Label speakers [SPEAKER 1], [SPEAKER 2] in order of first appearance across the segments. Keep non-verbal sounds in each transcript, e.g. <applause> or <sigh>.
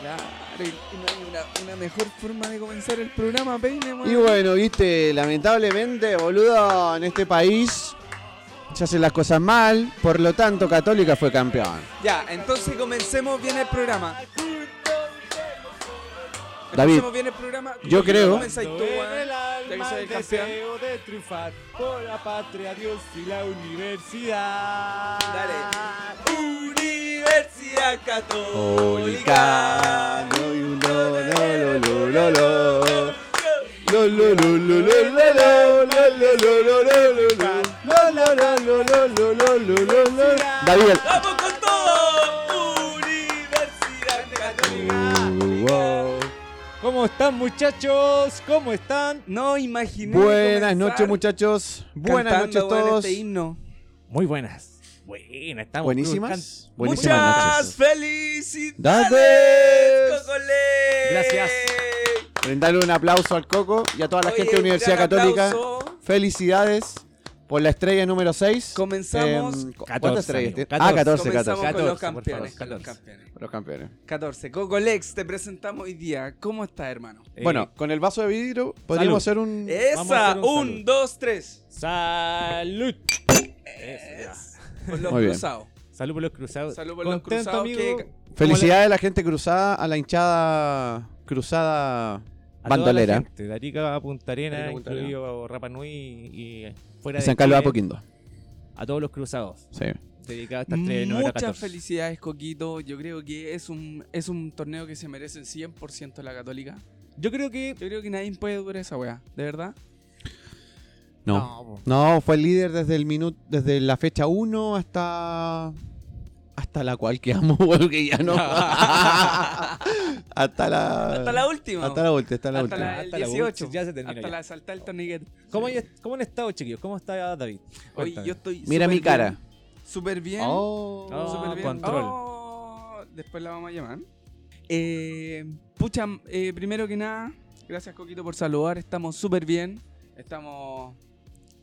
[SPEAKER 1] Claro, y no hay una, una mejor forma de comenzar el programa, Peine, weón.
[SPEAKER 2] Y bueno, viste, lamentablemente, boludo, en este país se hacen las cosas mal, por lo tanto Católica fue campeón.
[SPEAKER 1] Ya, entonces comencemos bien el programa.
[SPEAKER 2] David,
[SPEAKER 1] Comencemos bien el programa.
[SPEAKER 2] yo creo-
[SPEAKER 1] Comenzáis tú, weón, ya que soy el campeón.
[SPEAKER 3] de triunfar por la patria, Dios y la universidad.
[SPEAKER 1] Dale. Universidad
[SPEAKER 2] Católica.
[SPEAKER 1] Católica.
[SPEAKER 2] Lo, lo, lo, lo, lo, lo, lo. Lo, lo, lo, lo, lo, lo, lo, lo, lo, lo, lo, lo, lo. Lo, lo, lo, lo, lo, lo, lo, lo, lo, lo. David.
[SPEAKER 1] ¡Vamos con todo! Universidad Católica.
[SPEAKER 2] Uh, wow.
[SPEAKER 3] ¿Cómo están muchachos? ¿Cómo están?
[SPEAKER 1] No imaginé.
[SPEAKER 2] Buenas
[SPEAKER 1] comenzar
[SPEAKER 2] noches muchachos, buenas
[SPEAKER 1] cantando,
[SPEAKER 2] noches
[SPEAKER 1] weón,
[SPEAKER 2] todos.
[SPEAKER 1] Este himno.
[SPEAKER 3] Muy buenas. Buenas, estamos.
[SPEAKER 2] Buenísimas,
[SPEAKER 1] Muchas
[SPEAKER 2] buenísimas noches.
[SPEAKER 1] felicidades,
[SPEAKER 2] Dades.
[SPEAKER 1] Cocolé.
[SPEAKER 3] Gracias.
[SPEAKER 2] Brindarle un aplauso al Coco y a toda la
[SPEAKER 1] Oye,
[SPEAKER 2] gente de
[SPEAKER 1] un
[SPEAKER 2] Universidad
[SPEAKER 1] gran
[SPEAKER 2] Católica.
[SPEAKER 1] aplauso.
[SPEAKER 2] Felicidades por la estrella número 6.
[SPEAKER 1] Comenzamos-
[SPEAKER 2] ¿Cuántas
[SPEAKER 3] 14,
[SPEAKER 2] estrellas?
[SPEAKER 3] amigo,
[SPEAKER 2] tiene? Ah, 14,
[SPEAKER 1] Comenzamos
[SPEAKER 2] 14.
[SPEAKER 1] con los
[SPEAKER 3] 14, por
[SPEAKER 1] campeones. con
[SPEAKER 3] favor,
[SPEAKER 1] los
[SPEAKER 3] 14.
[SPEAKER 1] campeones.
[SPEAKER 2] Los campeones.
[SPEAKER 1] 14. Cocolex, te presentamos hoy día. ¿Cómo está, hermano?
[SPEAKER 3] Eh,
[SPEAKER 2] Bueno, con el vaso de vidrio podríamos hacer un...
[SPEAKER 3] Vamos a
[SPEAKER 1] Esa,
[SPEAKER 3] hacer un
[SPEAKER 1] un,
[SPEAKER 3] salud.
[SPEAKER 1] dos, tres.
[SPEAKER 3] Eh, Salud. Eso,
[SPEAKER 1] Es. Por los
[SPEAKER 2] Muy bien.
[SPEAKER 1] cruzados.
[SPEAKER 3] ya. Salud por los cruzados.
[SPEAKER 1] Salud por los cruzados que-
[SPEAKER 2] Felicidades a la gente cruzada, a la hinchada cruzada
[SPEAKER 3] como la- a toda la
[SPEAKER 2] bandolera.
[SPEAKER 3] gente, de Arica a Punta Arena,
[SPEAKER 2] Arica, Punta Arenas.
[SPEAKER 3] incluido Rapa Nui y y fuera
[SPEAKER 2] Y
[SPEAKER 3] de
[SPEAKER 2] San Carlos de
[SPEAKER 3] Chile,
[SPEAKER 2] Apoquindo.
[SPEAKER 3] A todos los cruzados.
[SPEAKER 2] Sí.
[SPEAKER 3] Dedicados a estas tres número
[SPEAKER 1] Muchas
[SPEAKER 3] 14.
[SPEAKER 1] felicidades, Coquito. Yo creo que es un, es un torneo que se merece el 100% la Católica.
[SPEAKER 3] Yo creo que.
[SPEAKER 1] Yo creo que nadie puede durar esa weá, de verdad.
[SPEAKER 2] No.
[SPEAKER 3] po.
[SPEAKER 2] No, fue el líder desde el minuto, desde la fecha 1 hasta... Hasta la cual que amo, <laughs> porque ya no. hasta la...
[SPEAKER 1] Hasta la última.
[SPEAKER 2] Ah, Hasta la última, hasta la
[SPEAKER 1] Hasta
[SPEAKER 2] última.
[SPEAKER 1] la- el
[SPEAKER 3] Hasta la
[SPEAKER 1] 18.
[SPEAKER 3] última, ya se terminó
[SPEAKER 1] hasta
[SPEAKER 3] ya.
[SPEAKER 1] la saltar el torniquete.
[SPEAKER 3] ¿Cómo, hay- ¿Cómo han estado, chiquillos? ¿Cómo está David?
[SPEAKER 1] Oye,
[SPEAKER 3] Cuéntame.
[SPEAKER 1] yo estoy.
[SPEAKER 2] Mira mi
[SPEAKER 1] súper bien,
[SPEAKER 2] cara.
[SPEAKER 1] Súper bien.
[SPEAKER 2] Oh.
[SPEAKER 3] Oh.
[SPEAKER 1] súper bien.
[SPEAKER 3] control.
[SPEAKER 1] Oh, después la vamos a llamar. Eh, pucha, eh, primero que nada, gracias Coquito por saludar. Estamos súper bien. Estamos.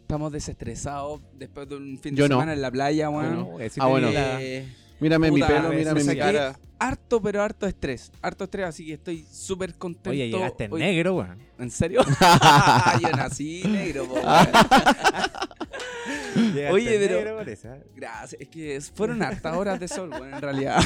[SPEAKER 1] Estamos desestresados después de un fin de
[SPEAKER 2] Yo no.
[SPEAKER 1] semana en la playa, weón.
[SPEAKER 2] no.
[SPEAKER 3] Eh, sí
[SPEAKER 2] Ah, bueno.
[SPEAKER 3] tenía-
[SPEAKER 1] Eh,
[SPEAKER 2] Mírame mi
[SPEAKER 1] Puta,
[SPEAKER 2] pelo,
[SPEAKER 1] me
[SPEAKER 2] mírame mi
[SPEAKER 1] saqué
[SPEAKER 2] cara.
[SPEAKER 1] Harto, pero harto estrés. Harto estrés, así que estoy súper contento.
[SPEAKER 3] Oye, llegaste en
[SPEAKER 1] hoy.
[SPEAKER 3] negro, weón.
[SPEAKER 1] ¿En
[SPEAKER 2] <laughs>
[SPEAKER 1] serio? <laughs> Yo nací negro, po.
[SPEAKER 3] Llegaste
[SPEAKER 1] Oye,
[SPEAKER 3] en
[SPEAKER 1] pero-
[SPEAKER 3] negro, parece, ¿eh?
[SPEAKER 1] Gracias. Es que fueron hartas horas de sol, bueno, en realidad.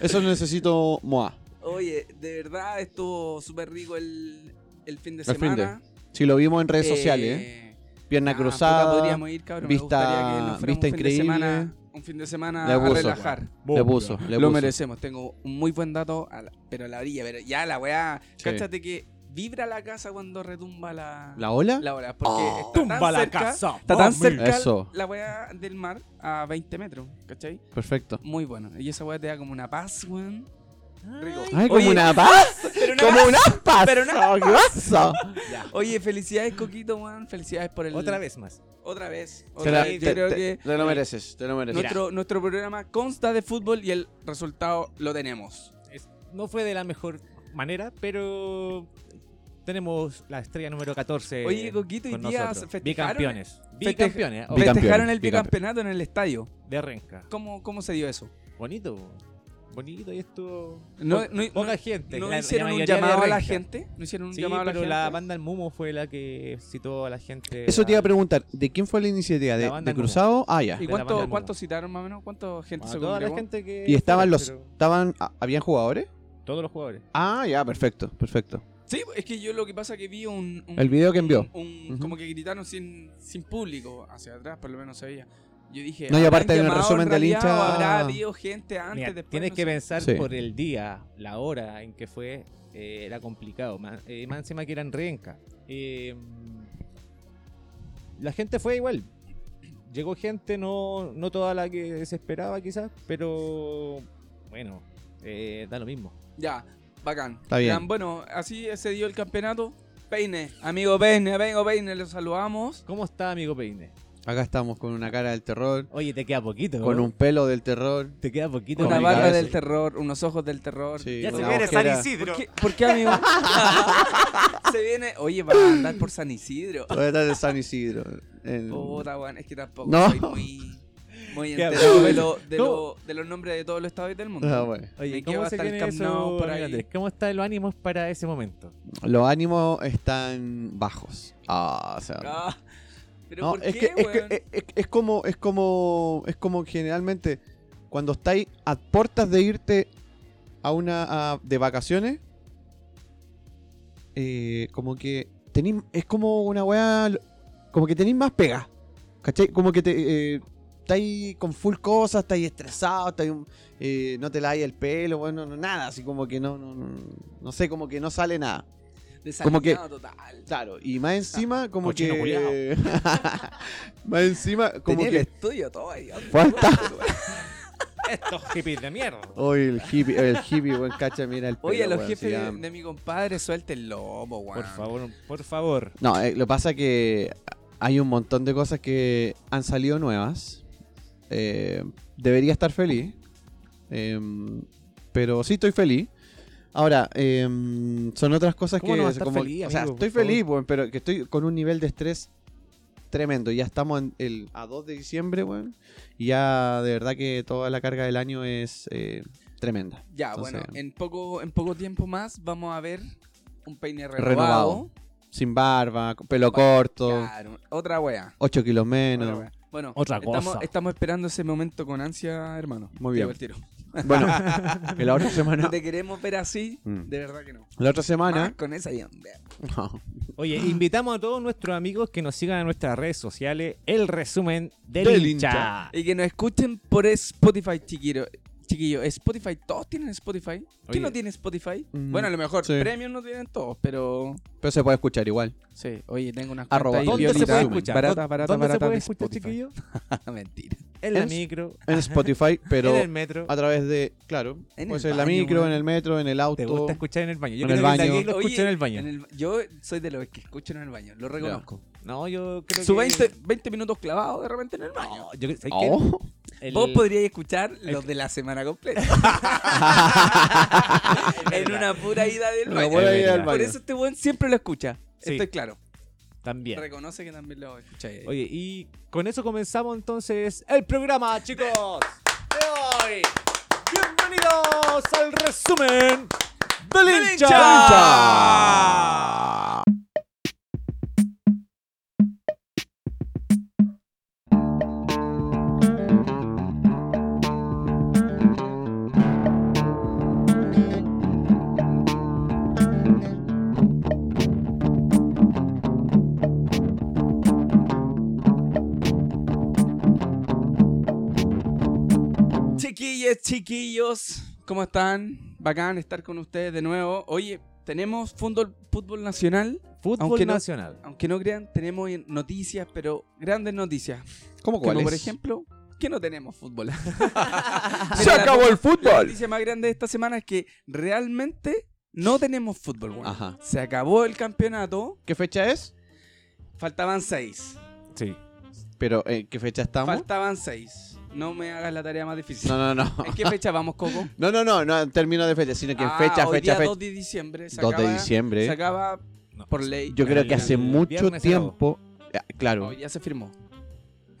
[SPEAKER 2] Eso necesito Moa.
[SPEAKER 1] Oye, de verdad estuvo súper rico el, el fin de
[SPEAKER 2] El fin de-
[SPEAKER 1] semana.
[SPEAKER 2] Si lo vimos en redes
[SPEAKER 1] Eh,
[SPEAKER 2] sociales, ¿eh? Pierna
[SPEAKER 1] ah, puta,
[SPEAKER 2] cruzada,
[SPEAKER 1] podríamos ir, cabrón.
[SPEAKER 2] vista-
[SPEAKER 1] Me gustaría que nos fuéramos
[SPEAKER 2] vista
[SPEAKER 1] un fin de
[SPEAKER 2] increíble.
[SPEAKER 1] semana, un fin de semana
[SPEAKER 2] Le
[SPEAKER 1] a
[SPEAKER 2] puso.
[SPEAKER 1] relajar.
[SPEAKER 2] le puso, le
[SPEAKER 1] Lo
[SPEAKER 2] puso.
[SPEAKER 1] merecemos. Tengo un muy buen dato, a la- pero a la orilla. Pero ya la weá.
[SPEAKER 2] Sí.
[SPEAKER 1] Cáchate que vibra la casa cuando retumba la,
[SPEAKER 2] ¿La ola?
[SPEAKER 1] la ola. Porque
[SPEAKER 2] Oh.
[SPEAKER 1] está tan
[SPEAKER 3] Tumba la
[SPEAKER 1] cerca-
[SPEAKER 3] casa. Oh,
[SPEAKER 1] Está tan
[SPEAKER 3] mami.
[SPEAKER 1] cerca
[SPEAKER 2] Eso.
[SPEAKER 1] la weá del mar a 20 metros, ¿cachai?
[SPEAKER 2] Perfecto.
[SPEAKER 1] Muy bueno. Y esa weá te da como una paz, weón. Rico.
[SPEAKER 2] Ay, como
[SPEAKER 1] Oye,
[SPEAKER 2] una paz,
[SPEAKER 1] pero una
[SPEAKER 2] como
[SPEAKER 1] paz.
[SPEAKER 2] una paz.
[SPEAKER 1] Pero una
[SPEAKER 2] ¿Qué pasa?
[SPEAKER 1] Oye, felicidades, Coquito, weón. Felicidades por el.
[SPEAKER 3] Otra vez más.
[SPEAKER 1] Otra vez.
[SPEAKER 2] Te,
[SPEAKER 1] Otra
[SPEAKER 2] la-
[SPEAKER 1] vez.
[SPEAKER 2] te-
[SPEAKER 1] Yo creo
[SPEAKER 2] te-
[SPEAKER 1] que.
[SPEAKER 2] te lo mereces, te lo mereces.
[SPEAKER 1] Nuestro, nuestro programa consta de fútbol y el resultado lo tenemos.
[SPEAKER 3] Es- no fue de la mejor manera, pero tenemos la estrella número 14.
[SPEAKER 1] Oye, Coquito, hoy
[SPEAKER 3] con
[SPEAKER 1] día
[SPEAKER 3] nosotros.
[SPEAKER 1] se festejaron-
[SPEAKER 3] Bicampeones.
[SPEAKER 1] feste-
[SPEAKER 3] Bicampeones. oh,
[SPEAKER 2] Bicampeones,
[SPEAKER 1] Festejaron el
[SPEAKER 2] bicampeones.
[SPEAKER 1] bicampeonato en el estadio.
[SPEAKER 3] de Renca.
[SPEAKER 1] ¿Cómo, cómo se dio eso?
[SPEAKER 3] Bonito. Bonito y esto.
[SPEAKER 1] No-
[SPEAKER 3] po-
[SPEAKER 1] no-
[SPEAKER 3] poca
[SPEAKER 1] no-
[SPEAKER 3] gente.
[SPEAKER 1] ¿No
[SPEAKER 3] la- la
[SPEAKER 1] hicieron un
[SPEAKER 3] mayoría de
[SPEAKER 1] llamado a la
[SPEAKER 3] Renca.
[SPEAKER 1] gente? ¿No hicieron un
[SPEAKER 3] Sí,
[SPEAKER 1] llamado a la
[SPEAKER 3] pero
[SPEAKER 1] gente?
[SPEAKER 3] la banda El Mumo fue la que citó a la gente.
[SPEAKER 2] Eso te iba a
[SPEAKER 3] a-
[SPEAKER 2] preguntar, ¿de quién fue la iniciativa? ¿De,
[SPEAKER 3] La banda
[SPEAKER 2] de
[SPEAKER 3] en
[SPEAKER 2] Cruzado? Ah, ya.
[SPEAKER 1] ¿Y
[SPEAKER 3] de la banda
[SPEAKER 1] cuánto,
[SPEAKER 3] del
[SPEAKER 1] cuánto
[SPEAKER 3] mundo.
[SPEAKER 1] citaron más o menos? ¿Cuánta gente
[SPEAKER 3] a
[SPEAKER 1] se
[SPEAKER 3] toda la
[SPEAKER 1] congregó?
[SPEAKER 3] gente que.
[SPEAKER 2] ¿Y estaban
[SPEAKER 3] fuera,
[SPEAKER 2] los
[SPEAKER 3] pero-
[SPEAKER 2] estaban ah, habían jugadores?
[SPEAKER 3] Todos los jugadores.
[SPEAKER 2] Ah, ya, perfecto, perfecto.
[SPEAKER 1] Sí, es que yo lo que pasa es que vi un... un-
[SPEAKER 2] El video que envió.
[SPEAKER 1] un- un-
[SPEAKER 2] Ujú.
[SPEAKER 1] Como que gritaron sin, sin público hacia atrás, por lo menos se veía. Yo dije...
[SPEAKER 2] No, y
[SPEAKER 1] ¿habrán
[SPEAKER 2] aparte hay un
[SPEAKER 1] llamado en
[SPEAKER 2] resumen del
[SPEAKER 1] realidad
[SPEAKER 2] hincha-
[SPEAKER 1] o habrá habido gente antes,
[SPEAKER 3] Mira,
[SPEAKER 1] después?
[SPEAKER 3] tienes
[SPEAKER 1] No
[SPEAKER 3] que
[SPEAKER 1] sé.
[SPEAKER 3] pensar
[SPEAKER 2] Sí.
[SPEAKER 3] por el día, la hora en que fue, eh, era complicado. Más, eh, más encima que era en Renca. Eh, la gente fue igual. Llegó gente, no, no toda la que se esperaba quizás, pero bueno, eh, da lo mismo.
[SPEAKER 1] Ya, bacán.
[SPEAKER 2] Está bien.
[SPEAKER 1] Gran, bueno, así se dio el campeonato. Peine, amigo Peine, amigo Peine, lo saludamos.
[SPEAKER 3] ¿Cómo está, amigo Peine?
[SPEAKER 2] Acá estamos con una cara del terror,
[SPEAKER 3] Oye, te queda poquito.
[SPEAKER 2] con
[SPEAKER 3] ¿no?
[SPEAKER 2] un pelo del terror.
[SPEAKER 3] Te queda poquito.
[SPEAKER 1] Una
[SPEAKER 2] mi
[SPEAKER 1] barba
[SPEAKER 2] cabeza.
[SPEAKER 1] del terror, unos ojos del terror.
[SPEAKER 2] Sí,
[SPEAKER 3] Ya se
[SPEAKER 2] una
[SPEAKER 3] viene San
[SPEAKER 2] ojera.
[SPEAKER 3] Isidro.
[SPEAKER 1] ¿Por qué, por qué, amigo? <laughs> se viene. Oye, va a andar por San Isidro.
[SPEAKER 2] Todavía está de San Isidro. En-
[SPEAKER 1] Puta, weón, es que tampoco
[SPEAKER 2] No.
[SPEAKER 1] soy muy. Muy
[SPEAKER 3] Qué
[SPEAKER 1] entero
[SPEAKER 3] aburrido.
[SPEAKER 1] de, lo- de,
[SPEAKER 3] ¿Cómo?
[SPEAKER 1] lo- de los nombres de todos los estados y del mundo.
[SPEAKER 2] Ah, bueno.
[SPEAKER 1] Me
[SPEAKER 3] Oye,
[SPEAKER 1] quedo
[SPEAKER 3] ¿cómo se
[SPEAKER 1] hasta el
[SPEAKER 3] viene
[SPEAKER 1] Camp Nou
[SPEAKER 3] eso,
[SPEAKER 1] por ahí.
[SPEAKER 3] Andrés? ¿Cómo están los ánimos para
[SPEAKER 1] <laughs>
[SPEAKER 3] ese momento?
[SPEAKER 2] Los ánimos están bajos. Ah, o sea.
[SPEAKER 1] Ah, pero
[SPEAKER 2] no,
[SPEAKER 1] ¿por
[SPEAKER 2] es
[SPEAKER 1] qué,
[SPEAKER 2] que, eh, es, que-
[SPEAKER 1] weón?
[SPEAKER 2] es- es- es como es como es como generalmente cuando estáis a puertas de irte a una a- de vacaciones eh, como que tenéis es como una weá lo- como que tenéis más pega ¿cachai? como que te eh, estáis con full cosas estáis estresados estáis, un- eh, no te laváis el pelo bueno no, nada así como que no no, no no sé como que no sale nada como que-
[SPEAKER 1] Desalineado total.
[SPEAKER 2] Claro, y más encima, como
[SPEAKER 3] cochino
[SPEAKER 2] que. <laughs>
[SPEAKER 3] culiao.
[SPEAKER 2] más encima, como
[SPEAKER 1] Tenía el
[SPEAKER 2] que.
[SPEAKER 1] estudio todo ahí.
[SPEAKER 2] Falta.
[SPEAKER 3] Estos hippies de mierda.
[SPEAKER 2] <laughs> Oye, el hippie, el hippie, buen cacha, mira el
[SPEAKER 1] Oye, a
[SPEAKER 2] pelo,
[SPEAKER 1] los
[SPEAKER 2] weón,
[SPEAKER 1] jefes
[SPEAKER 2] si ya-
[SPEAKER 1] de, de mi compadre, suéltenlo, po, weón.
[SPEAKER 3] Por favor, por favor.
[SPEAKER 2] No, eh, lo pasa que hay un montón de cosas que han salido nuevas. Eh, debería estar feliz. Em, pero sí estoy feliz. Ahora, em, son otras cosas
[SPEAKER 3] ¿Cómo
[SPEAKER 2] que.
[SPEAKER 3] no va a estar
[SPEAKER 2] como-
[SPEAKER 3] feliz,
[SPEAKER 2] o sea,
[SPEAKER 3] amigo?
[SPEAKER 2] estoy
[SPEAKER 3] Por
[SPEAKER 2] feliz, weón, pero que estoy con un nivel de estrés tremendo. Ya estamos en el, a 2 de diciembre, weón. Y ya de verdad que toda la carga del año es eh, tremenda.
[SPEAKER 1] Ya,
[SPEAKER 2] Entonces-
[SPEAKER 1] bueno, en poco, en poco tiempo más vamos a ver un peine
[SPEAKER 2] Renovado.
[SPEAKER 1] renovado.
[SPEAKER 2] Sin barba, con pelo
[SPEAKER 1] Ba-
[SPEAKER 2] corto,
[SPEAKER 1] Claro, otra wea.
[SPEAKER 2] 8 kilos
[SPEAKER 1] otra
[SPEAKER 2] menos.
[SPEAKER 1] wea. Bueno,
[SPEAKER 3] Otra
[SPEAKER 1] estamos,
[SPEAKER 3] cosa.
[SPEAKER 1] estamos esperando ese momento con ansia, hermano. Te
[SPEAKER 2] Muy bien.
[SPEAKER 1] digo el tiro. <laughs>
[SPEAKER 2] Bueno, que la otra semana.
[SPEAKER 1] No te queremos ver así,
[SPEAKER 2] Mm.
[SPEAKER 1] de verdad que no.
[SPEAKER 2] La otra
[SPEAKER 1] Ah,
[SPEAKER 2] semana.
[SPEAKER 1] con esa y onda.
[SPEAKER 2] No.
[SPEAKER 3] Oye, invitamos a todos nuestros amigos que nos sigan en nuestras redes sociales. El resumen del,
[SPEAKER 2] Del
[SPEAKER 3] hincha.
[SPEAKER 1] Y que nos escuchen por Spotify, chiquillo. Chiquillo, Spotify, todos tienen Spotify.
[SPEAKER 3] Oye.
[SPEAKER 1] ¿Quién no tiene Spotify?
[SPEAKER 2] Mm,
[SPEAKER 1] bueno, a lo mejor
[SPEAKER 2] sí.
[SPEAKER 1] premium no tienen todos, pero.
[SPEAKER 2] Pero pues se puede escuchar igual.
[SPEAKER 1] Sí, oye, tengo unas
[SPEAKER 2] Arroba.
[SPEAKER 1] cuentas ahí
[SPEAKER 3] ¿Dónde se
[SPEAKER 1] violitas.
[SPEAKER 3] puede
[SPEAKER 2] resumen.
[SPEAKER 3] escuchar?
[SPEAKER 1] Barata,
[SPEAKER 3] ¿Dó-
[SPEAKER 1] barata,
[SPEAKER 3] ¿Dónde
[SPEAKER 1] barata
[SPEAKER 3] se puede
[SPEAKER 1] de
[SPEAKER 3] escuchar,
[SPEAKER 1] Spotify.
[SPEAKER 3] <laughs>
[SPEAKER 1] <laughs>
[SPEAKER 3] chiquillo?
[SPEAKER 1] Mentira.
[SPEAKER 3] En la
[SPEAKER 2] En-
[SPEAKER 3] micro,
[SPEAKER 1] <laughs>
[SPEAKER 2] En Spotify, pero
[SPEAKER 3] en el metro.
[SPEAKER 2] a través de. Claro.
[SPEAKER 1] En
[SPEAKER 2] puede
[SPEAKER 1] el
[SPEAKER 2] ser en la
[SPEAKER 1] baño,
[SPEAKER 2] micro,
[SPEAKER 1] weón.
[SPEAKER 2] en el metro, en el
[SPEAKER 3] ¿Te
[SPEAKER 2] auto.
[SPEAKER 3] gusta escuchar en el baño? Yo
[SPEAKER 2] en
[SPEAKER 3] creo
[SPEAKER 2] el
[SPEAKER 3] que
[SPEAKER 2] baño.
[SPEAKER 3] Daniel lo escucha en el
[SPEAKER 1] en
[SPEAKER 3] baño.
[SPEAKER 1] el- yo soy de los que escuchan en el baño, lo reconozco.
[SPEAKER 3] No, yo creo
[SPEAKER 1] Su
[SPEAKER 3] que...
[SPEAKER 1] 20, 20 minutos clavados de repente en el baño.
[SPEAKER 3] No, yo creo ¿sabes qué?
[SPEAKER 2] Oh.
[SPEAKER 3] El-
[SPEAKER 1] Vos podríais escuchar los de la semana completa. en una pura ida del
[SPEAKER 2] Una
[SPEAKER 1] baño.
[SPEAKER 2] buena
[SPEAKER 3] Es
[SPEAKER 2] idea del
[SPEAKER 3] verdad.
[SPEAKER 1] Por
[SPEAKER 2] baño.
[SPEAKER 1] eso este buen siempre lo escucha.
[SPEAKER 3] Sí.
[SPEAKER 1] Estoy claro.
[SPEAKER 3] También.
[SPEAKER 1] Reconoce que también lo escucháis.
[SPEAKER 3] Oye, y con eso comenzamos entonces el programa, chicos, de hoy. Bienvenidos al resumen del hincha.
[SPEAKER 1] Chiquillas, chiquillos, ¿cómo están? Bacán estar con ustedes de nuevo. Oye, tenemos fútbol, fútbol nacional.
[SPEAKER 3] Fútbol
[SPEAKER 1] Aunque no-
[SPEAKER 3] nacional.
[SPEAKER 1] Aunque no crean, tenemos noticias, pero grandes noticias.
[SPEAKER 2] ¿Cómo cuál
[SPEAKER 1] Como
[SPEAKER 2] es?
[SPEAKER 1] por ejemplo, que no tenemos fútbol. <laughs>
[SPEAKER 2] ¡Se acabó el
[SPEAKER 1] La
[SPEAKER 2] fútbol!
[SPEAKER 1] noticia más grande de esta semana es que realmente no tenemos fútbol, weón.
[SPEAKER 2] Ajá.
[SPEAKER 1] Se acabó el campeonato,
[SPEAKER 2] ¿Qué fecha es?
[SPEAKER 1] faltaban seis.
[SPEAKER 3] Sí.
[SPEAKER 2] Pero, ¿en qué fecha estamos?
[SPEAKER 1] Faltaban seis. No me hagas la tarea más difícil.
[SPEAKER 2] No, no,
[SPEAKER 1] <laughs>
[SPEAKER 2] no.
[SPEAKER 1] ¿En qué fecha vamos, Coco?
[SPEAKER 2] No, no, no, no <laughs> en términos de fecha, sino que en
[SPEAKER 1] Ah,
[SPEAKER 2] fecha,
[SPEAKER 1] hoy
[SPEAKER 2] fecha,
[SPEAKER 1] día
[SPEAKER 2] fecha.
[SPEAKER 1] 2 de diciembre. se
[SPEAKER 2] 2 de
[SPEAKER 1] acaba-
[SPEAKER 2] diciembre.
[SPEAKER 1] Se acaba
[SPEAKER 3] No.
[SPEAKER 1] por ley.
[SPEAKER 2] Yo creo que
[SPEAKER 3] El-
[SPEAKER 2] hace
[SPEAKER 3] el
[SPEAKER 2] mucho
[SPEAKER 3] viernes se acabó.
[SPEAKER 2] tiempo. Ah, Claro.
[SPEAKER 1] No, ya se firmó.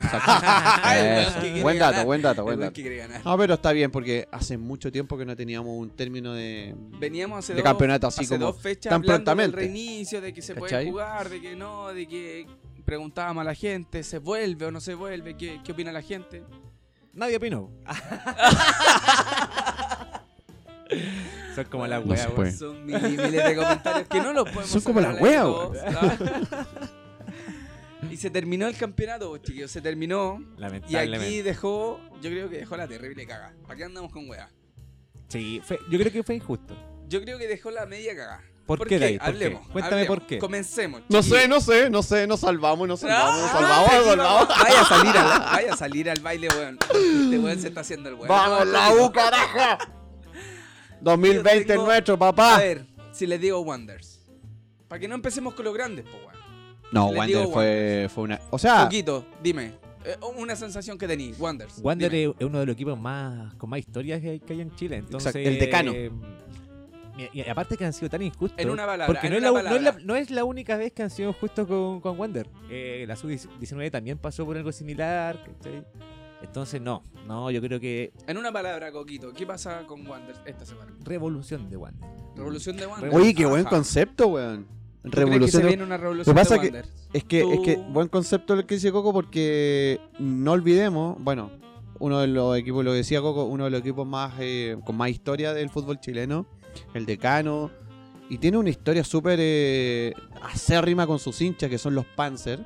[SPEAKER 1] <laughs>
[SPEAKER 2] Eso.
[SPEAKER 1] el que quiere
[SPEAKER 2] Eh, Buen dato,
[SPEAKER 1] ganar.
[SPEAKER 2] buen dato, buen
[SPEAKER 1] El
[SPEAKER 2] dato.
[SPEAKER 1] que quiere ganar.
[SPEAKER 2] Ah, pero está bien, porque hace mucho tiempo que no teníamos un término de,
[SPEAKER 1] Veníamos hace
[SPEAKER 2] de
[SPEAKER 1] dos,
[SPEAKER 2] campeonato así
[SPEAKER 1] hace
[SPEAKER 2] como.
[SPEAKER 1] dos fechas
[SPEAKER 2] tan
[SPEAKER 1] hablando del
[SPEAKER 2] prontamente.
[SPEAKER 1] reinicio, de que se puede
[SPEAKER 2] ¿Cachai?
[SPEAKER 1] jugar, de que no, de que preguntábamos a la gente, ¿se vuelve o no se vuelve? ¿Qué, qué opina la gente? <laughs>
[SPEAKER 3] Nadie opinó. Son como la
[SPEAKER 1] No
[SPEAKER 3] wea, pues.
[SPEAKER 2] se
[SPEAKER 3] weón.
[SPEAKER 2] puede.
[SPEAKER 1] Ah, Son mil y miles de comentarios que no los podemos
[SPEAKER 2] Son como
[SPEAKER 1] sacar
[SPEAKER 2] la
[SPEAKER 1] al aire
[SPEAKER 2] wea,
[SPEAKER 1] todos, ¿no? Ah. Y se terminó el campeonato, chicos, se terminó. Y
[SPEAKER 3] Lamentablemente.
[SPEAKER 1] aquí dejó, yo creo que dejó la terrible caga. ¿Para qué andamos con wea?
[SPEAKER 3] Sí, fue- yo creo que fue injusto.
[SPEAKER 1] Yo creo que dejó la media caga.
[SPEAKER 3] ¿Por qué, Dai? ¿Por qué?
[SPEAKER 1] Hablemos.
[SPEAKER 3] Cuéntame
[SPEAKER 1] hablemos.
[SPEAKER 3] por qué.
[SPEAKER 1] Comencemos.
[SPEAKER 2] No
[SPEAKER 1] chiquillos.
[SPEAKER 2] sé, no sé, no sé, nos salvamos, nos salvamos, nos
[SPEAKER 1] Ah,
[SPEAKER 2] salvamos,
[SPEAKER 1] aquí
[SPEAKER 2] nos salvamos. <laughs>
[SPEAKER 1] vamos. Vaya a salir al, vaya a salir al baile, weón. Este weón se está haciendo el weón.
[SPEAKER 2] ¡Vamos, la U, carajo!
[SPEAKER 1] <laughs>
[SPEAKER 2] 2020
[SPEAKER 1] tengo-
[SPEAKER 2] nuestro,
[SPEAKER 1] A
[SPEAKER 2] papá.
[SPEAKER 1] ver, si les digo Wonders. Para que no empecemos con los grandes, po, weón.
[SPEAKER 2] No,
[SPEAKER 1] les
[SPEAKER 2] Wander
[SPEAKER 1] digo
[SPEAKER 2] fue, fue una. O sea,
[SPEAKER 1] Poquito, dime. eh, una sensación que tení, Wonders.
[SPEAKER 3] Wander es uno de los equipos más con más historias que hay, que hay en Chile. Entonces,
[SPEAKER 2] Exacto, el decano.
[SPEAKER 3] eh, mira, y aparte que han sido tan injustos.
[SPEAKER 1] En una palabra,
[SPEAKER 3] Porque
[SPEAKER 1] en
[SPEAKER 3] no, es
[SPEAKER 1] una
[SPEAKER 3] la, no es la-
[SPEAKER 1] palabra.
[SPEAKER 3] no es la única vez que han sido justos con, con Wander. Eh, la sub-19 también pasó por algo similar. ¿cachai? Entonces, no, no, yo creo que
[SPEAKER 1] En una palabra, Coquito, ¿qué pasa con Wander esta semana?
[SPEAKER 3] revolución de Wander.
[SPEAKER 1] Revolución de Wander.
[SPEAKER 2] Oye, qué
[SPEAKER 1] Ajá.
[SPEAKER 2] buen concepto, weón.
[SPEAKER 1] ¿Tú crees
[SPEAKER 2] Revolución.
[SPEAKER 1] Que se
[SPEAKER 2] de-
[SPEAKER 1] viene una revolución
[SPEAKER 2] Lo que pasa
[SPEAKER 1] de
[SPEAKER 2] que-
[SPEAKER 1] Wander?
[SPEAKER 2] Es que, es que
[SPEAKER 1] Tú-
[SPEAKER 2] buen concepto lo que dice Coco porque no olvidemos, bueno, uno de los equipos, lo decía Coco, uno de los equipos más eh, con más historia del fútbol chileno, el decano, y tiene una historia súper eh, acérrima con sus hinchas que son los Panzer.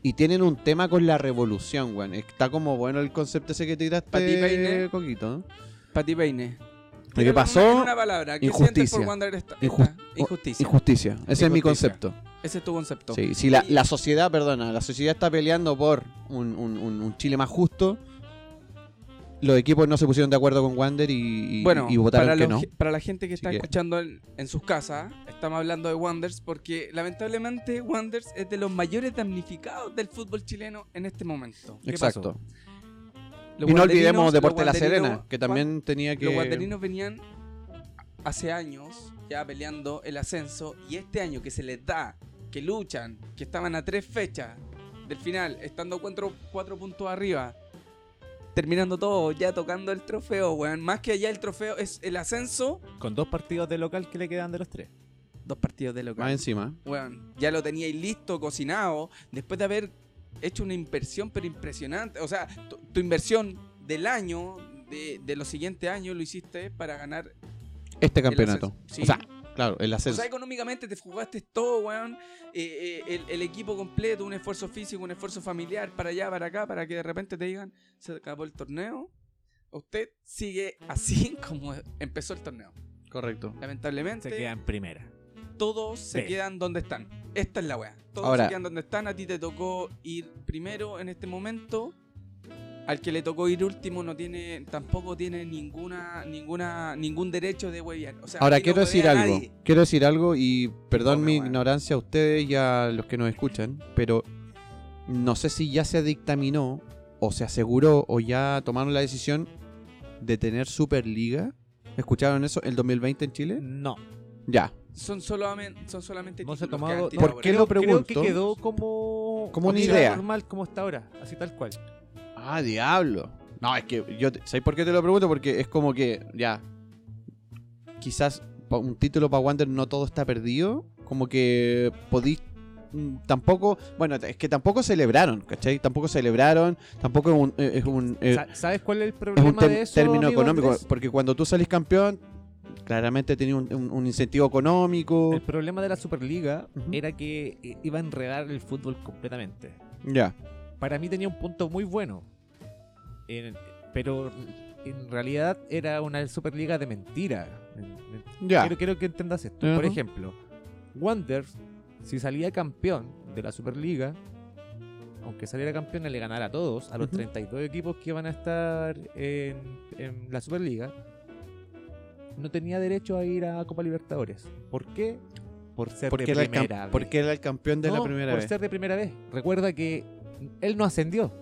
[SPEAKER 2] Y tienen un tema con la revolución, weón. Está como bueno el concepto ese que
[SPEAKER 1] Pati
[SPEAKER 2] tiraste,
[SPEAKER 1] Peine.
[SPEAKER 2] Coquito. ¿eh?
[SPEAKER 1] Pati Peine.
[SPEAKER 2] Lo que
[SPEAKER 1] En
[SPEAKER 2] pasó,
[SPEAKER 1] una palabra, ¿qué
[SPEAKER 2] injusticia.
[SPEAKER 1] sientes por Wander esta? esta?
[SPEAKER 2] Injus-
[SPEAKER 1] Injusticia.
[SPEAKER 2] injusticia. Ese es mi
[SPEAKER 1] Injusticia.
[SPEAKER 2] concepto.
[SPEAKER 1] Ese es tu concepto.
[SPEAKER 2] Sí, si la, la sociedad, perdona, la sociedad está peleando por un, un- un- un Chile más justo, los equipos no se pusieron de acuerdo con Wander y, y-
[SPEAKER 1] Bueno,
[SPEAKER 2] y votaron
[SPEAKER 1] para,
[SPEAKER 2] que
[SPEAKER 1] los
[SPEAKER 2] no.
[SPEAKER 1] ge- para la gente que está
[SPEAKER 2] que-
[SPEAKER 1] escuchando en, en sus casas, estamos hablando de Wanders porque lamentablemente Wanders es de los mayores damnificados del fútbol chileno en este momento.
[SPEAKER 3] ¿Qué
[SPEAKER 2] Exacto.
[SPEAKER 1] Los
[SPEAKER 2] y
[SPEAKER 1] wanderinos-
[SPEAKER 2] no olvidemos
[SPEAKER 1] los
[SPEAKER 2] Deporte La
[SPEAKER 1] wanderinos-
[SPEAKER 2] Serena, que también tenía que...
[SPEAKER 1] Los guanderinos venían hace años ya peleando el ascenso y este año que se les da, que luchan, que estaban a tres fechas del final, estando cuatro, cuatro puntos arriba, terminando todo, ya tocando el trofeo, weón. Más que allá el trofeo es el ascenso,
[SPEAKER 3] Con dos partidos de local que le quedan de los tres.
[SPEAKER 1] dos partidos de
[SPEAKER 2] Más
[SPEAKER 1] local.
[SPEAKER 2] encima.
[SPEAKER 1] Weón, ya lo teníais listo, cocinado, después de haber hecho una inversión, pero impresionante. O sea, tu, tu inversión del año, de, de los siguientes años, lo hiciste para ganar
[SPEAKER 2] Este
[SPEAKER 1] el
[SPEAKER 2] campeonato.
[SPEAKER 1] ascenso. Sí.
[SPEAKER 2] O sea, claro, el
[SPEAKER 1] O
[SPEAKER 2] ascenso.
[SPEAKER 1] sea, económicamente te jugaste todo, weón. Eh, eh, el, el equipo completo, un esfuerzo físico, un esfuerzo familiar, para allá, para acá, para que de repente te digan, se acabó el torneo. Usted sigue así <laughs> como empezó el torneo.
[SPEAKER 2] Correcto.
[SPEAKER 1] Lamentablemente,
[SPEAKER 3] Se queda en primera.
[SPEAKER 1] todos se
[SPEAKER 3] Sí.
[SPEAKER 1] quedan donde están. Esta es la weá. Todos
[SPEAKER 2] Ahora-
[SPEAKER 1] se quedan donde están. A ti te tocó ir primero en este momento. Al que le tocó ir último no tiene, tampoco tiene ninguna, ninguna, ningún derecho de hueviar. O sea,
[SPEAKER 2] Ahora
[SPEAKER 1] aquí no
[SPEAKER 2] quiero decir
[SPEAKER 1] huevea
[SPEAKER 2] algo.
[SPEAKER 1] nadie.
[SPEAKER 2] Quiero decir algo y perdón
[SPEAKER 1] Come,
[SPEAKER 2] mi
[SPEAKER 1] weón.
[SPEAKER 2] ignorancia a ustedes y a los que nos escuchan, pero no sé si ya se dictaminó o se aseguró o ya tomaron la decisión de tener Superliga. ¿Escucharon eso? ¿El 2020 en Chile?
[SPEAKER 3] No.
[SPEAKER 2] Ya.
[SPEAKER 1] Son solamente, son solamente
[SPEAKER 3] No se ha
[SPEAKER 1] títulos
[SPEAKER 3] tomado-
[SPEAKER 1] que han tirado
[SPEAKER 2] ¿Por qué
[SPEAKER 1] ahí.
[SPEAKER 2] lo
[SPEAKER 3] Creo que
[SPEAKER 2] pregunto?
[SPEAKER 3] quedó como.
[SPEAKER 2] Como una
[SPEAKER 3] opción
[SPEAKER 2] idea.
[SPEAKER 3] Normal como está ahora, así tal cual.
[SPEAKER 2] Ah, diablo. No, es que yo te- ¿sabes por qué te lo pregunto? Porque es como que ya quizás pa- un título para Wander no todo está perdido, como que podís mm, tampoco, bueno, es que tampoco celebraron, ¿cachai? Tampoco celebraron, tampoco es un, eh, es un, eh,
[SPEAKER 3] Sa- ¿Sabes cuál es el
[SPEAKER 2] es un
[SPEAKER 3] problema
[SPEAKER 2] tem-
[SPEAKER 3] de eso?
[SPEAKER 2] término
[SPEAKER 3] amigo
[SPEAKER 2] económico,
[SPEAKER 3] Andrés?
[SPEAKER 2] porque cuando tú salís campeón, claramente tenía un, un- un incentivo económico.
[SPEAKER 3] El problema de la Superliga
[SPEAKER 2] Uh. Ujú.
[SPEAKER 3] era que eh, iba a enredar el fútbol completamente.
[SPEAKER 2] Ya,
[SPEAKER 3] Para mí tenía un punto muy bueno. En- pero en realidad era una Superliga de mentira. En-
[SPEAKER 2] ya.
[SPEAKER 3] Quiero, quiero que entendas esto.
[SPEAKER 2] Ajá.
[SPEAKER 3] Por ejemplo, Wander, si salía campeón de la Superliga, aunque saliera campeón, le ganara a todos, a los
[SPEAKER 2] Ujú.
[SPEAKER 3] 32 equipos que van a estar en, en la Superliga, no tenía derecho a ir a Copa Libertadores. ¿Por qué? Por ser
[SPEAKER 2] Porque
[SPEAKER 3] de
[SPEAKER 2] era, el cam-
[SPEAKER 3] primera vez.
[SPEAKER 2] porque era el campeón de la
[SPEAKER 3] No,
[SPEAKER 2] primera
[SPEAKER 3] por
[SPEAKER 2] vez.
[SPEAKER 3] ser de primera vez. Recuerda que él no ascendió.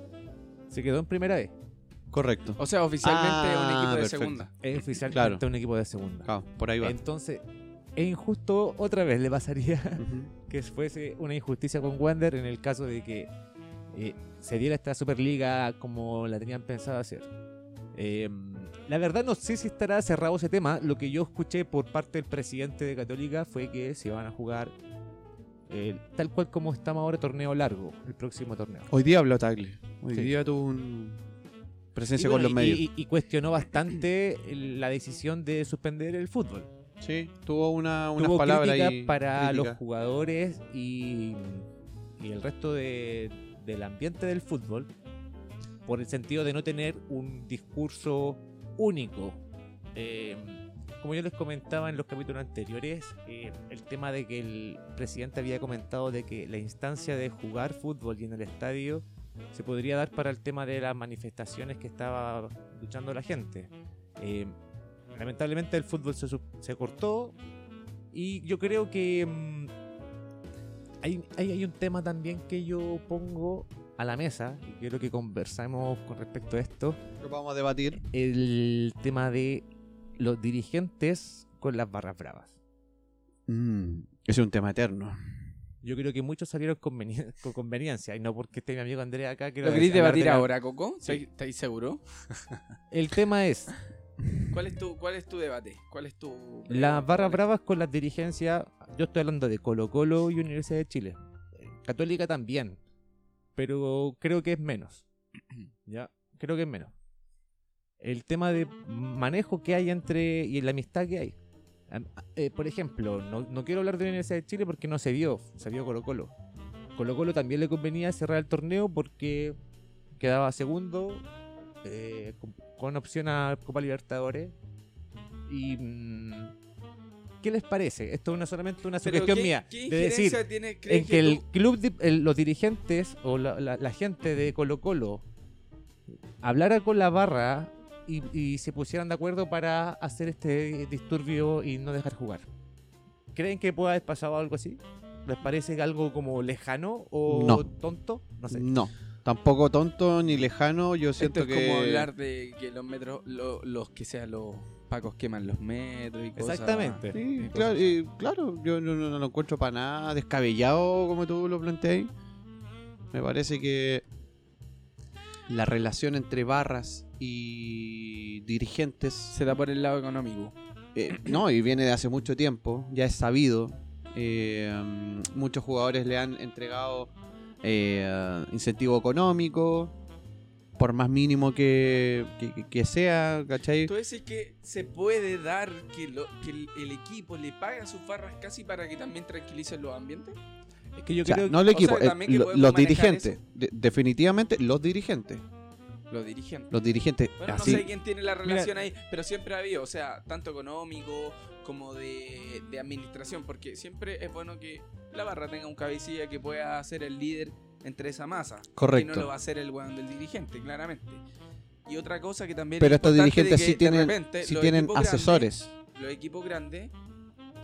[SPEAKER 3] Se quedó en primera vez.
[SPEAKER 2] Correcto.
[SPEAKER 3] Oh.
[SPEAKER 1] O sea, oficialmente es un
[SPEAKER 2] Ah,
[SPEAKER 1] equipo de
[SPEAKER 2] perfecto.
[SPEAKER 1] segunda.
[SPEAKER 3] Es oficialmente
[SPEAKER 2] Claro.
[SPEAKER 3] un equipo de segunda.
[SPEAKER 2] Ah, por ahí va.
[SPEAKER 3] Entonces, es injusto otra vez le pasaría
[SPEAKER 2] Ujú.
[SPEAKER 3] que fuese una injusticia con Wander en el caso de que eh, se diera esta Superliga como la tenían pensado hacer. Eh, la verdad no sé si estará cerrado ese tema. Lo que yo escuché por parte del presidente de Católica fue que se van a jugar eh, tal cual como estamos ahora, torneo largo, el próximo torneo.
[SPEAKER 2] Hoy día habló Tagle. Hoy
[SPEAKER 3] Sí.
[SPEAKER 2] día tuvo un-
[SPEAKER 3] Y
[SPEAKER 2] presencia
[SPEAKER 3] bueno,
[SPEAKER 2] con los
[SPEAKER 3] y-
[SPEAKER 2] medios.
[SPEAKER 3] y- y cuestionó bastante la decisión de suspender el fútbol.
[SPEAKER 2] sí, tuvo una, unas
[SPEAKER 3] tuvo
[SPEAKER 2] palabras
[SPEAKER 3] crítica
[SPEAKER 2] ahí,
[SPEAKER 3] para
[SPEAKER 2] crítica.
[SPEAKER 3] los jugadores y, y el resto de- del ambiente del fútbol por el sentido de no tener un discurso único. Eh, como yo les comentaba en los capítulos anteriores, eh, el tema de que el presidente había comentado de que la instancia de jugar fútbol y en el estadio se podría dar para el tema de las manifestaciones que estaba luchando la gente. Eh, lamentablemente el fútbol se, su- se cortó y yo creo que mm, hay, hay, hay un tema también que yo pongo a la mesa y quiero que conversemos con respecto a esto,
[SPEAKER 2] Lo vamos a debatir.
[SPEAKER 3] el tema de los dirigentes con las barras bravas.
[SPEAKER 2] Mm, ese es un tema eterno.
[SPEAKER 3] Yo creo que muchos salieron conveni- <laughs> con conveniencia. Y no porque esté mi amigo Andrea acá. quiero
[SPEAKER 1] ¿Lo queréis
[SPEAKER 3] hablar de
[SPEAKER 1] debatir
[SPEAKER 3] la-
[SPEAKER 1] ahora, Coco? ¿Estáis estáis seguro?
[SPEAKER 3] El tema es
[SPEAKER 1] ¿Cuál es tu, cuál es tu debate? ¿Cuál es tu. eh,
[SPEAKER 3] Las
[SPEAKER 1] cuál
[SPEAKER 3] barras
[SPEAKER 1] es-
[SPEAKER 3] bravas con las dirigencias, yo estoy hablando de Colo Colo y Universidad de Chile. Eh, Católica también, pero creo que es menos. Ya, creo que es menos. El tema de manejo que hay entre y la amistad que hay. Am- eh, por ejemplo, no, no quiero hablar de la Universidad de Chile porque no se vio, se vio Colo Colo. Colo Colo también le convenía cerrar el torneo porque quedaba segundo eh, con, con opción a Copa Libertadores. Y mm, ¿qué les parece? Esto es una- solamente una
[SPEAKER 1] Pero
[SPEAKER 3] sugestión
[SPEAKER 1] ¿qué-
[SPEAKER 3] mía
[SPEAKER 1] qué
[SPEAKER 3] de decir
[SPEAKER 1] injerencia tiene, crees
[SPEAKER 3] en que el
[SPEAKER 1] tú-
[SPEAKER 3] club, di- el- los dirigentes o la, la- la gente de Colo Colo hablara con la barra y, y se pusieran de acuerdo para hacer este disturbio y no dejar jugar. ¿Creen que pueda haber pasado algo así? ¿Les parece algo como lejano o
[SPEAKER 2] No.
[SPEAKER 3] tonto? No sé.
[SPEAKER 2] No, tampoco tonto ni lejano. Yo siento
[SPEAKER 1] Esto es
[SPEAKER 2] que.
[SPEAKER 1] como hablar de que los metros, lo- los que sean los pacos queman los metros y cosas.
[SPEAKER 3] Exactamente.
[SPEAKER 2] Sí,
[SPEAKER 1] Entonces-
[SPEAKER 2] claro, eh, claro, yo no, no- no lo encuentro para nada descabellado como tú lo planteas. Me parece que la relación entre barras y dirigentes,
[SPEAKER 1] Se da por el lado económico.
[SPEAKER 2] eh, <clears throat> no, y viene de hace mucho tiempo, ya es sabido. Eh, mm, muchos jugadores le han entregado eh, incentivo económico, por más mínimo que, que- que- que sea, ¿cachai?
[SPEAKER 1] Tú decís que se puede dar que, lo- que el, el equipo le pague a sus barras casi para que también tranquilicen los ambientes.
[SPEAKER 3] Es que yo
[SPEAKER 2] O sea,
[SPEAKER 3] creo que
[SPEAKER 2] no el
[SPEAKER 1] o sea,
[SPEAKER 2] equipo, eh,
[SPEAKER 1] también que
[SPEAKER 2] lo-
[SPEAKER 1] podemos
[SPEAKER 2] los
[SPEAKER 1] manejar
[SPEAKER 2] dirigentes.
[SPEAKER 1] eso.
[SPEAKER 2] De- definitivamente los dirigentes.
[SPEAKER 1] Los dirigentes.
[SPEAKER 2] Los dirigentes
[SPEAKER 1] Bueno,
[SPEAKER 2] así.
[SPEAKER 1] no sé quién tiene la relación ahí, pero siempre ha habido, o sea, tanto económico como de, de administración, porque siempre es bueno que la barra tenga un cabecilla que pueda ser el líder entre esa masa.
[SPEAKER 2] Correcto.
[SPEAKER 1] Que no lo va a ser el weón del dirigente, claramente. Y otra cosa que también.
[SPEAKER 2] Pero
[SPEAKER 1] es
[SPEAKER 2] estos
[SPEAKER 1] importante de
[SPEAKER 2] dirigentes
[SPEAKER 1] que
[SPEAKER 2] sí
[SPEAKER 1] de
[SPEAKER 2] tienen,
[SPEAKER 1] repente
[SPEAKER 2] sí
[SPEAKER 1] este, los
[SPEAKER 2] tienen
[SPEAKER 1] equipos grandes-
[SPEAKER 2] asesores.
[SPEAKER 1] los equipos grandes,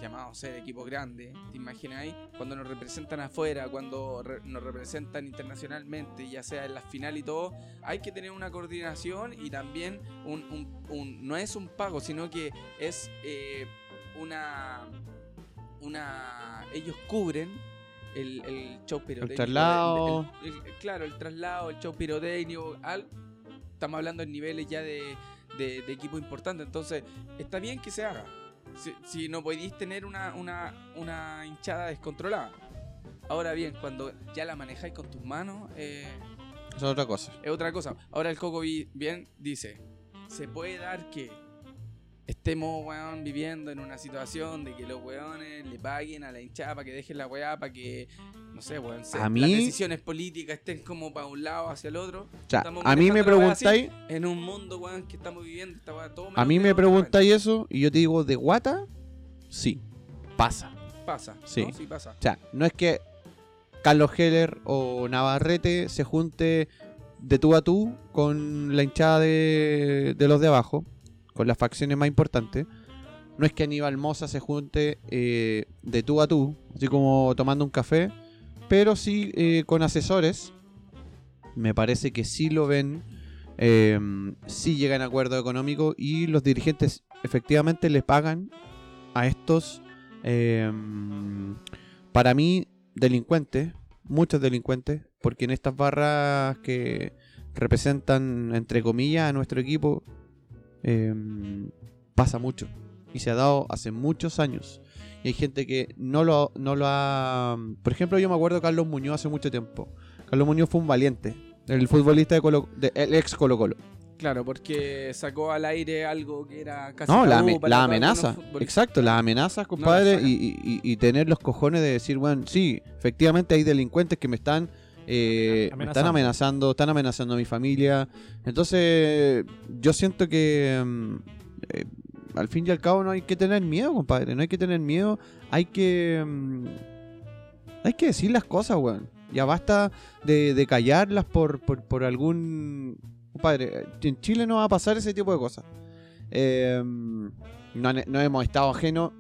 [SPEAKER 1] llamados ser equipos grandes, ¿te imagináis? Cuando nos representan afuera, cuando re- nos representan internacionalmente, ya sea en las finales y todo, hay que tener una coordinación y también un, un- un- no es un pago, sino que es eh, una, una... ellos cubren el, el show pirotécnico.
[SPEAKER 2] traslado.
[SPEAKER 1] de- el- el- claro, el traslado, el show pirotécnico, al, estamos hablando en niveles ya de, de, de equipo importante, entonces está bien que se haga. Si, si no podéis tener una, una, una hinchada descontrolada. Ahora bien, cuando ya la manejáis con tus manos, eh,
[SPEAKER 2] Eso es otra cosa.
[SPEAKER 1] es otra cosa. Ahora el Coco vi- bien dice, se puede dar que estemos, weón, viviendo en una situación de que los weones le paguen a la hinchada para que dejen la weá, para que, no sé, weón, se-
[SPEAKER 2] A mí-
[SPEAKER 1] las decisiones políticas estén como para un lado hacia el otro.
[SPEAKER 2] O sea,
[SPEAKER 1] Estamos
[SPEAKER 2] a mí me
[SPEAKER 1] manejando la weá así.
[SPEAKER 2] preguntáis,
[SPEAKER 1] En un mundo, weón, que estamos viviendo, esta weá todo
[SPEAKER 2] a
[SPEAKER 1] menos
[SPEAKER 2] mí me
[SPEAKER 1] de lo que
[SPEAKER 2] preguntáis eso y yo te digo de guata, sí, pasa.
[SPEAKER 1] Pasa, ¿no?
[SPEAKER 2] Sí.
[SPEAKER 1] Sí pasa.
[SPEAKER 2] O sea, no es que Carlos Heller o Navarrete se junte de tú a tú con la hinchada de, de los de abajo, con las facciones más importantes. No es que Aníbal Moza se junte eh, de tú a tú, así como tomando un café, pero sí eh, con asesores. Me parece que sí lo ven, eh, sí llegan a acuerdo económico y los dirigentes efectivamente les pagan a estos em, para mí, delincuentes, muchos delincuentes, porque en estas barras que representan, entre comillas, a nuestro equipo, eh, pasa mucho. Y se ha dado hace muchos años. Y hay gente que no lo, no lo ha... Por ejemplo, yo me acuerdo de Carlos Muñoz hace mucho tiempo. Carlos Muñoz fue un valiente. El futbolista de Colo, de- el ex Colo Colo.
[SPEAKER 1] Claro, porque sacó al aire algo que era casi
[SPEAKER 2] No, la,
[SPEAKER 1] tabú
[SPEAKER 2] ame-
[SPEAKER 1] para todos
[SPEAKER 2] la
[SPEAKER 1] los
[SPEAKER 2] amenaza.
[SPEAKER 1] futbolistas.
[SPEAKER 2] Exacto, las amenazas, compadre.
[SPEAKER 1] saca.
[SPEAKER 2] y, y- y- y tener los cojones de decir, bueno, sí, efectivamente hay delincuentes que me están. eh,
[SPEAKER 3] Amenazando.
[SPEAKER 2] me están amenazando, están amenazando a mi familia. Entonces, yo siento que mm, eh, al fin y al cabo no hay que tener miedo, compadre. No hay que tener miedo. Hay que. mm, hay que decir las cosas, weón. Ya basta de, de callarlas por, por, por algún. Compadre, en Chile no va a pasar ese tipo de cosas. Eh, no, han- no hemos estado ajenos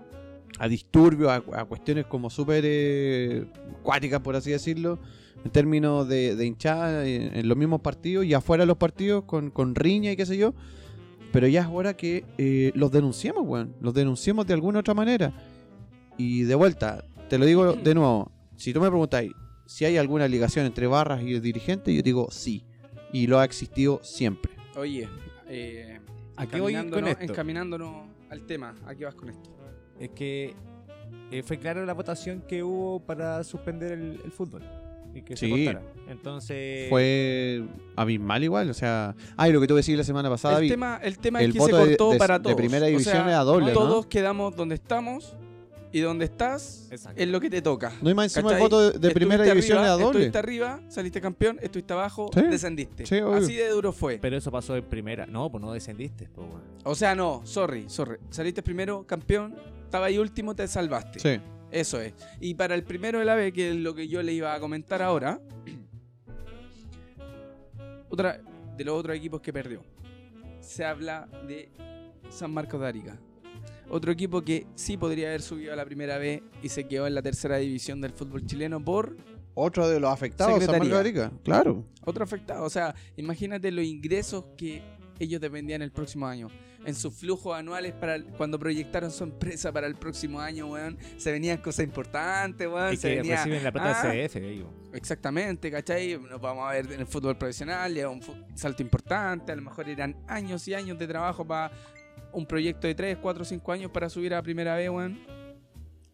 [SPEAKER 2] a disturbios, a, a cuestiones como súper eh, cuáticas, por así decirlo, en términos de, de hinchada en, en los mismos partidos y afuera de los partidos con, con riña y qué sé yo. Pero ya es hora que eh, los denunciemos, weón. Los denunciemos de alguna otra manera. Y de vuelta, te lo digo de nuevo. Si tú me preguntáis si hay alguna ligación entre barras y el dirigente, yo digo sí. Y lo ha existido siempre.
[SPEAKER 1] Oye, eh,
[SPEAKER 3] ¿A qué voy
[SPEAKER 1] encaminándonos-
[SPEAKER 3] con esto?
[SPEAKER 1] encaminándonos al tema, ¿a qué vas con esto?
[SPEAKER 3] Es que eh, fue claro la votación que hubo para suspender el, el fútbol y que se
[SPEAKER 2] Sí.
[SPEAKER 3] cortara.
[SPEAKER 1] Eh.
[SPEAKER 3] Entonces,
[SPEAKER 2] Fue abismal igual, o sea... Ah, y lo que tú decías la semana pasada,
[SPEAKER 1] el
[SPEAKER 2] David,
[SPEAKER 1] tema, el tema
[SPEAKER 2] el
[SPEAKER 1] es que se
[SPEAKER 2] voto de-
[SPEAKER 1] cortó
[SPEAKER 2] de-
[SPEAKER 1] para
[SPEAKER 2] de
[SPEAKER 1] todos.
[SPEAKER 2] primera
[SPEAKER 1] O
[SPEAKER 2] división
[SPEAKER 1] sea,
[SPEAKER 2] era doble, ¿no?
[SPEAKER 1] Todos quedamos donde estamos y donde estás
[SPEAKER 3] Exacto.
[SPEAKER 1] es lo que te toca.
[SPEAKER 2] No hay más encima
[SPEAKER 1] ¿Cachai?
[SPEAKER 2] el voto de, de
[SPEAKER 1] Estuviste
[SPEAKER 2] primera
[SPEAKER 1] arriba,
[SPEAKER 2] división era doble.
[SPEAKER 1] Estuviste arriba, saliste campeón, estuviste abajo,
[SPEAKER 2] Sí.
[SPEAKER 1] descendiste.
[SPEAKER 2] Sí, obvio.
[SPEAKER 1] Así de duro fue.
[SPEAKER 3] pero eso pasó en primera. No, pues no descendiste. po, weón.
[SPEAKER 1] O sea, no, sorry, sorry. Saliste primero, campeón, estaba ahí último, te salvaste.
[SPEAKER 2] Sí.
[SPEAKER 1] Eso es. Y para el primero de la B, que es lo que yo le iba a comentar ahora, <clears throat> otra de los otros equipos que perdió. Se habla de San Marcos de Arica. Otro equipo que sí podría haber subido a la primera B y se quedó en la tercera división del fútbol chileno por
[SPEAKER 2] Otro de los afectados, San Marcos de
[SPEAKER 1] Secretaría.
[SPEAKER 2] Arica. Claro.
[SPEAKER 1] otro afectado. O sea, imagínate los ingresos que ellos dependían el próximo año. En sus flujos anuales para el- cuando proyectaron su empresa para el próximo año, weón, se venían cosas importantes, weón.
[SPEAKER 3] Y
[SPEAKER 1] Se
[SPEAKER 3] que
[SPEAKER 1] venía-
[SPEAKER 3] reciben la plata
[SPEAKER 1] Ah.
[SPEAKER 3] de CDF, digo.
[SPEAKER 1] Exactamente, ¿cachai? Nos vamos a ver en el fútbol profesional, es un fu- salto importante, a lo mejor eran años y años de trabajo para un proyecto de 3, 4, 5 años para subir a primera B, weón.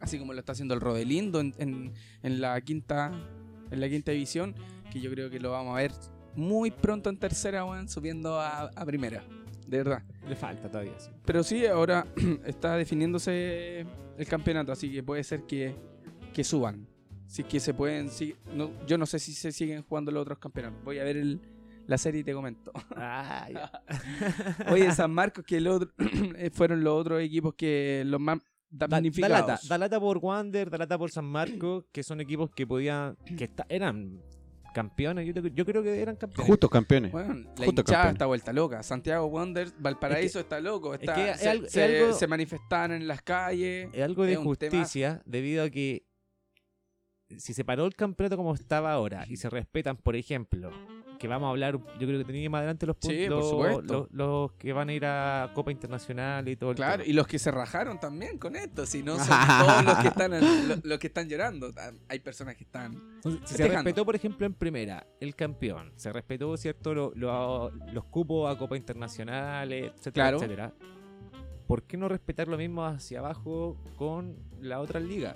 [SPEAKER 1] Así como lo está haciendo el Rodelindo en, en- en la quinta en la quinta división, que yo creo que lo vamos a ver muy pronto en tercera, weón, subiendo a, a primera, de verdad.
[SPEAKER 3] Le falta todavía. sí.
[SPEAKER 1] Pero sí, ahora <clears throat> está definiéndose el campeonato, así que puede ser que, que suban. Si es que se pueden. si- no, yo no sé si se siguen jugando los otros campeonatos. Voy a ver el- la serie y te
[SPEAKER 3] <laughs>
[SPEAKER 1] comento.
[SPEAKER 3] Ah, ya.
[SPEAKER 1] Oye, San Marcos, que el otro, <clears throat> eh, fueron los otros equipos que los más
[SPEAKER 3] Da, da
[SPEAKER 1] damnificados.
[SPEAKER 3] lata, da lata por Wander, da lata por San Marcos, que son equipos que podían, que esta- eran campeones, yo, te- yo creo que eran campeones.
[SPEAKER 2] Justos campeones.
[SPEAKER 1] Bueno, la
[SPEAKER 2] Justo
[SPEAKER 1] hinchada
[SPEAKER 2] campeón.
[SPEAKER 1] está vuelta loca. Santiago Wander, Valparaíso está loco.
[SPEAKER 3] es
[SPEAKER 1] está-
[SPEAKER 3] que es
[SPEAKER 1] se,
[SPEAKER 3] algo- es
[SPEAKER 1] se-
[SPEAKER 3] algo-
[SPEAKER 1] se manifestaron en las calles.
[SPEAKER 3] Es algo de
[SPEAKER 1] Es un tema-
[SPEAKER 3] justicia debido a que si se paró el campeonato como estaba ahora y se respetan, por ejemplo, que vamos a hablar, yo creo que tenía más adelante los
[SPEAKER 1] Sí,
[SPEAKER 3] puntos,
[SPEAKER 1] por supuesto.
[SPEAKER 3] los, los que van a ir a Copa Internacional y todo el
[SPEAKER 1] Claro,
[SPEAKER 3] tema.
[SPEAKER 1] y los que se rajaron también con esto, si
[SPEAKER 3] <laughs>
[SPEAKER 1] no son todos los que están lo- los, que están llorando. Ah, Hay personas que están.
[SPEAKER 3] Entonces, si se
[SPEAKER 1] festejando.
[SPEAKER 3] respetó, por ejemplo, en primera, el campeón, se respetó, ¿cierto?, lo- lo- los cupos a Copa Internacional, etcétera,
[SPEAKER 1] Claro.
[SPEAKER 3] etcétera. ¿Por qué no respetar lo mismo hacia abajo con la otra liga?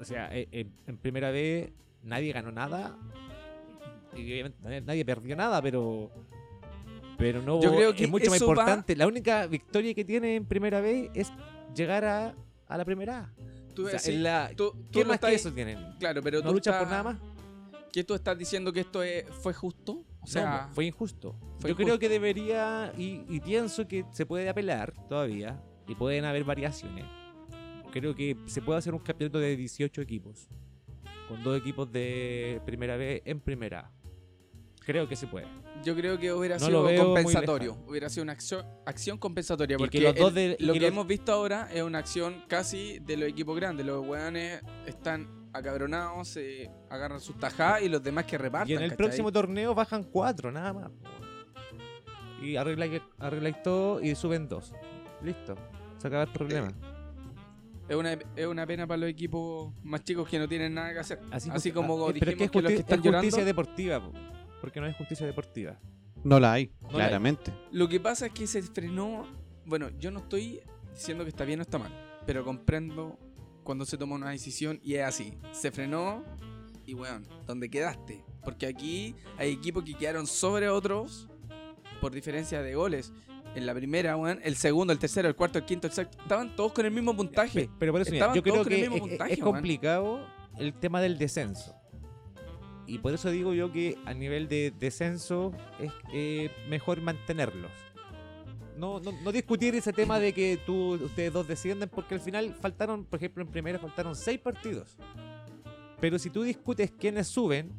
[SPEAKER 3] O sea, eh, eh, en primera B nadie ganó nada y obviamente nadie- nadie perdió nada, pero pero no
[SPEAKER 1] Yo creo que
[SPEAKER 3] es mucho más
[SPEAKER 1] eso va-
[SPEAKER 3] importante. La única victoria que tiene en primera B es llegar a, a la primera A.
[SPEAKER 1] Tú,
[SPEAKER 3] O sea,
[SPEAKER 1] decís-
[SPEAKER 3] en la-
[SPEAKER 1] tú- tú
[SPEAKER 3] ¿Qué
[SPEAKER 1] lo
[SPEAKER 3] más que
[SPEAKER 1] estás-
[SPEAKER 3] eso tienen?
[SPEAKER 1] Claro, pero
[SPEAKER 3] ¿No
[SPEAKER 1] tú
[SPEAKER 3] luchan por
[SPEAKER 1] estás-
[SPEAKER 3] nada más?
[SPEAKER 1] ¿Qué tú estás diciendo que esto es- fue justo? O sea,
[SPEAKER 3] No, pues, fue injusto.
[SPEAKER 1] fue
[SPEAKER 3] Yo creo
[SPEAKER 1] injusto.
[SPEAKER 3] que debería, y, y pienso que se puede apelar todavía, y pueden haber variaciones. Creo que se puede hacer un campeonato de 18 equipos, con dos equipos de primera B en primera. A. Creo que se puede.
[SPEAKER 1] yo creo que hubiera
[SPEAKER 3] No lo
[SPEAKER 1] sido
[SPEAKER 3] veo muy
[SPEAKER 1] compensatorio.
[SPEAKER 3] lejano.
[SPEAKER 1] Hubiera sido una acción, acción compensatoria.
[SPEAKER 3] Y
[SPEAKER 1] Porque
[SPEAKER 3] que los dos
[SPEAKER 1] el-
[SPEAKER 3] de- y
[SPEAKER 1] lo
[SPEAKER 3] que
[SPEAKER 1] que,
[SPEAKER 3] los-
[SPEAKER 1] hemos visto ahora es una acción casi de los equipos grandes. Los weones están acabronados, se agarran sus tajadas y los demás que repartan.
[SPEAKER 3] y en el
[SPEAKER 1] ¿cachai?
[SPEAKER 3] próximo torneo bajan cuatro, nada más. Y arregláis arregláis todo y suben dos. Listo. Se acaba el problema.
[SPEAKER 1] Eh, Es una, es una pena para los equipos más chicos que no tienen nada que hacer. Así,
[SPEAKER 3] justi-
[SPEAKER 1] como
[SPEAKER 3] ah,
[SPEAKER 1] dijimos
[SPEAKER 3] pero es
[SPEAKER 1] que,
[SPEAKER 3] que, es
[SPEAKER 1] los
[SPEAKER 3] justi-
[SPEAKER 1] que están
[SPEAKER 3] es justicia
[SPEAKER 1] llorando.
[SPEAKER 3] deportiva, po. porque no es justicia deportiva.
[SPEAKER 2] No la hay,
[SPEAKER 3] No la hay.
[SPEAKER 2] claramente.
[SPEAKER 1] Lo que pasa es que se frenó. Bueno, yo no estoy diciendo que está bien o está mal, pero comprendo cuando se toma una decisión y es así. Se frenó y, weón, ¿dónde quedaste? Porque aquí hay equipos que quedaron sobre otros por diferencia de goles. En la primera, weón, el segundo, el tercero, el cuarto, el quinto, el sexto, estaban todos con el mismo puntaje.
[SPEAKER 3] Pe- Pero por eso, mira,
[SPEAKER 1] Estaban
[SPEAKER 3] yo creo
[SPEAKER 1] todos con
[SPEAKER 3] que
[SPEAKER 1] el
[SPEAKER 3] es,
[SPEAKER 1] mismo
[SPEAKER 3] es-
[SPEAKER 1] puntaje,
[SPEAKER 3] es
[SPEAKER 1] weón.
[SPEAKER 3] complicado el tema del descenso. Y por eso digo yo que a nivel de descenso es eh, mejor mantenerlos. No, no, no discutir ese tema de que tú, ustedes dos descienden, porque al final faltaron, por ejemplo, en primera faltaron seis partidos. Pero si tú discutes quiénes suben,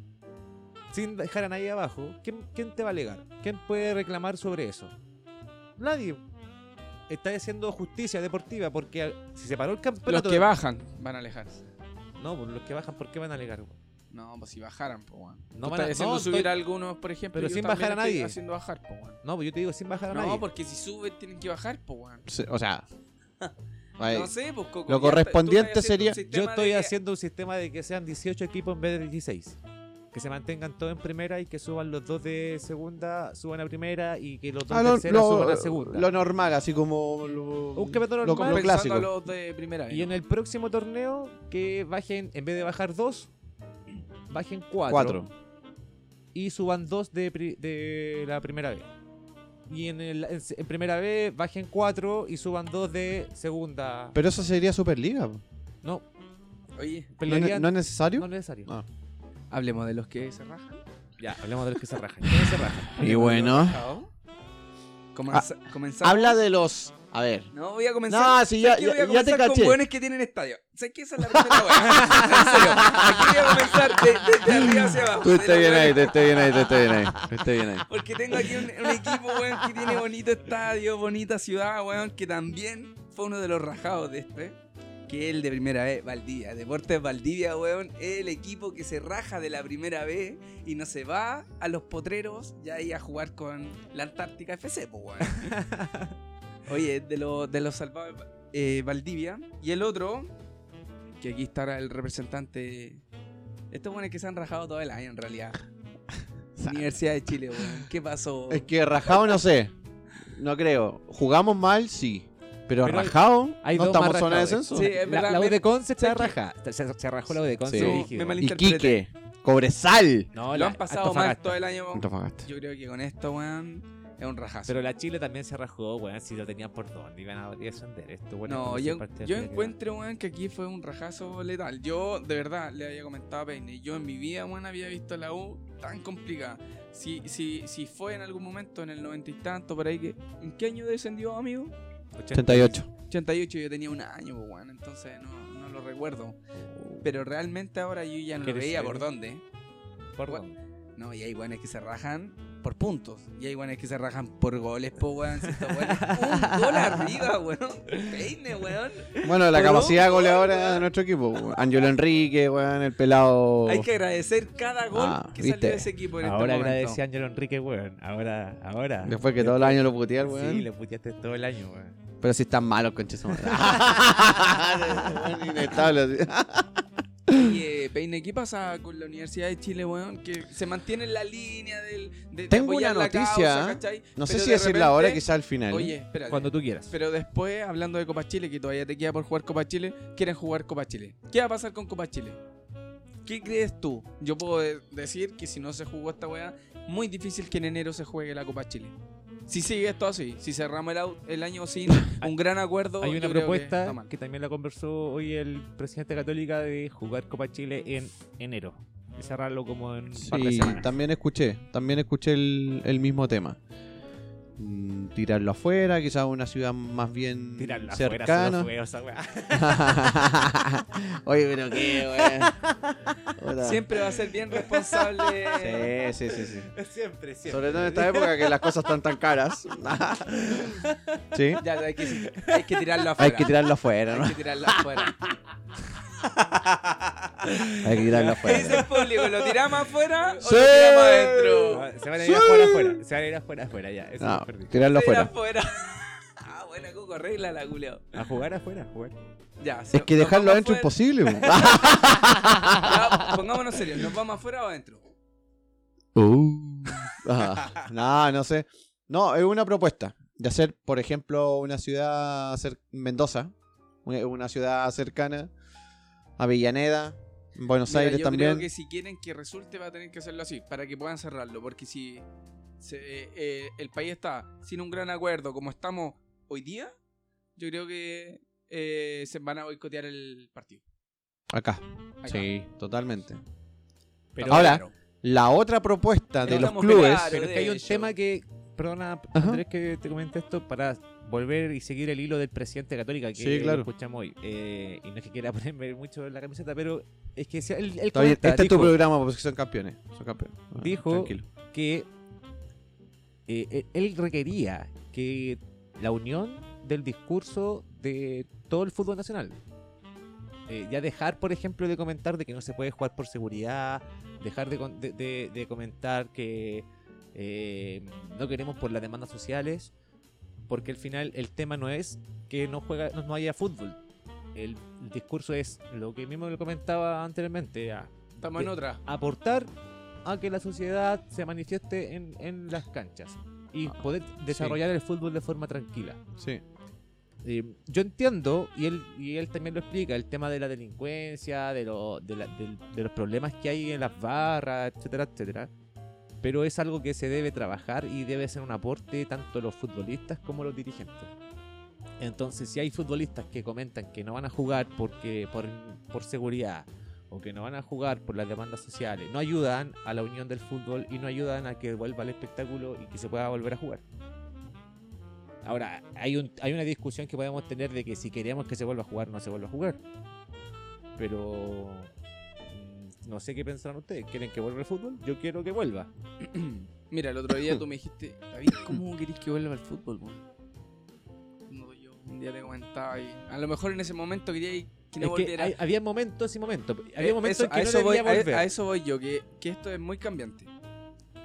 [SPEAKER 3] sin dejar a nadie abajo, ¿quién, quién te va a alegar? ¿Quién puede reclamar sobre eso? Nadie. Está haciendo justicia deportiva porque a- si se paró el
[SPEAKER 1] Los
[SPEAKER 3] campeonato.
[SPEAKER 1] que bajan van a alejarse.
[SPEAKER 3] No, pues los que bajan, ¿por qué van a alegar? güey?
[SPEAKER 1] No, pues si bajaran, pues, weón.
[SPEAKER 3] No
[SPEAKER 1] No
[SPEAKER 3] van a-
[SPEAKER 1] haciendo
[SPEAKER 3] no,
[SPEAKER 1] subir
[SPEAKER 3] estoy-
[SPEAKER 1] a algunos, por ejemplo.
[SPEAKER 3] pero
[SPEAKER 1] yo
[SPEAKER 3] sin bajar
[SPEAKER 1] también
[SPEAKER 3] a
[SPEAKER 1] estoy
[SPEAKER 3] nadie.
[SPEAKER 1] Haciendo bajar, po, weón.
[SPEAKER 3] No, pues yo te digo sin bajar a
[SPEAKER 1] No,
[SPEAKER 3] nadie. <laughs>
[SPEAKER 1] porque si suben tienen que bajar, po, weón.
[SPEAKER 2] Se- O sea. Ahí.
[SPEAKER 1] No sé, pues Coco. ya está- tú
[SPEAKER 2] Lo
[SPEAKER 1] estás haciendo
[SPEAKER 2] correspondiente
[SPEAKER 1] un
[SPEAKER 2] sería-
[SPEAKER 3] Yo
[SPEAKER 1] sistema
[SPEAKER 3] estoy
[SPEAKER 1] de que-
[SPEAKER 3] haciendo un sistema de que sean 18 equipos en vez de 16. Que se mantengan todos en primera y que suban los dos de segunda, suban a primera y que los dos
[SPEAKER 2] Ah,
[SPEAKER 3] de
[SPEAKER 2] lo,
[SPEAKER 3] tercera
[SPEAKER 2] lo-
[SPEAKER 3] suban a segunda.
[SPEAKER 2] lo normal, así como lo,
[SPEAKER 3] Un campeonato
[SPEAKER 2] lo-
[SPEAKER 3] normal.
[SPEAKER 2] lo
[SPEAKER 1] Compensando
[SPEAKER 2] clásico.
[SPEAKER 1] a los de primera vez.
[SPEAKER 3] Y en el próximo torneo que bajen, en vez de bajar dos, bajen cuatro.
[SPEAKER 2] Cuatro.
[SPEAKER 3] Y suban dos de, pri- de la primera vez. Y en, el, en, se- en primera vez bajen cuatro y suban dos de segunda.
[SPEAKER 2] Pero eso sería Superliga. po.
[SPEAKER 3] no,
[SPEAKER 1] Oye,
[SPEAKER 2] ¿No, es-
[SPEAKER 3] pelearían-
[SPEAKER 2] no es
[SPEAKER 3] no
[SPEAKER 2] necesario?
[SPEAKER 3] es necesario.
[SPEAKER 2] Ah.
[SPEAKER 1] hablemos de los que se rajan.
[SPEAKER 3] Ya, hablemos de los que se
[SPEAKER 2] <laughs>
[SPEAKER 3] rajan. ¿Quiénes se rajan?
[SPEAKER 2] Y bueno.
[SPEAKER 1] Comenza- comenzamos.
[SPEAKER 2] Ah, Habla de los... A ver.
[SPEAKER 1] No, voy a comenzar.
[SPEAKER 2] No, sí, ya,
[SPEAKER 1] ¿Sabes qué?
[SPEAKER 2] ya,
[SPEAKER 1] voy a
[SPEAKER 2] ya te
[SPEAKER 1] comenzar
[SPEAKER 2] caché.
[SPEAKER 1] con hueones que tienen estadio. ¿Sabes qué? Esa es la primera hueá. <laughs> En serio. Aquí voy a comenzar de- desde arriba hacia abajo.
[SPEAKER 4] Tú
[SPEAKER 1] De
[SPEAKER 4] estás
[SPEAKER 1] los
[SPEAKER 4] bien ahí,
[SPEAKER 1] hueones-
[SPEAKER 4] tú estás bien ahí, tú estás bien ahí. Tú estás bien ahí.
[SPEAKER 1] Porque tengo aquí un, un equipo, weón, que tiene bonito estadio, bonita ciudad, weón, que también fue uno de los rajados de este. Que el de primera vez, Valdivia. Deportes Valdivia, weón, es el equipo que se raja de la primera vez y no se va a los potreros ya ahí a jugar con la Antártica FC, po, weón. Oye, de, lo- de los salvados eh, Valdivia. Y el otro, que aquí estará el representante. Estos buenos que se han rajado todo el año, en realidad. Universidad de Chile, weón. ¿Qué pasó?
[SPEAKER 2] Es que rajado no sé. No creo. Jugamos mal, sí. Pero,
[SPEAKER 3] Pero
[SPEAKER 2] rajado,
[SPEAKER 3] hay
[SPEAKER 2] no
[SPEAKER 3] dos más eh.
[SPEAKER 2] estamos en zona de
[SPEAKER 3] rajados.
[SPEAKER 2] descenso.
[SPEAKER 1] Sí, es
[SPEAKER 3] La,
[SPEAKER 1] verdad.
[SPEAKER 3] la U
[SPEAKER 1] me-
[SPEAKER 3] de Conce se
[SPEAKER 1] ¿sabes qué?
[SPEAKER 3] raja. Se, se rajó la U de Conce.
[SPEAKER 2] Sí.
[SPEAKER 3] brígido.
[SPEAKER 1] Me malin-
[SPEAKER 2] Iquique, Cobresal.
[SPEAKER 3] No,
[SPEAKER 1] Lo
[SPEAKER 3] la-
[SPEAKER 1] han pasado mal
[SPEAKER 3] Antofagasta.
[SPEAKER 1] todo el año.
[SPEAKER 4] Antofagasta.
[SPEAKER 1] Yo creo que con esto, weón, es un rajazo.
[SPEAKER 3] Pero la Chile también se rajó, weón. Si lo tenían por dónde iban a descender esto, weón.
[SPEAKER 1] no,
[SPEAKER 3] es
[SPEAKER 1] yo,
[SPEAKER 3] parte de
[SPEAKER 1] yo
[SPEAKER 3] la realidad.
[SPEAKER 1] encuentro, weón, que aquí fue un rajazo letal. Yo, de verdad, le había comentado a Peine. Yo en mi vida, weón, había visto la U tan complicada. Si, si, si fue en algún momento, en el noventa y tanto, por ahí, que, ¿en qué año descendió, amigo?
[SPEAKER 2] 88.
[SPEAKER 1] 88 yo tenía un año, pues, weón, entonces no, no lo recuerdo.
[SPEAKER 3] Oh.
[SPEAKER 1] Pero realmente ahora yo ya no lo
[SPEAKER 3] ¿Quieres
[SPEAKER 1] veía
[SPEAKER 3] ser?
[SPEAKER 1] por dónde.
[SPEAKER 3] ¿Por
[SPEAKER 1] Gua-
[SPEAKER 3] dónde?
[SPEAKER 1] No, y hay guanes que se rajan por puntos. Y hay guanes que se rajan por goles, po, weón. Si estos weones- un gol arriba, weón. Peine, weón.
[SPEAKER 2] Bueno, la
[SPEAKER 1] Pero,
[SPEAKER 2] capacidad
[SPEAKER 1] gol,
[SPEAKER 2] goleadora
[SPEAKER 1] weón.
[SPEAKER 2] de nuestro equipo. Angelo Enrique, weón, el pelado.
[SPEAKER 1] Hay que agradecer cada gol
[SPEAKER 2] Ah,
[SPEAKER 1] que
[SPEAKER 2] viste.
[SPEAKER 1] salió de ese equipo en
[SPEAKER 3] Ahora
[SPEAKER 1] este
[SPEAKER 3] agradecí
[SPEAKER 1] momento.
[SPEAKER 3] a Ángelo Enrique, weón. Ahora, ahora.
[SPEAKER 2] Después que todos los años lo putear, weón.
[SPEAKER 3] Sí, le puteaste todo el año, weón.
[SPEAKER 2] Pero si están malos, conches.
[SPEAKER 3] <laughs>
[SPEAKER 2] <laughs> Inestable así.
[SPEAKER 1] <clears throat> Oye, eh, Peine, ¿qué pasa con la Universidad de Chile, weón? Que se mantiene en la línea del. de- de
[SPEAKER 2] Tengo
[SPEAKER 1] apoyar
[SPEAKER 2] una
[SPEAKER 1] la
[SPEAKER 2] noticia,
[SPEAKER 1] causa,
[SPEAKER 2] ¿eh?
[SPEAKER 1] ¿cachai?
[SPEAKER 2] No sé
[SPEAKER 1] Pero
[SPEAKER 2] si
[SPEAKER 1] de
[SPEAKER 2] decirla ahora, ¿eh?
[SPEAKER 1] repente-
[SPEAKER 2] quizá al final.
[SPEAKER 1] Oye, espérate.
[SPEAKER 3] Cuando tú quieras.
[SPEAKER 1] Pero después, hablando de Copa Chile, que todavía te queda por jugar Copa Chile, quieren jugar Copa Chile. ¿Qué va a pasar con Copa Chile? ¿Qué crees tú? Yo puedo de- decir que si no se jugó esta weá, muy difícil que en enero se juegue la Copa Chile. Si sigue esto así, si cerramos el, au- el año sin
[SPEAKER 3] <laughs>
[SPEAKER 1] un gran acuerdo,
[SPEAKER 3] Hay
[SPEAKER 1] yo
[SPEAKER 3] una
[SPEAKER 1] creo que
[SPEAKER 3] propuesta
[SPEAKER 1] está mal.
[SPEAKER 3] que, también la conversó hoy el presidente católica de jugar Copa Chile en enero. Y cerrarlo como en un par de
[SPEAKER 2] Sí,
[SPEAKER 3] semanas.
[SPEAKER 2] también escuché, también escuché el, el mismo tema. Mm, Tirarlo afuera, quizás una ciudad más bien
[SPEAKER 3] Tirarlo afuera, solo
[SPEAKER 2] cercana.
[SPEAKER 3] fue esa weá.
[SPEAKER 2] <laughs>
[SPEAKER 3] <laughs>
[SPEAKER 2] Oye, pero qué,
[SPEAKER 3] <laughs>
[SPEAKER 2] weón. Puta.
[SPEAKER 1] Siempre va a ser bien responsable.
[SPEAKER 2] <laughs> Sí, sí, sí, sí.
[SPEAKER 3] Siempre, siempre.
[SPEAKER 2] Sobre todo en esta época que las cosas están tan caras. <laughs> sí.
[SPEAKER 1] Ya, hay que, hay que tirarlo afuera.
[SPEAKER 2] Hay que tirarlo afuera, ¿no?
[SPEAKER 1] Hay que tirarlo afuera.
[SPEAKER 2] <laughs>
[SPEAKER 1] <laughs>
[SPEAKER 2] Hay que tirarlo
[SPEAKER 1] ¿Qué dice el
[SPEAKER 2] afuera.
[SPEAKER 1] público? ¿Lo tiramos afuera o
[SPEAKER 2] Sí.
[SPEAKER 1] lo tiramos adentro?
[SPEAKER 3] No, Se van a ir afuera, afuera. Se van a ir afuera, afuera, ya. Eso
[SPEAKER 2] No,
[SPEAKER 3] me perdí.
[SPEAKER 2] tirarlo
[SPEAKER 1] Era
[SPEAKER 2] afuera.
[SPEAKER 1] <laughs> ah, buena, Cuco, arréglala, culeo.
[SPEAKER 3] A jugar afuera, a jugar.
[SPEAKER 1] Ya,
[SPEAKER 2] Es que dejarlo adentro es
[SPEAKER 1] imposible.
[SPEAKER 2] imposible. weón.
[SPEAKER 1] pongámonos serios, ¿nos vamos afuera o adentro?
[SPEAKER 2] <laughs> Uh. Ah, no, no sé. No, es una propuesta de hacer, por ejemplo, una ciudad cer- Mendoza, una una ciudad cercana, Avellaneda, Buenos
[SPEAKER 1] Mira,
[SPEAKER 2] Aires
[SPEAKER 1] yo
[SPEAKER 2] también.
[SPEAKER 1] creo que si quieren que resulte va a tener que hacerlo así, para que puedan cerrarlo, porque si se- eh, el país está sin un gran acuerdo como estamos hoy día, yo creo que eh, se van a boicotear el partido.
[SPEAKER 2] Acá.
[SPEAKER 1] Acá.
[SPEAKER 2] Sí, totalmente.
[SPEAKER 1] Estamos
[SPEAKER 2] Ahora,
[SPEAKER 1] claro.
[SPEAKER 2] La otra propuesta de
[SPEAKER 1] Pero
[SPEAKER 2] los
[SPEAKER 1] estamos
[SPEAKER 2] clubes.
[SPEAKER 1] claros.
[SPEAKER 3] Pero es que hay un
[SPEAKER 1] de hecho.
[SPEAKER 3] tema que, perdona
[SPEAKER 2] Ajá.
[SPEAKER 3] Andrés que te comenté esto, para volver y seguir el hilo del presidente católica que
[SPEAKER 2] Sí, claro.
[SPEAKER 3] lo escuchamos hoy. Eh, y no es que quiera <laughs> ponerme mucho en la camiseta, pero es que si- él, él
[SPEAKER 2] Está bien,
[SPEAKER 3] comenta,
[SPEAKER 2] este es tu
[SPEAKER 3] dijo-
[SPEAKER 2] programa porque son campeones. Son campeones. Ah,
[SPEAKER 3] Dijo-
[SPEAKER 2] Tranquilo.
[SPEAKER 3] que eh, eh, él requería que la unión del discurso de todo el fútbol nacional. Eh, ya dejar, por ejemplo, de comentar de que no se puede jugar por seguridad, dejar de, con- de- de- de comentar que eh, no queremos por las demandas sociales, porque al final el tema no es que no juega, no, no haya fútbol. El, el discurso es lo que mismo le comentaba anteriormente, a
[SPEAKER 1] Estamos en otra.
[SPEAKER 3] aportar a que la sociedad se manifieste en, en las canchas y poder desarrollar el fútbol de forma tranquila.
[SPEAKER 2] Sí.
[SPEAKER 3] Eh, yo entiendo, y él, y él también lo explica, el tema de la delincuencia, de, lo- de la- del- de los problemas que hay en las barras, etcétera, etcétera. Pero es algo que se debe trabajar y debe ser un aporte tanto los futbolistas como los dirigentes. Entonces, si hay futbolistas que comentan que no van a jugar porque por, por seguridad o que no van a jugar por las demandas sociales, no ayudan a la unión del fútbol y no ayudan a que vuelva el espectáculo y que se pueda volver a jugar. Ahora, hay, un- hay una discusión que podemos tener de que si queremos que se vuelva a jugar, no se vuelva a jugar. Pero mm, no sé qué pensarán ustedes. ¿Quieren que vuelva el fútbol? Yo quiero que vuelva.
[SPEAKER 1] Mira, el otro día tú me dijiste, David, ¿cómo querés que vuelva al fútbol, weón? Cuando yo un día te comentaba y a lo mejor en ese momento quería que no
[SPEAKER 3] Es que
[SPEAKER 1] volviera.
[SPEAKER 3] hay- había momentos y momentos. Había
[SPEAKER 1] Eh,
[SPEAKER 3] momentos
[SPEAKER 1] eso-
[SPEAKER 3] en que
[SPEAKER 1] a
[SPEAKER 3] no
[SPEAKER 1] eso voy,
[SPEAKER 3] debía
[SPEAKER 1] a-
[SPEAKER 3] volver.
[SPEAKER 1] A, eso voy yo, que, que esto es muy cambiante.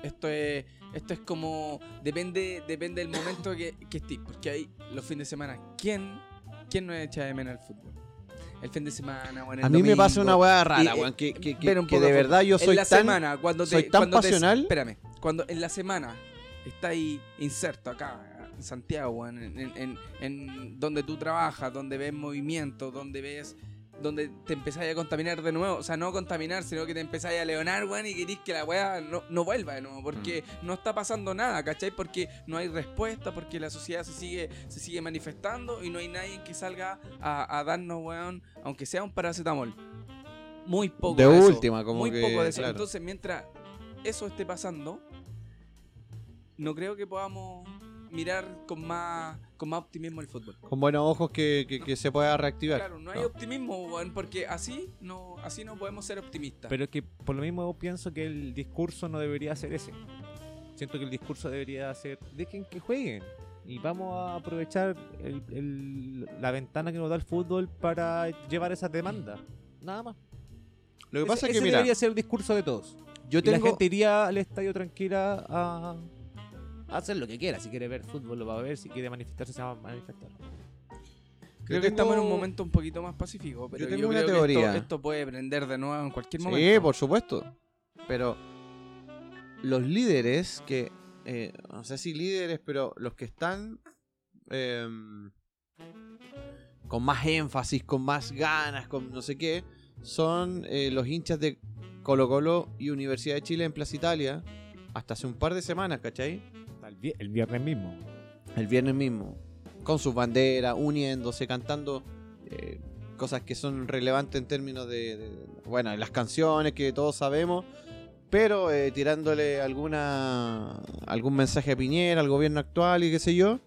[SPEAKER 1] Esto es, esto es como. Depende, depende del momento que, que estés. Porque hay los fines de semana. ¿Quién, quién no echa de menos el fútbol? El fin de semana o en el
[SPEAKER 2] A mí me
[SPEAKER 1] domingo,
[SPEAKER 2] pasa una weá
[SPEAKER 1] Y,
[SPEAKER 2] rara,
[SPEAKER 1] eh,
[SPEAKER 2] weón. Que, que, que-
[SPEAKER 1] ver un
[SPEAKER 2] que
[SPEAKER 1] poco
[SPEAKER 2] de
[SPEAKER 1] de
[SPEAKER 2] verdad yo soy
[SPEAKER 1] en la
[SPEAKER 2] tan.
[SPEAKER 1] semana, cuando te,
[SPEAKER 2] soy tan
[SPEAKER 1] cuando te-
[SPEAKER 2] pasional.
[SPEAKER 1] espérame, cuando en la semana está ahí inserto acá en Santiago, en, en- en- en donde tú trabajas, donde ves movimiento, donde ves donde te empezáis a contaminar de nuevo, o sea, no contaminar, sino que te empezáis a leonar, weón, y querís que la weá no, no vuelva de nuevo, porque
[SPEAKER 2] Mm.
[SPEAKER 1] no está pasando nada, ¿cachai? Porque no hay respuesta, porque la sociedad se sigue, se sigue manifestando y no hay nadie que salga a, a darnos, weón, aunque sea un paracetamol. Muy poco
[SPEAKER 2] De
[SPEAKER 1] eso,
[SPEAKER 2] última, como
[SPEAKER 1] muy
[SPEAKER 2] que,
[SPEAKER 1] poco de eso.
[SPEAKER 2] claro.
[SPEAKER 1] Entonces, mientras eso esté pasando, no creo que podamos mirar con más, con más optimismo el fútbol.
[SPEAKER 2] Con buenos ojos que, que, que se pueda reactivar.
[SPEAKER 1] Claro, no hay optimismo, weón, porque así no, así no podemos ser optimistas.
[SPEAKER 3] Pero es que por lo mismo pienso que el discurso no debería ser ese. Siento que el discurso debería ser, dejen que jueguen. Y vamos a aprovechar el- el- la ventana que nos da el fútbol para llevar esas demandas. Nada más.
[SPEAKER 2] Lo que pasa
[SPEAKER 3] ese
[SPEAKER 2] es que,
[SPEAKER 3] ese
[SPEAKER 2] mira,
[SPEAKER 3] debería ser el discurso de todos.
[SPEAKER 2] yo
[SPEAKER 3] Y la
[SPEAKER 2] tengo.
[SPEAKER 3] gente iría al estadio tranquila a, a hacer lo que quiera. Si quiere ver fútbol lo va a ver, si quiere manifestarse se va a manifestar.
[SPEAKER 1] creo
[SPEAKER 2] yo
[SPEAKER 1] que
[SPEAKER 2] tengo-
[SPEAKER 1] estamos en un momento un poquito más pacífico, pero yo,
[SPEAKER 2] tengo una
[SPEAKER 1] creo que esto-
[SPEAKER 2] teoría.
[SPEAKER 1] esto, puede prender de nuevo en cualquier momento.
[SPEAKER 2] Sí, por supuesto. Pero los líderes que. eh, no sé si líderes, pero los que están. eh, con más énfasis, con más ganas, con no sé qué. Son eh, los hinchas de Colo Colo y Universidad de Chile en Plaza Italia. Hasta hace un par de semanas, ¿cachai?
[SPEAKER 3] El viernes mismo.
[SPEAKER 2] el viernes mismo, con sus banderas, uniéndose, cantando eh, cosas que son relevantes en términos de, de- bueno, las canciones que todos sabemos, pero eh, tirándole alguna algún mensaje a Piñera, al gobierno actual y qué sé yo.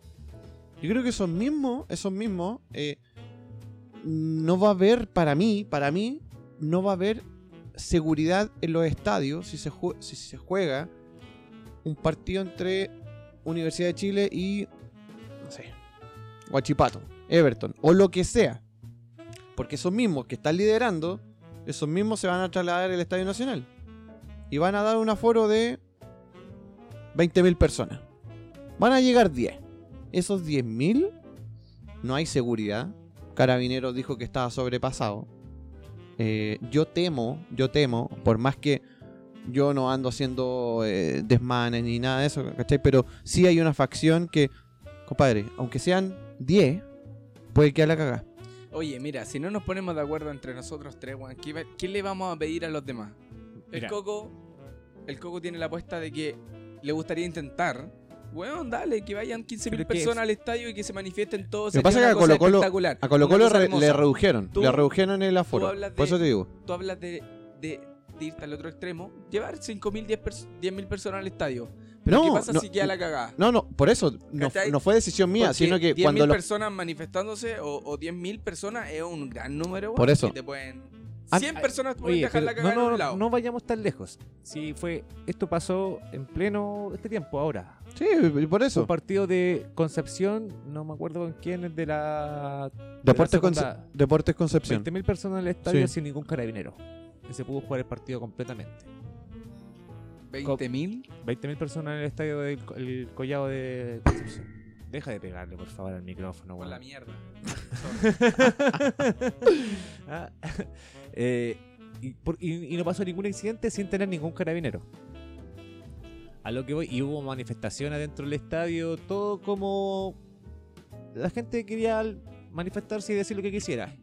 [SPEAKER 2] Yo creo que esos mismos, esos mismos, eh, no va a haber para mí, para mí, no va a haber seguridad en los estadios si se, jue- si se juega un partido entre Universidad de Chile y. No sé. Guachipato, Everton, o lo que sea. Porque esos mismos que están liderando, esos mismos se van a trasladar al Estadio Nacional. Y van a dar un aforo de 20.000 personas. Van a llegar 10. Esos 10.000 no hay seguridad. Carabineros dijo que estaba sobrepasado. Eh, yo temo, yo temo, por más que yo no ando haciendo eh, desmanes ni nada de eso, ¿cachai? Pero sí hay una facción que, compadre, aunque sean 10, puede quedar la cagada.
[SPEAKER 1] Oye, mira, si no nos ponemos de acuerdo entre nosotros tres, weón, ¿qué, va- qué le vamos a pedir a los demás? El
[SPEAKER 3] Mira.
[SPEAKER 1] Coco, el Coco tiene la apuesta de que le gustaría intentar. Weón, dale, que vayan 15.000
[SPEAKER 3] Pero que-
[SPEAKER 1] personas al estadio y que se manifiesten todos.
[SPEAKER 2] Lo que
[SPEAKER 1] Sería
[SPEAKER 2] pasa es que
[SPEAKER 1] una cosa
[SPEAKER 2] a Colo-Colo-
[SPEAKER 1] espectacular,
[SPEAKER 2] A Colo
[SPEAKER 1] una
[SPEAKER 2] Colo
[SPEAKER 1] cosa
[SPEAKER 2] re-
[SPEAKER 1] hermosa.
[SPEAKER 2] le redujeron,
[SPEAKER 1] Tú-
[SPEAKER 2] le redujeron el aforo.
[SPEAKER 1] hablas
[SPEAKER 2] Por
[SPEAKER 1] de-
[SPEAKER 2] eso te digo.
[SPEAKER 1] Tú hablas de, de, de irte al otro extremo, llevar 5.000, 10.000 pers- 10.000 personas al estadio. Pero
[SPEAKER 2] No,
[SPEAKER 1] ¿qué pasa
[SPEAKER 2] no,
[SPEAKER 1] si queda la cagada?
[SPEAKER 2] No, no, por eso no,
[SPEAKER 1] ¿Cachai?
[SPEAKER 2] no fue decisión mía,
[SPEAKER 1] Porque
[SPEAKER 2] sino que
[SPEAKER 1] 10.000
[SPEAKER 2] cuando los-
[SPEAKER 1] personas manifestándose o, o 10.000 personas es un gran número.
[SPEAKER 2] Por
[SPEAKER 1] weón,
[SPEAKER 2] eso.
[SPEAKER 1] que te pueden...
[SPEAKER 3] Ah,
[SPEAKER 1] 100
[SPEAKER 3] ah,
[SPEAKER 1] personas pueden
[SPEAKER 3] Oye,
[SPEAKER 1] dejar la
[SPEAKER 3] pero
[SPEAKER 1] cagada
[SPEAKER 3] no,
[SPEAKER 1] en
[SPEAKER 3] no,
[SPEAKER 1] un lado.
[SPEAKER 3] no vayamos tan lejos. Si fue, esto pasó en pleno este tiempo ahora.
[SPEAKER 2] Sí, por eso.
[SPEAKER 3] Un partido de Concepción, no me acuerdo con quién, es de la
[SPEAKER 2] Deportes,
[SPEAKER 3] de la segunda-
[SPEAKER 2] Conce- Deportes Concepción.
[SPEAKER 3] 20.000 personas en el estadio
[SPEAKER 2] Sí.
[SPEAKER 3] sin ningún carabinero. Y se pudo jugar el partido completamente.
[SPEAKER 1] 20.000.
[SPEAKER 3] 20.000 personas en el estadio del co- el collado de Concepción. Deja de pegarle, por favor, al micrófono,
[SPEAKER 1] Por
[SPEAKER 3] weón.
[SPEAKER 1] la
[SPEAKER 2] <laughs>
[SPEAKER 1] mierda.
[SPEAKER 3] Ah, <laughs> eh, y, por- y- y no pasó ningún incidente sin tener ningún carabinero. A lo que voy, y hubo manifestaciones adentro del estadio, todo como la gente quería al- manifestarse y decir lo que quisiera.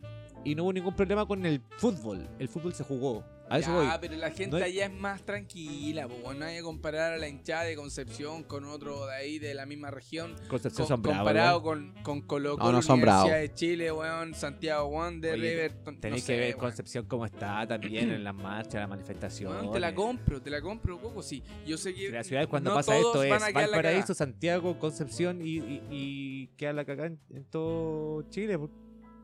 [SPEAKER 3] Y no hubo ningún problema con el fútbol. El fútbol se jugó. A eso
[SPEAKER 1] ya,
[SPEAKER 3] voy.
[SPEAKER 1] pero la gente
[SPEAKER 3] No hay-
[SPEAKER 1] allá es más tranquila, pues no hay que comparar a la hinchada de Concepción con otro de ahí de la misma región.
[SPEAKER 3] Concepción
[SPEAKER 1] Co-
[SPEAKER 3] son bravos, ¿eh?
[SPEAKER 1] comparado
[SPEAKER 3] weón.
[SPEAKER 1] con, con Colo
[SPEAKER 2] No,
[SPEAKER 1] Colo,
[SPEAKER 2] no son
[SPEAKER 1] Universidad
[SPEAKER 2] bravos.
[SPEAKER 1] de Chile, weón, Santiago Wander,
[SPEAKER 3] Oye,
[SPEAKER 1] River,
[SPEAKER 3] Tenéis que ver Concepción cómo está también en las marchas, la manifestación.
[SPEAKER 1] Weón, te la compro, te la compro, Coco, sí. Yo sé que
[SPEAKER 3] la ciudad cuando
[SPEAKER 1] no
[SPEAKER 3] pasa esto
[SPEAKER 1] todos
[SPEAKER 3] es
[SPEAKER 1] van a quedar la
[SPEAKER 3] Valparaíso, Santiago, Concepción y, y, y queda la cagada en, en todo Chile. po.
[SPEAKER 1] cagada.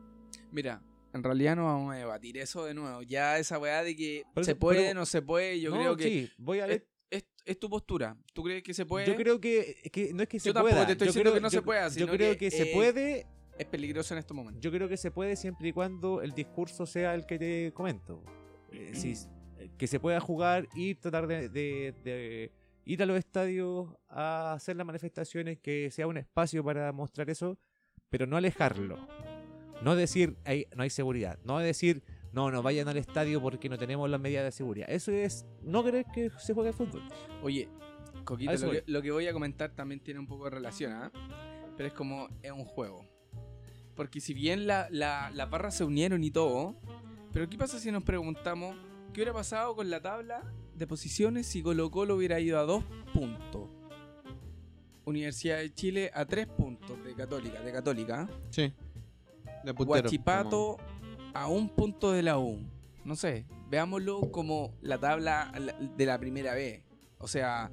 [SPEAKER 1] Mira, en realidad no vamos a debatir eso de nuevo. Ya esa weá de que
[SPEAKER 3] Pero
[SPEAKER 1] se
[SPEAKER 3] eso-
[SPEAKER 1] puede,
[SPEAKER 3] pero-
[SPEAKER 1] no se puede, yo
[SPEAKER 3] No,
[SPEAKER 1] creo que
[SPEAKER 3] sí, voy a
[SPEAKER 1] es,
[SPEAKER 3] ver.
[SPEAKER 1] es- es tu postura. ¿Tú crees que se puede?
[SPEAKER 3] Yo creo que, que no es que se
[SPEAKER 1] tampoco
[SPEAKER 3] pueda.
[SPEAKER 1] te estoy
[SPEAKER 3] yo
[SPEAKER 1] diciendo que
[SPEAKER 3] creo,
[SPEAKER 1] no se
[SPEAKER 3] yo-
[SPEAKER 1] pueda,
[SPEAKER 3] Yo
[SPEAKER 1] sino
[SPEAKER 3] creo que,
[SPEAKER 1] que,
[SPEAKER 3] se
[SPEAKER 1] eh,
[SPEAKER 3] puede.
[SPEAKER 1] es peligroso en estos momentos.
[SPEAKER 3] Yo creo que se puede siempre y cuando el discurso sea el que te comento. Eh,
[SPEAKER 1] Mm.
[SPEAKER 3] sí, eh, que se pueda jugar y tratar de, de- de ir a los estadios a hacer las manifestaciones, que sea un espacio para mostrar eso, pero no alejarlo. No decir, "Ay, no hay seguridad. No decir, no, no vayan al estadio porque no tenemos las medidas de seguridad. Eso es no querer que se juegue al fútbol.
[SPEAKER 1] Oye, Coquito,
[SPEAKER 3] A eso
[SPEAKER 1] lo que,
[SPEAKER 3] voy.
[SPEAKER 1] lo que voy a comentar también tiene un poco de relación, ¿ah? Pero es como, es un juego. Porque si bien la- la- las barras se unieron y todo, pero ¿qué pasa si nos preguntamos qué hubiera pasado con la tabla de posiciones si Colo Colo hubiera ido a dos puntos? Universidad de Chile a tres puntos de Católica, de Católica. ¿ah?
[SPEAKER 2] Sí. De puntero,
[SPEAKER 1] Guachipato a un punto de la U. No sé, veámoslo como la tabla la- de la primera vez. O sea,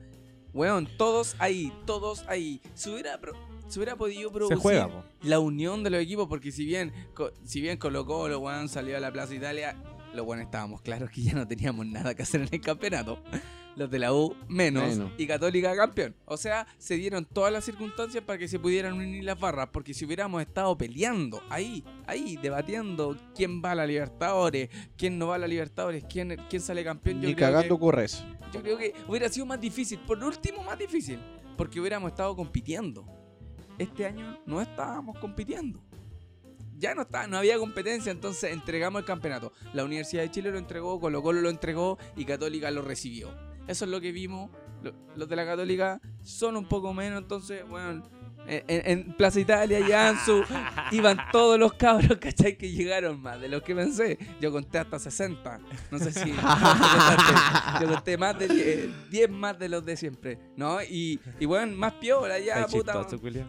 [SPEAKER 1] weón, todos ahí, todos ahí. Se hubiera, pro- se hubiera podido producir
[SPEAKER 3] po.
[SPEAKER 1] la unión de los equipos, porque si bien, co- si bien Colo Colo, weón, salió a la Plaza Italia, los bueno estábamos claros que ya no teníamos nada que hacer en el campeonato. Los de la U menos,
[SPEAKER 4] Menos.
[SPEAKER 1] y Católica campeón. O sea, se dieron todas las circunstancias para que se pudieran unir las barras, porque si hubiéramos estado peleando ahí, ahí, debatiendo quién va a la Libertadores, quién no va a la Libertadores, quién, quién sale
[SPEAKER 2] como-
[SPEAKER 1] campeón, yo
[SPEAKER 2] Ni
[SPEAKER 1] creo
[SPEAKER 2] cagando
[SPEAKER 1] que-
[SPEAKER 2] ocurre eso.
[SPEAKER 1] yo creo que hubiera sido más difícil, por último más difícil, porque hubiéramos estado compitiendo. Este año no estábamos compitiendo. Ya no está, no había competencia, entonces entregamos el campeonato. La Universidad de Chile lo entregó, Colo Colo lo entregó y Católica lo recibió. Eso es lo que vimos. Lo- Los de la Católica son un poco menos, entonces, bueno, en, en- en Plaza Italia y Ansu iban todos los cabros, ¿cachai? Que llegaron más de los que pensé. Yo conté hasta 60. No sé si. Yo conté más de 10, 10 más de los de siempre, ¿no? Y, y bueno, más piola ya,
[SPEAKER 3] Ay,
[SPEAKER 1] puta.
[SPEAKER 3] chistoso, culiao.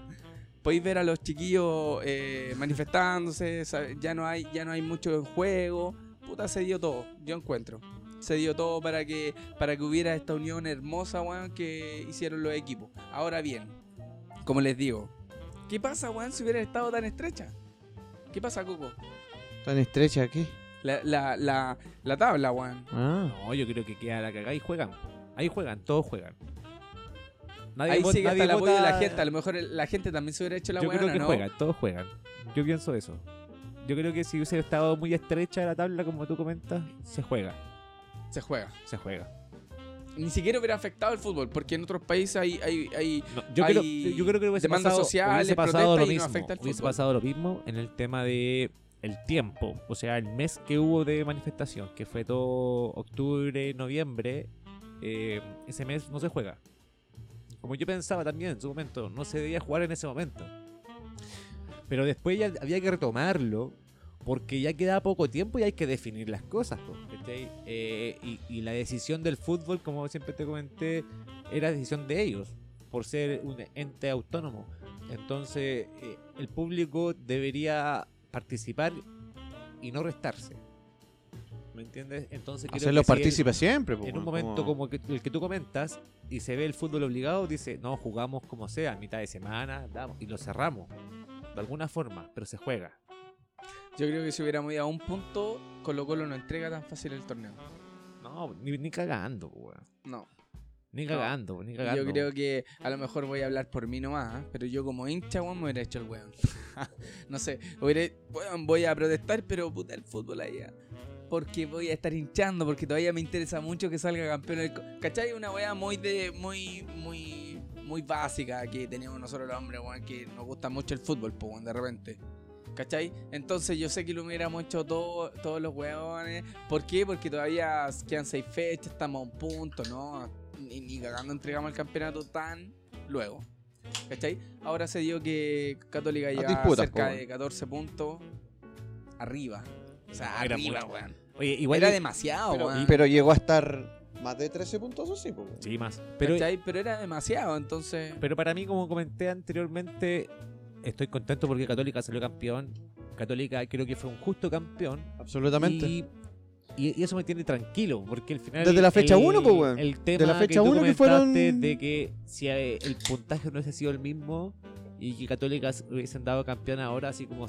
[SPEAKER 1] Podéis ver a los chiquillos eh, manifestándose, sabe- ya no, hay, ya no hay mucho en juego. Puta, se dio todo, yo encuentro. Se dio todo para que, para que hubiera esta unión hermosa, weón, que hicieron los equipos. Ahora bien, como les digo, ¿qué pasa, weón, si hubiera estado tan estrecha? ¿Qué pasa, Coco?
[SPEAKER 2] Tan estrecha aquí.
[SPEAKER 1] La, la, la, la tabla, weón.
[SPEAKER 2] Ah.
[SPEAKER 3] No, yo creo que queda la cagada y juegan. Ahí juegan, todos juegan. Nadie
[SPEAKER 1] Ahí
[SPEAKER 3] vot-
[SPEAKER 1] sigue hasta
[SPEAKER 3] nadie
[SPEAKER 1] el apoyo de
[SPEAKER 3] vota-
[SPEAKER 1] la gente. A lo mejor el- la gente también se hubiera hecho la
[SPEAKER 3] Yo creo
[SPEAKER 1] buena,
[SPEAKER 3] que
[SPEAKER 1] ¿no?
[SPEAKER 3] juegan, todos juegan. Yo pienso eso. Yo creo que si hubiese estado muy estrecha la tabla, como tú comentas, se juega,
[SPEAKER 1] Se juega.
[SPEAKER 3] se juega.
[SPEAKER 1] Ni siquiera hubiera afectado el fútbol, porque en otros países hay, hay, hay
[SPEAKER 3] No, yo,
[SPEAKER 1] Hay
[SPEAKER 3] creo, yo creo que hubiese
[SPEAKER 1] demandas
[SPEAKER 3] pasado,
[SPEAKER 1] sociales,
[SPEAKER 3] hubiese pasado lo
[SPEAKER 1] protestas y no
[SPEAKER 3] mismo.
[SPEAKER 1] afecta al
[SPEAKER 3] hubiese
[SPEAKER 1] fútbol.
[SPEAKER 3] pasado lo mismo en el tema de el tiempo, o sea, el mes que hubo de manifestación, que fue todo octubre, noviembre, eh, ese mes no se juega. Como yo pensaba también en su momento, no se debía jugar en ese momento. Pero después ya había que retomarlo porque ya queda poco tiempo y hay que definir las cosas. po, ¿cachai? Eh, y, y la decisión del fútbol, como siempre te comenté, era decisión de ellos, por ser un ente autónomo. Entonces, eh, el público debería participar y no restarse. ¿Me entiendes? Entonces, creo
[SPEAKER 2] Hacerlo
[SPEAKER 3] que si el-
[SPEAKER 2] participe siempre. po,
[SPEAKER 3] en un
[SPEAKER 2] weón,
[SPEAKER 3] momento como que- el que tú comentas y se ve el fútbol obligado, dice, no, jugamos como sea, mitad de semana, damos", y lo cerramos. De alguna forma, pero se juega.
[SPEAKER 1] Yo creo que si hubiéramos ido a un punto, Colo Colo no entrega tan fácil el torneo.
[SPEAKER 3] No, ni, ni cagando, weón.
[SPEAKER 1] No.
[SPEAKER 3] Ni
[SPEAKER 1] No.
[SPEAKER 3] cagando, ni cagando.
[SPEAKER 1] Yo creo que a lo mejor voy a hablar por mí nomás, ¿ah? pero yo como hincha, weón, me hubiera hecho el weón. <laughs> no sé, hubiera- weón, voy a protestar, pero puta el fútbol allá. Porque voy a estar hinchando, porque todavía me interesa mucho que salga campeón. El... co- ¿Cachai? Una weá muy de. muy. muy. muy básica que tenemos nosotros los hombres, weón, que nos gusta mucho el fútbol, pues, weón, de repente. ¿Cachai? Entonces yo sé que lo hubiéramos hecho todo, todos los weones. ¿Por qué? Porque todavía quedan seis fechas, estamos a un punto, ¿no? Ni, ni cagando entregamos el campeonato tan luego. ¿Cachai? Ahora se dio que Católica lleva
[SPEAKER 2] disputas,
[SPEAKER 1] cerca
[SPEAKER 2] po, weón.
[SPEAKER 1] de 14 puntos arriba. O sea,
[SPEAKER 3] Era
[SPEAKER 1] arriba,
[SPEAKER 3] mucho.
[SPEAKER 1] weón.
[SPEAKER 3] Oye, igual.
[SPEAKER 1] era
[SPEAKER 3] yo-
[SPEAKER 1] demasiado,
[SPEAKER 2] Pero,
[SPEAKER 1] weón.
[SPEAKER 2] Ah. pero llegó a estar más de 13 puntos, o sí, po, weón.
[SPEAKER 3] Sí, más. Pero,
[SPEAKER 1] ¿Cachai? Pero era demasiado, entonces.
[SPEAKER 3] pero para mí, como comenté anteriormente, estoy contento porque Católica salió campeón. Católica creo que fue un justo campeón.
[SPEAKER 2] Absolutamente.
[SPEAKER 3] Y, y- y eso me tiene tranquilo, porque al final.
[SPEAKER 2] Desde la fecha
[SPEAKER 3] el-
[SPEAKER 2] uno, po, weón.
[SPEAKER 3] El tema
[SPEAKER 2] la fecha
[SPEAKER 3] que tú
[SPEAKER 2] uno que
[SPEAKER 3] comentaste
[SPEAKER 2] fueron-
[SPEAKER 3] De que si eh, el puntaje no hubiese sido el mismo y que Católicas hubiesen dado campeón ahora, así como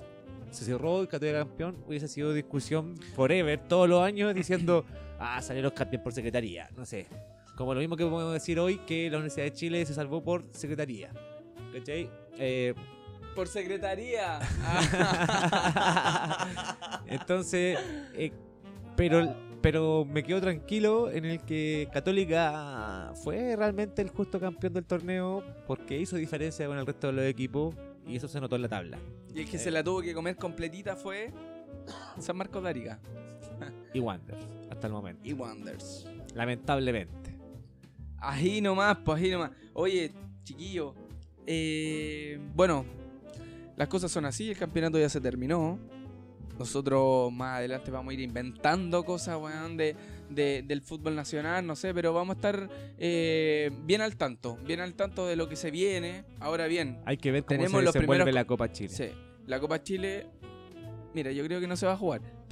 [SPEAKER 3] se cerró y Católica campeón, hubiese sido discusión forever, todos los
[SPEAKER 2] <laughs>
[SPEAKER 3] años, diciendo, ah, salieron campeón por secretaría, no sé. Como lo mismo que podemos decir hoy, que la Universidad de Chile se salvó por secretaría. ¿Cachai? Eh,
[SPEAKER 1] Por secretaría.
[SPEAKER 3] <laughs>
[SPEAKER 1] <laughs>
[SPEAKER 3] Entonces, eh, pero, pero me quedo tranquilo en el que Católica fue realmente el justo campeón del torneo porque hizo diferencia con el resto de los equipos y eso se notó en la tabla.
[SPEAKER 1] y el que se la tuvo que comer completita fue San Marcos de Arica.
[SPEAKER 3] Y Wander, hasta el momento.
[SPEAKER 1] Y Wonders.
[SPEAKER 3] Lamentablemente.
[SPEAKER 1] Ají nomás, pues ají nomás. Oye, chiquillo. eh, bueno, las cosas son así, el campeonato ya se terminó. Nosotros más adelante vamos a ir inventando cosas, weón, de, de- del fútbol nacional, no sé, pero vamos a estar eh, bien al tanto, bien al tanto de lo que se viene. Ahora bien,
[SPEAKER 3] Hay que ver cómo
[SPEAKER 1] Tenemos
[SPEAKER 3] se
[SPEAKER 1] los
[SPEAKER 3] desenvuelve
[SPEAKER 1] primeros-
[SPEAKER 3] la Copa Chile.
[SPEAKER 1] Sí. La Copa Chile, mira, yo creo que no se va a jugar, pero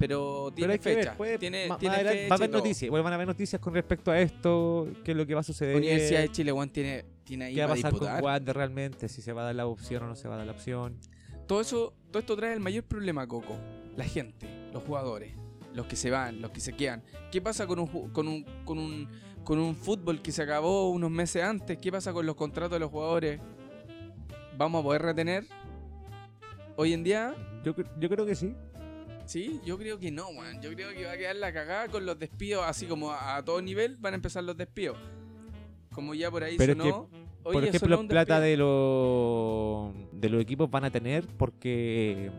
[SPEAKER 3] Pero
[SPEAKER 1] tiene
[SPEAKER 3] hay que
[SPEAKER 1] fecha.
[SPEAKER 3] ver, puede-
[SPEAKER 1] tiene,
[SPEAKER 3] más- más
[SPEAKER 1] tiene
[SPEAKER 3] adelante
[SPEAKER 1] fecha
[SPEAKER 3] va a
[SPEAKER 1] y
[SPEAKER 3] haber
[SPEAKER 1] todo.
[SPEAKER 3] noticias, bueno, van a haber noticias con respecto a esto, qué es lo que va a suceder.
[SPEAKER 1] Universidad de Chile, Juan, tiene, tiene ahí
[SPEAKER 3] Eh, ¿Qué va a
[SPEAKER 1] para
[SPEAKER 3] pasar
[SPEAKER 1] disputar.
[SPEAKER 3] con Wander realmente? Si se va a dar la opción o no se va a dar la opción.
[SPEAKER 1] Todo eso, todo esto trae el mayor problema, Coco. La gente, los jugadores, los que se van, los que se quedan. ¿Qué pasa con un, ju- con un, con un, con un fútbol que se acabó unos meses antes? ¿Qué pasa con los contratos de los jugadores? ¿Vamos a poder retener? Hoy en día,
[SPEAKER 3] Yo, cre- yo creo que sí.
[SPEAKER 1] Sí, yo creo que no, weón. Yo creo que va a quedar la cagada con los despidos, así como a, a todo nivel van a empezar los despidos. Como ya por ahí
[SPEAKER 3] Pero es
[SPEAKER 1] sonó. oye,
[SPEAKER 3] por
[SPEAKER 1] sonó
[SPEAKER 3] ejemplo,
[SPEAKER 1] un
[SPEAKER 3] plata
[SPEAKER 1] despido.
[SPEAKER 3] de, los de los equipos van a tener porque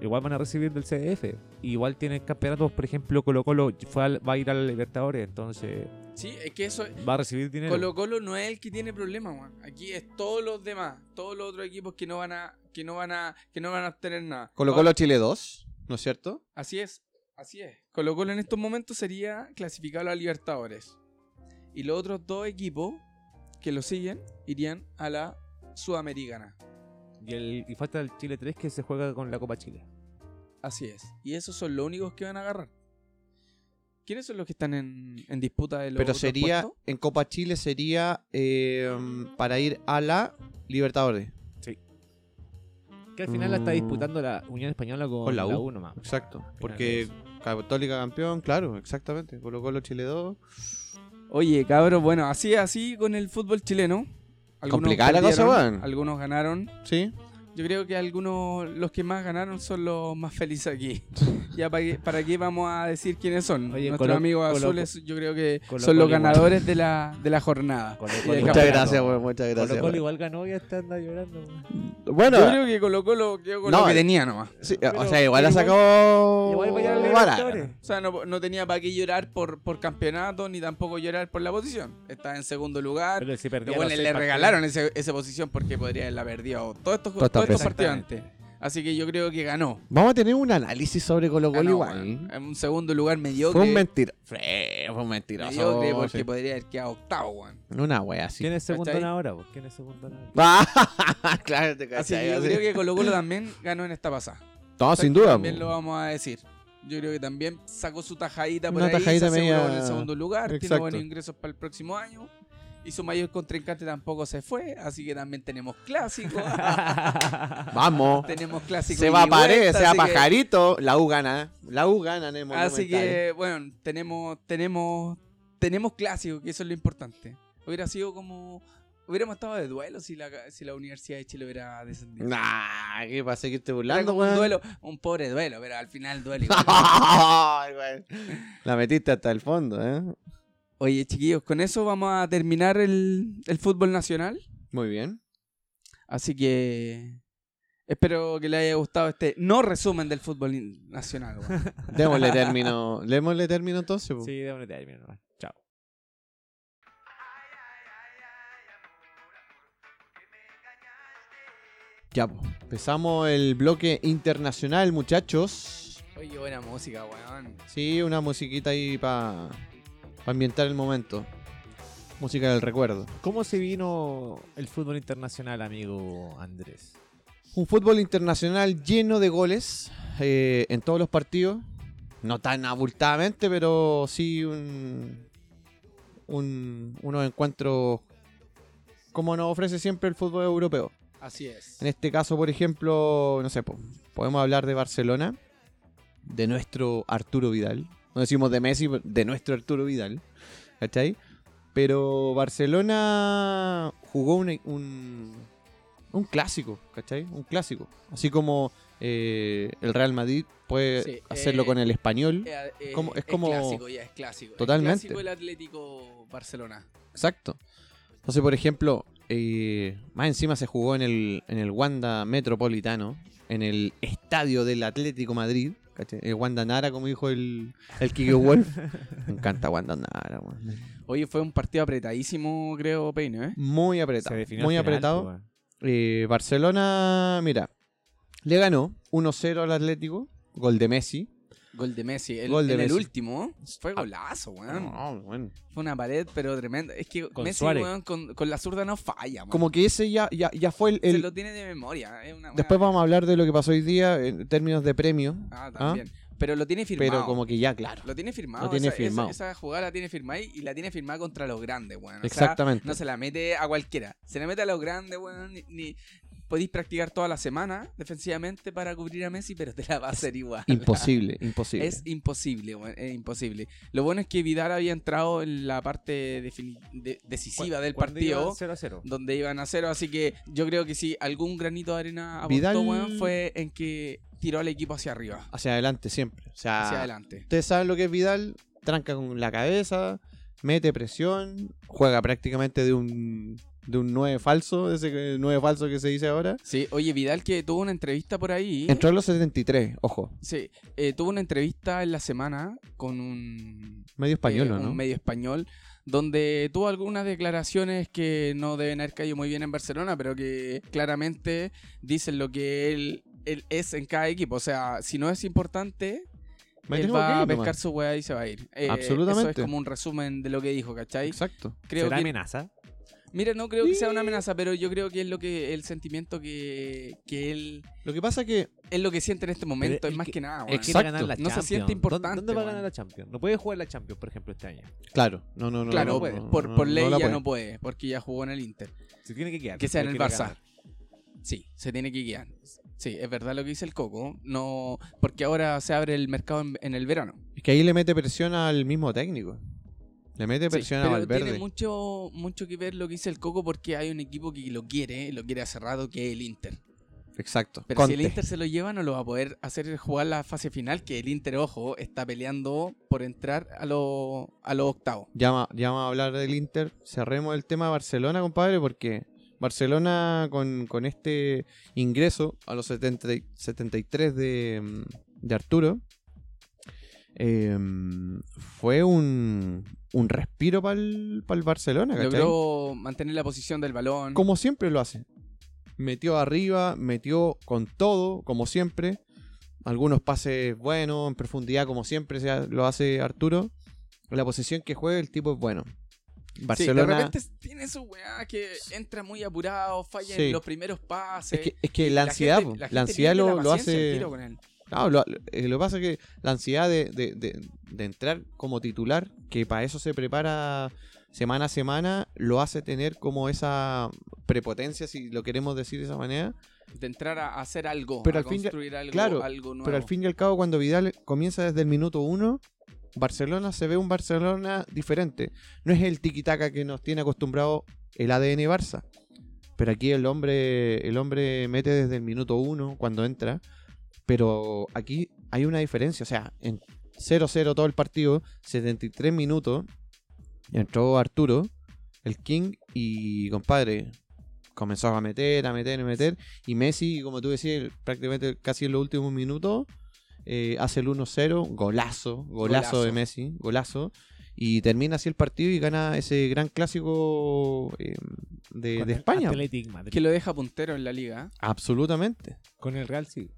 [SPEAKER 3] mm, igual van a recibir del CDF. Igual tienen campeonatos, por ejemplo, Colo Colo fue al- va a ir a la Libertadores, entonces
[SPEAKER 1] Sí, es que eso.
[SPEAKER 3] va a recibir dinero.
[SPEAKER 1] Colo Colo no es el que tiene problemas, weón. Aquí es todos los demás, todos los otros equipos que no van a, que no van a, que no van a obtener nada.
[SPEAKER 2] Colocó Colo Chile 2, ¿no es cierto?
[SPEAKER 1] Así es, así es. Colo Colo en estos momentos sería clasificado a Libertadores. Y los otros dos equipos que lo siguen irían a la Sudamericana.
[SPEAKER 3] y, el, y falta el Chile 3 que se juega con la Copa Chile.
[SPEAKER 1] Así es. Y esos son los únicos que van a agarrar. ¿Quiénes son los que están en, en disputa de los
[SPEAKER 2] Pero
[SPEAKER 1] otros
[SPEAKER 2] sería,
[SPEAKER 1] puestos?
[SPEAKER 2] en Copa Chile sería eh, para ir a la Libertadores.
[SPEAKER 3] Que al final la está
[SPEAKER 2] Mm.
[SPEAKER 3] disputando la Unión Española con,
[SPEAKER 2] Con la U.
[SPEAKER 3] nomás.
[SPEAKER 2] Exacto. Porque Católica campeón, claro, exactamente. Colo Colo Chile 2.
[SPEAKER 1] Oye, cabros, bueno, así así con el fútbol chileno.
[SPEAKER 2] Complicada la cosa,
[SPEAKER 1] perdieron,
[SPEAKER 2] weón.
[SPEAKER 1] Algunos ganaron.
[SPEAKER 2] Sí.
[SPEAKER 1] Yo creo que algunos, los que más ganaron son los más felices
[SPEAKER 3] <laughs>
[SPEAKER 1] aquí. ya para qué, para qué vamos a decir quiénes son.
[SPEAKER 3] Oye,
[SPEAKER 1] Nuestros
[SPEAKER 3] Colo-
[SPEAKER 1] amigos
[SPEAKER 3] Colo-
[SPEAKER 1] azules, yo creo que
[SPEAKER 3] Colo-
[SPEAKER 1] son los
[SPEAKER 3] Colo-
[SPEAKER 1] ganadores de la, de la jornada.
[SPEAKER 3] Colo-
[SPEAKER 1] <laughs> Y el
[SPEAKER 2] Muchas
[SPEAKER 1] campeonato.
[SPEAKER 2] gracias, weón, muchas
[SPEAKER 3] Colo
[SPEAKER 2] gracias.
[SPEAKER 3] Colo
[SPEAKER 2] weón.
[SPEAKER 3] igual ganó y hasta anda llorando. weón.
[SPEAKER 2] Bueno,
[SPEAKER 1] Yo creo que Colo Colo quedó con
[SPEAKER 2] No,
[SPEAKER 1] lo que
[SPEAKER 2] eh.
[SPEAKER 1] tenía nomás.
[SPEAKER 2] sí,
[SPEAKER 3] pero-
[SPEAKER 2] o sea, igual la
[SPEAKER 3] igual-
[SPEAKER 2] sacó.
[SPEAKER 3] igual va a ir a la
[SPEAKER 2] barata.
[SPEAKER 3] Libertadores.
[SPEAKER 1] O sea, no, no tenía para qué llorar por, por campeonato ni tampoco llorar por la posición. Está en segundo lugar.
[SPEAKER 3] Pero si perdía
[SPEAKER 1] Los buenos
[SPEAKER 3] los
[SPEAKER 1] le
[SPEAKER 3] seis partidos-
[SPEAKER 1] regalaron ese- esa posición porque podría haberla perdido todos estos,
[SPEAKER 2] Todas
[SPEAKER 1] todos estos
[SPEAKER 2] estas
[SPEAKER 1] partidos antes. Así que yo creo que ganó.
[SPEAKER 2] Vamos a tener un análisis sobre Colo Colo
[SPEAKER 1] Ganó,
[SPEAKER 2] igual.
[SPEAKER 1] weón. En un segundo lugar mediocre.
[SPEAKER 2] Fue un mentira. Fue un mentiroso.
[SPEAKER 1] mediocre porque
[SPEAKER 2] sí.
[SPEAKER 1] podría haber quedado octavo, weón.
[SPEAKER 2] Una wea así.
[SPEAKER 3] ¿Quién es segundo
[SPEAKER 1] ¿Cachai?
[SPEAKER 3] ahora? vos? ¿Quién es segundo ahora?
[SPEAKER 2] <laughs> claro, te
[SPEAKER 1] Así
[SPEAKER 2] cachai,
[SPEAKER 1] que yo
[SPEAKER 2] así.
[SPEAKER 1] creo que Colo Colo también ganó en esta pasada.
[SPEAKER 2] No,
[SPEAKER 1] O sea,
[SPEAKER 2] sin
[SPEAKER 1] que
[SPEAKER 2] duda.
[SPEAKER 1] También
[SPEAKER 2] po.
[SPEAKER 1] lo vamos a decir. Yo creo que también sacó su tajadita por
[SPEAKER 2] Una
[SPEAKER 1] ahí, se
[SPEAKER 2] tajadita
[SPEAKER 1] aseguró
[SPEAKER 2] media-
[SPEAKER 1] en el segundo lugar, tiene
[SPEAKER 2] Exacto.
[SPEAKER 1] buenos ingresos para el próximo año. Y su mayor contrincante tampoco se fue, así que también tenemos
[SPEAKER 2] <laughs>
[SPEAKER 1] clásico. <laughs>
[SPEAKER 2] Vamos.
[SPEAKER 1] tenemos clásico.
[SPEAKER 2] Se
[SPEAKER 1] ida
[SPEAKER 2] va a
[SPEAKER 1] y vuelta,
[SPEAKER 2] pared, se va a
[SPEAKER 1] así que-
[SPEAKER 2] pajarito. La U gana. La U gana en el
[SPEAKER 1] Así
[SPEAKER 2] Monumental.
[SPEAKER 1] que, bueno, tenemos, tenemos, tenemos clásico, que eso es lo importante. Hubiera sido como. Hubiéramos estado de duelo si la, si la Universidad de Chile hubiera descendido.
[SPEAKER 2] Nah, ¿qué para seguirte
[SPEAKER 1] Era
[SPEAKER 2] burlando,
[SPEAKER 1] como un
[SPEAKER 2] weón? <laughs>
[SPEAKER 1] duelo, un pobre duelo, pero al final duelo. igual.
[SPEAKER 2] Ay, weón. La metiste hasta el fondo, ¿eh?
[SPEAKER 1] Oye, chiquillos, con eso vamos a terminar el, el fútbol nacional.
[SPEAKER 4] Muy bien.
[SPEAKER 1] Así que espero que les haya gustado este no resumen del fútbol in- nacional.
[SPEAKER 2] <laughs>
[SPEAKER 1] weón.
[SPEAKER 2] Démosle
[SPEAKER 1] <laughs>
[SPEAKER 2] término. Démosle término entonces. po.
[SPEAKER 3] Sí, démosle término. nomás. Chao.
[SPEAKER 2] Ya, po. empezamos el bloque internacional, muchachos.
[SPEAKER 1] Oye, buena música, weón.
[SPEAKER 2] Sí, una musiquita ahí para ambientar el momento. Música del recuerdo.
[SPEAKER 3] ¿Cómo se vino el fútbol internacional, amigo Andrés?
[SPEAKER 2] Un fútbol internacional lleno de goles eh, en todos los partidos. No tan abultadamente, pero sí un, un- unos encuentros como nos ofrece siempre el fútbol europeo.
[SPEAKER 1] Así es.
[SPEAKER 2] En este caso, por ejemplo, no sé, po- podemos hablar de Barcelona, de nuestro Arturo Vidal. No decimos de Messi, pero de nuestro Arturo Vidal. ¿Cachai? Pero Barcelona jugó un, un, un clásico, ¿cachai? Un clásico. Así como eh, el Real Madrid puede
[SPEAKER 1] Sí,
[SPEAKER 2] hacerlo
[SPEAKER 1] eh,
[SPEAKER 2] con el español.
[SPEAKER 1] Eh, eh,
[SPEAKER 2] Como- es
[SPEAKER 1] es
[SPEAKER 2] como-
[SPEAKER 1] clásico, ya es clásico. Es
[SPEAKER 2] Totalmente.
[SPEAKER 1] clásico el Atlético Barcelona.
[SPEAKER 2] Exacto. Entonces, por ejemplo, eh, más encima se jugó en el, en el Wanda Metropolitano, en el estadio del Atlético Madrid. ¿cachai? El Wanda Nara, como dijo el, el
[SPEAKER 3] <laughs>
[SPEAKER 2] Kike Wolf. Me encanta Wanda Nara, weón.
[SPEAKER 1] Oye, fue un partido apretadísimo, creo, Peine, ¿eh?
[SPEAKER 2] Muy
[SPEAKER 3] Se
[SPEAKER 2] apretado.
[SPEAKER 3] definió al
[SPEAKER 2] Muy
[SPEAKER 3] final, pues,
[SPEAKER 2] apretado.
[SPEAKER 3] po, weón.
[SPEAKER 2] Eh, Barcelona, mira, le ganó 1-0 al Atlético. Gol de Messi.
[SPEAKER 1] Gol de Messi. El,
[SPEAKER 2] Gol de
[SPEAKER 1] en el
[SPEAKER 2] Messi. ah,
[SPEAKER 1] último. Fue golazo, weón.
[SPEAKER 2] No, bueno.
[SPEAKER 1] Fue una pared, pero tremenda. Es que
[SPEAKER 3] Con
[SPEAKER 1] Messi,
[SPEAKER 3] Suárez.
[SPEAKER 1] weón, con, con la zurda no falla, weón.
[SPEAKER 2] Como que ese ya, ya, ya fue el... el-
[SPEAKER 1] Se lo tiene de memoria. es una weá.
[SPEAKER 2] Después vamos a hablar de lo que pasó hoy día en términos de premio.
[SPEAKER 1] Ah,
[SPEAKER 2] ¿ah?
[SPEAKER 1] también. Pero lo tiene firmado.
[SPEAKER 2] Pero como que ya, claro.
[SPEAKER 1] Lo tiene firmado.
[SPEAKER 2] Lo tiene
[SPEAKER 1] esa, esa-
[SPEAKER 2] firmado.
[SPEAKER 1] Esa, jugada la tiene firmada y, y la tiene firmada contra los grandes, weón. O sea, <laughs>
[SPEAKER 2] Exactamente.
[SPEAKER 1] no se la mete a cualquiera. Se la mete a los grandes, weón. Ni, ni- podéis practicar toda la semana defensivamente para cubrir a Messi, pero te la va a hacer igual.
[SPEAKER 2] Imposible, imposible.
[SPEAKER 1] Es imposible, weón, es imposible. Lo bueno es que Vidal había entrado en la parte defini- de- decisiva del
[SPEAKER 3] Cuando iban
[SPEAKER 1] partido,
[SPEAKER 3] 0 a 0.
[SPEAKER 1] donde iban a cero, así que yo creo que sí, algún granito de arena aportó,
[SPEAKER 2] Vidal-
[SPEAKER 1] weón, fue en que tiró al equipo hacia arriba,
[SPEAKER 2] Hacia adelante siempre. O sea,
[SPEAKER 1] hacia adelante.
[SPEAKER 2] ustedes saben lo que es Vidal, tranca con la cabeza, mete presión, juega prácticamente de un de un 9 falso, de ese que- 9 falso que se dice ahora.
[SPEAKER 1] Sí, oye, Vidal que tuvo una entrevista por ahí.
[SPEAKER 2] Entró a los 73, ojo,
[SPEAKER 1] Sí, eh, tuvo una entrevista en la semana con un,
[SPEAKER 2] medio español,
[SPEAKER 1] eh,
[SPEAKER 2] ¿no?
[SPEAKER 1] un medio español, donde tuvo algunas declaraciones que no deben haber caído muy bien en Barcelona, pero que claramente dicen lo que él, él es en cada equipo. O sea, si no es importante,
[SPEAKER 2] Me
[SPEAKER 1] él
[SPEAKER 2] tengo que
[SPEAKER 1] va a
[SPEAKER 2] ir nomás.
[SPEAKER 1] pescar su weá y se va a ir. Eh, Eso es
[SPEAKER 2] Absolutamente.
[SPEAKER 1] como un resumen de lo que dijo, ¿cachai?
[SPEAKER 2] Exacto.
[SPEAKER 1] Creo
[SPEAKER 3] ¿Será
[SPEAKER 1] que, Ah,
[SPEAKER 3] amenaza?
[SPEAKER 1] mira, no creo que sea una amenaza, pero yo creo que es lo que el sentimiento que, que él
[SPEAKER 2] Lo que pasa que
[SPEAKER 1] es lo que siente en este momento,
[SPEAKER 3] Pero
[SPEAKER 1] es
[SPEAKER 3] es
[SPEAKER 1] más que,
[SPEAKER 3] que-
[SPEAKER 1] nada.
[SPEAKER 3] Él
[SPEAKER 1] weón.
[SPEAKER 3] quiere
[SPEAKER 2] Exacto.
[SPEAKER 3] ganar la
[SPEAKER 1] No se
[SPEAKER 3] Champions.
[SPEAKER 1] siente
[SPEAKER 3] ¿Dónde-
[SPEAKER 1] importante,
[SPEAKER 3] ¿Dónde va a
[SPEAKER 1] weón.
[SPEAKER 3] ganar la Champions? No puede jugar la Champions, por ejemplo, este año.
[SPEAKER 2] claro, no no no.
[SPEAKER 1] Claro,
[SPEAKER 2] no,
[SPEAKER 1] puede.
[SPEAKER 2] no,
[SPEAKER 1] por,
[SPEAKER 2] no,
[SPEAKER 1] por ley
[SPEAKER 2] la
[SPEAKER 1] ya
[SPEAKER 2] puede.
[SPEAKER 1] no puede, porque ya jugó en el Inter.
[SPEAKER 3] Se tiene que quedar.
[SPEAKER 1] Que sea en el
[SPEAKER 3] porque quiere
[SPEAKER 1] Barça. Eh,
[SPEAKER 3] ganar.
[SPEAKER 1] Sí, se tiene que guiar. Sí, es verdad lo que dice el Coco. No, porque ahora se abre el mercado en, en el verano.
[SPEAKER 2] Es que ahí le mete presión al mismo técnico. Le mete
[SPEAKER 1] Sí,
[SPEAKER 2] presión a
[SPEAKER 1] pero
[SPEAKER 2] Valverde.
[SPEAKER 1] tiene mucho, mucho que ver lo que dice el Coco porque hay un equipo que lo quiere, lo quiere hace rato, que es el Inter.
[SPEAKER 2] Exacto.
[SPEAKER 1] Pero si el
[SPEAKER 2] Conte.
[SPEAKER 1] Inter se lo lleva, no lo va a poder hacer jugar la fase final, que el Inter, ojo, está peleando por entrar a los a los octavos.
[SPEAKER 2] Ya, va- ya vamos a hablar del Inter. Cerremos el tema de Barcelona, compadre, porque Barcelona con, con este ingreso a los 70 y- 73 de, mm, de Arturo eh, fue un, un respiro para el Barcelona. ¿cachai?
[SPEAKER 1] Logró mantener la posición del balón.
[SPEAKER 2] Como siempre lo hace. Metió arriba, metió con todo, como siempre. Algunos pases buenos, en profundidad, como siempre se ha- lo hace Arturo. La posición que juega el tipo es bueno.
[SPEAKER 1] Sí, de
[SPEAKER 2] Barcelona.
[SPEAKER 1] repente tiene su weá que entra muy apurado, falla
[SPEAKER 2] Sí.
[SPEAKER 1] en los primeros pases.
[SPEAKER 2] es, que, es que la ansiedad, po,
[SPEAKER 1] gente-
[SPEAKER 2] la,
[SPEAKER 1] gente
[SPEAKER 2] ansiedad
[SPEAKER 1] pierde
[SPEAKER 2] lo,
[SPEAKER 1] la
[SPEAKER 2] lo
[SPEAKER 1] paciencia al
[SPEAKER 2] hace.
[SPEAKER 1] tiro con él.
[SPEAKER 2] No, lo, eh, lo que pasa es que la ansiedad de, de- de- de entrar como titular, que para eso se prepara semana a semana, lo hace tener como esa prepotencia, si lo queremos decir de esa manera,
[SPEAKER 1] De entrar a a hacer algo,
[SPEAKER 2] Pero
[SPEAKER 1] a
[SPEAKER 2] al fin y-
[SPEAKER 1] construir algo,
[SPEAKER 2] claro,
[SPEAKER 1] algo nuevo.
[SPEAKER 2] Pero al fin y al cabo, cuando Vidal comienza desde el minuto uno, Barcelona se ve un Barcelona diferente. No es el tiquitaca que nos tiene acostumbrado el ADN Barça. Pero aquí el hombre, el hombre mete desde el minuto uno cuando entra. Pero aquí hay una diferencia. O sea, en 0-0 todo el partido, 73 minutos. entró Arturo, el King, y compadre, comenzó a meter, a meter, a meter. Y Messi, como tú decías, prácticamente casi en los últimos minutos, eh, hace el 1-0, golazo, golazo,
[SPEAKER 1] Golazo.
[SPEAKER 2] de Messi, golazo. Y termina así el partido y gana ese gran clásico eh, de,
[SPEAKER 3] Con
[SPEAKER 2] de
[SPEAKER 3] el
[SPEAKER 2] España.
[SPEAKER 3] Athletic Madrid.
[SPEAKER 1] Que lo deja puntero en la liga. ¿eh?
[SPEAKER 2] Absolutamente.
[SPEAKER 3] Con el Real sí.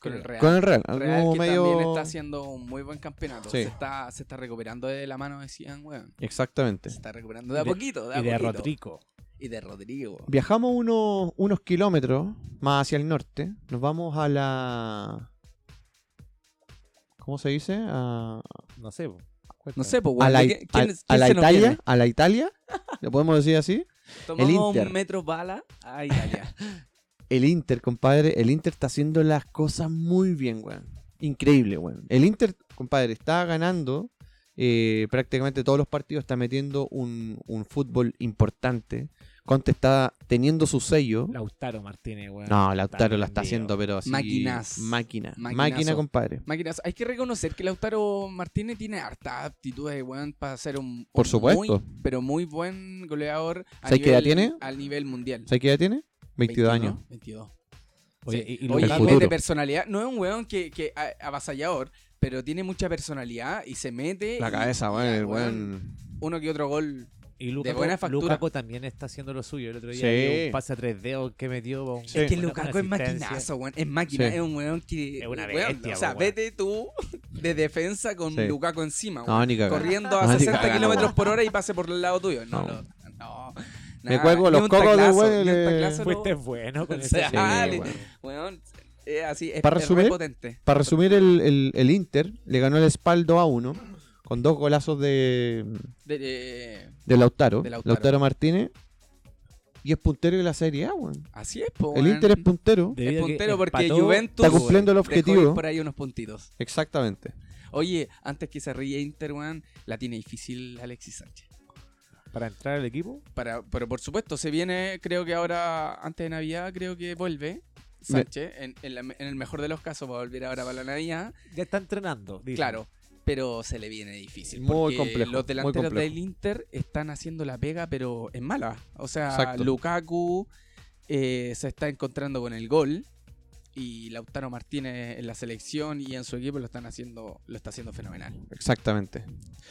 [SPEAKER 1] Con el Real.
[SPEAKER 2] Con el Real.
[SPEAKER 1] Real,
[SPEAKER 2] algo
[SPEAKER 1] que
[SPEAKER 2] medio-
[SPEAKER 1] también está haciendo un muy buen campeonato. Se,
[SPEAKER 2] Sí.
[SPEAKER 1] está, se está recuperando de la mano de Cian, weón.
[SPEAKER 2] Exactamente.
[SPEAKER 1] Se está recuperando de a
[SPEAKER 3] Y de-
[SPEAKER 1] poquito, de a
[SPEAKER 3] y de
[SPEAKER 1] poquito.
[SPEAKER 3] Rodrigo.
[SPEAKER 1] Y de Rodrigo.
[SPEAKER 2] Viajamos unos, unos kilómetros más hacia el norte. Nos vamos a la. ¿Cómo se dice? A,
[SPEAKER 3] No sé. po.
[SPEAKER 1] No sé, pues,
[SPEAKER 2] a
[SPEAKER 1] weón.
[SPEAKER 2] la,
[SPEAKER 1] ¿de
[SPEAKER 2] It-
[SPEAKER 1] qué-
[SPEAKER 2] a-
[SPEAKER 1] quién-
[SPEAKER 2] a
[SPEAKER 1] quién
[SPEAKER 2] la
[SPEAKER 1] se nos
[SPEAKER 2] Italia.
[SPEAKER 1] viene?
[SPEAKER 2] A la Italia. <laughs> ¿Lo podemos decir así?
[SPEAKER 1] Tomamos
[SPEAKER 2] Inter.
[SPEAKER 1] un metro bala a
[SPEAKER 2] <laughs>
[SPEAKER 1] Italia.
[SPEAKER 2] El Inter, compadre. El Inter está haciendo las cosas muy bien, weón. Increíble, weón. El Inter, compadre, está ganando eh, prácticamente todos los partidos. Está metiendo un, un fútbol importante. Conte está teniendo su sello.
[SPEAKER 3] Lautaro Martínez, weón.
[SPEAKER 2] No, Lautaro la
[SPEAKER 3] Tremendo.
[SPEAKER 2] está haciendo, pero así.
[SPEAKER 1] Máquinas.
[SPEAKER 2] Máquina.
[SPEAKER 1] Maquinazo.
[SPEAKER 2] Máquina, compadre.
[SPEAKER 1] Máquinas, hay que reconocer que Lautaro Martínez tiene harta aptitudes, weón, para ser un, un
[SPEAKER 2] Por supuesto.
[SPEAKER 1] muy, pero muy buen goleador a
[SPEAKER 2] ¿Sabes qué edad tiene?
[SPEAKER 1] al nivel mundial.
[SPEAKER 2] ¿Sabes qué edad tiene? 22 años.
[SPEAKER 1] 22.
[SPEAKER 3] Oye,
[SPEAKER 1] Sí.
[SPEAKER 3] y- y lo
[SPEAKER 1] Oye,
[SPEAKER 2] el
[SPEAKER 1] y
[SPEAKER 3] Lautaro-
[SPEAKER 2] futuro.
[SPEAKER 1] de personalidad, no es un weón que, que a- avasallador, pero tiene mucha personalidad y se mete. y- y, ah, weón, Uno que otro gol.
[SPEAKER 3] y Lukaku,
[SPEAKER 1] buena factura.
[SPEAKER 3] Lukaku también está haciendo lo suyo. El otro día
[SPEAKER 2] Sí.
[SPEAKER 3] había un pase a tres dedos que metió. weón.
[SPEAKER 2] Sí. Es
[SPEAKER 1] que
[SPEAKER 3] Una-
[SPEAKER 1] Lukaku
[SPEAKER 3] una
[SPEAKER 1] es
[SPEAKER 3] asistencia.
[SPEAKER 1] maquinazo, weón. Es máquina,
[SPEAKER 2] Sí.
[SPEAKER 1] es un weón que.
[SPEAKER 3] Es una
[SPEAKER 1] weón,
[SPEAKER 3] bestia,
[SPEAKER 1] O sea,
[SPEAKER 3] weón.
[SPEAKER 1] vete tú de defensa con
[SPEAKER 2] Sí.
[SPEAKER 1] Lukaku encima, weón.
[SPEAKER 2] No, ni cagando.
[SPEAKER 1] corriendo a
[SPEAKER 2] Ah, sí,
[SPEAKER 1] 60
[SPEAKER 2] cagando.
[SPEAKER 1] kilómetros por hora y pase por el lado tuyo. No,
[SPEAKER 2] No.
[SPEAKER 1] no. no,
[SPEAKER 2] Me
[SPEAKER 1] nada.
[SPEAKER 2] cuelgo
[SPEAKER 1] Ni
[SPEAKER 2] los
[SPEAKER 1] un
[SPEAKER 2] cocos de
[SPEAKER 1] taclazo,
[SPEAKER 2] huele.
[SPEAKER 1] ni un taclazo,
[SPEAKER 3] Fuiste
[SPEAKER 1] no.
[SPEAKER 3] bueno con
[SPEAKER 1] <laughs> O
[SPEAKER 3] ese
[SPEAKER 1] sea,
[SPEAKER 3] gol,
[SPEAKER 1] dale.
[SPEAKER 3] weón.
[SPEAKER 1] Weón, es así, es,
[SPEAKER 2] Para
[SPEAKER 1] es
[SPEAKER 2] resumir-
[SPEAKER 1] re potente.
[SPEAKER 2] Para resumir, el, el- el Inter le ganó el espaldo a uno con dos golazos de,
[SPEAKER 1] De- de-
[SPEAKER 2] de Lautaro.
[SPEAKER 1] De
[SPEAKER 2] Lautaro.
[SPEAKER 1] Lautaro.
[SPEAKER 2] Martínez. Y es puntero de la Serie A, weón.
[SPEAKER 1] así es, po,
[SPEAKER 2] El
[SPEAKER 1] weón.
[SPEAKER 2] Inter es puntero.
[SPEAKER 1] Es
[SPEAKER 3] Debido a que
[SPEAKER 1] puntero porque
[SPEAKER 3] empató-
[SPEAKER 1] Juventus
[SPEAKER 2] está cumpliendo el
[SPEAKER 1] dejó ir
[SPEAKER 2] objetivo.
[SPEAKER 1] por ahí unos puntitos.
[SPEAKER 2] Exactamente.
[SPEAKER 1] Oye, antes que se ríe Inter, weón, la tiene difícil Alexis Sánchez.
[SPEAKER 3] Para entrar al equipo,
[SPEAKER 1] Para, pero por supuesto, se viene, creo que ahora, antes de Navidad, creo que vuelve Sánchez. En, en la- en el mejor de los casos, va a volver ahora para la Navidad.
[SPEAKER 3] ya está entrenando. dice.
[SPEAKER 1] Claro, pero se le viene difícil.
[SPEAKER 2] Muy
[SPEAKER 1] porque
[SPEAKER 2] complejo, muy
[SPEAKER 1] Los delanteros
[SPEAKER 2] complejo.
[SPEAKER 1] del Inter están haciendo la pega, pero es mala. O sea,
[SPEAKER 2] Exacto.
[SPEAKER 1] Lukaku eh, se está encontrando con el gol. Y Lautaro Martínez en la selección y en su equipo lo están haciendo, lo está haciendo fenomenal.
[SPEAKER 2] Exactamente.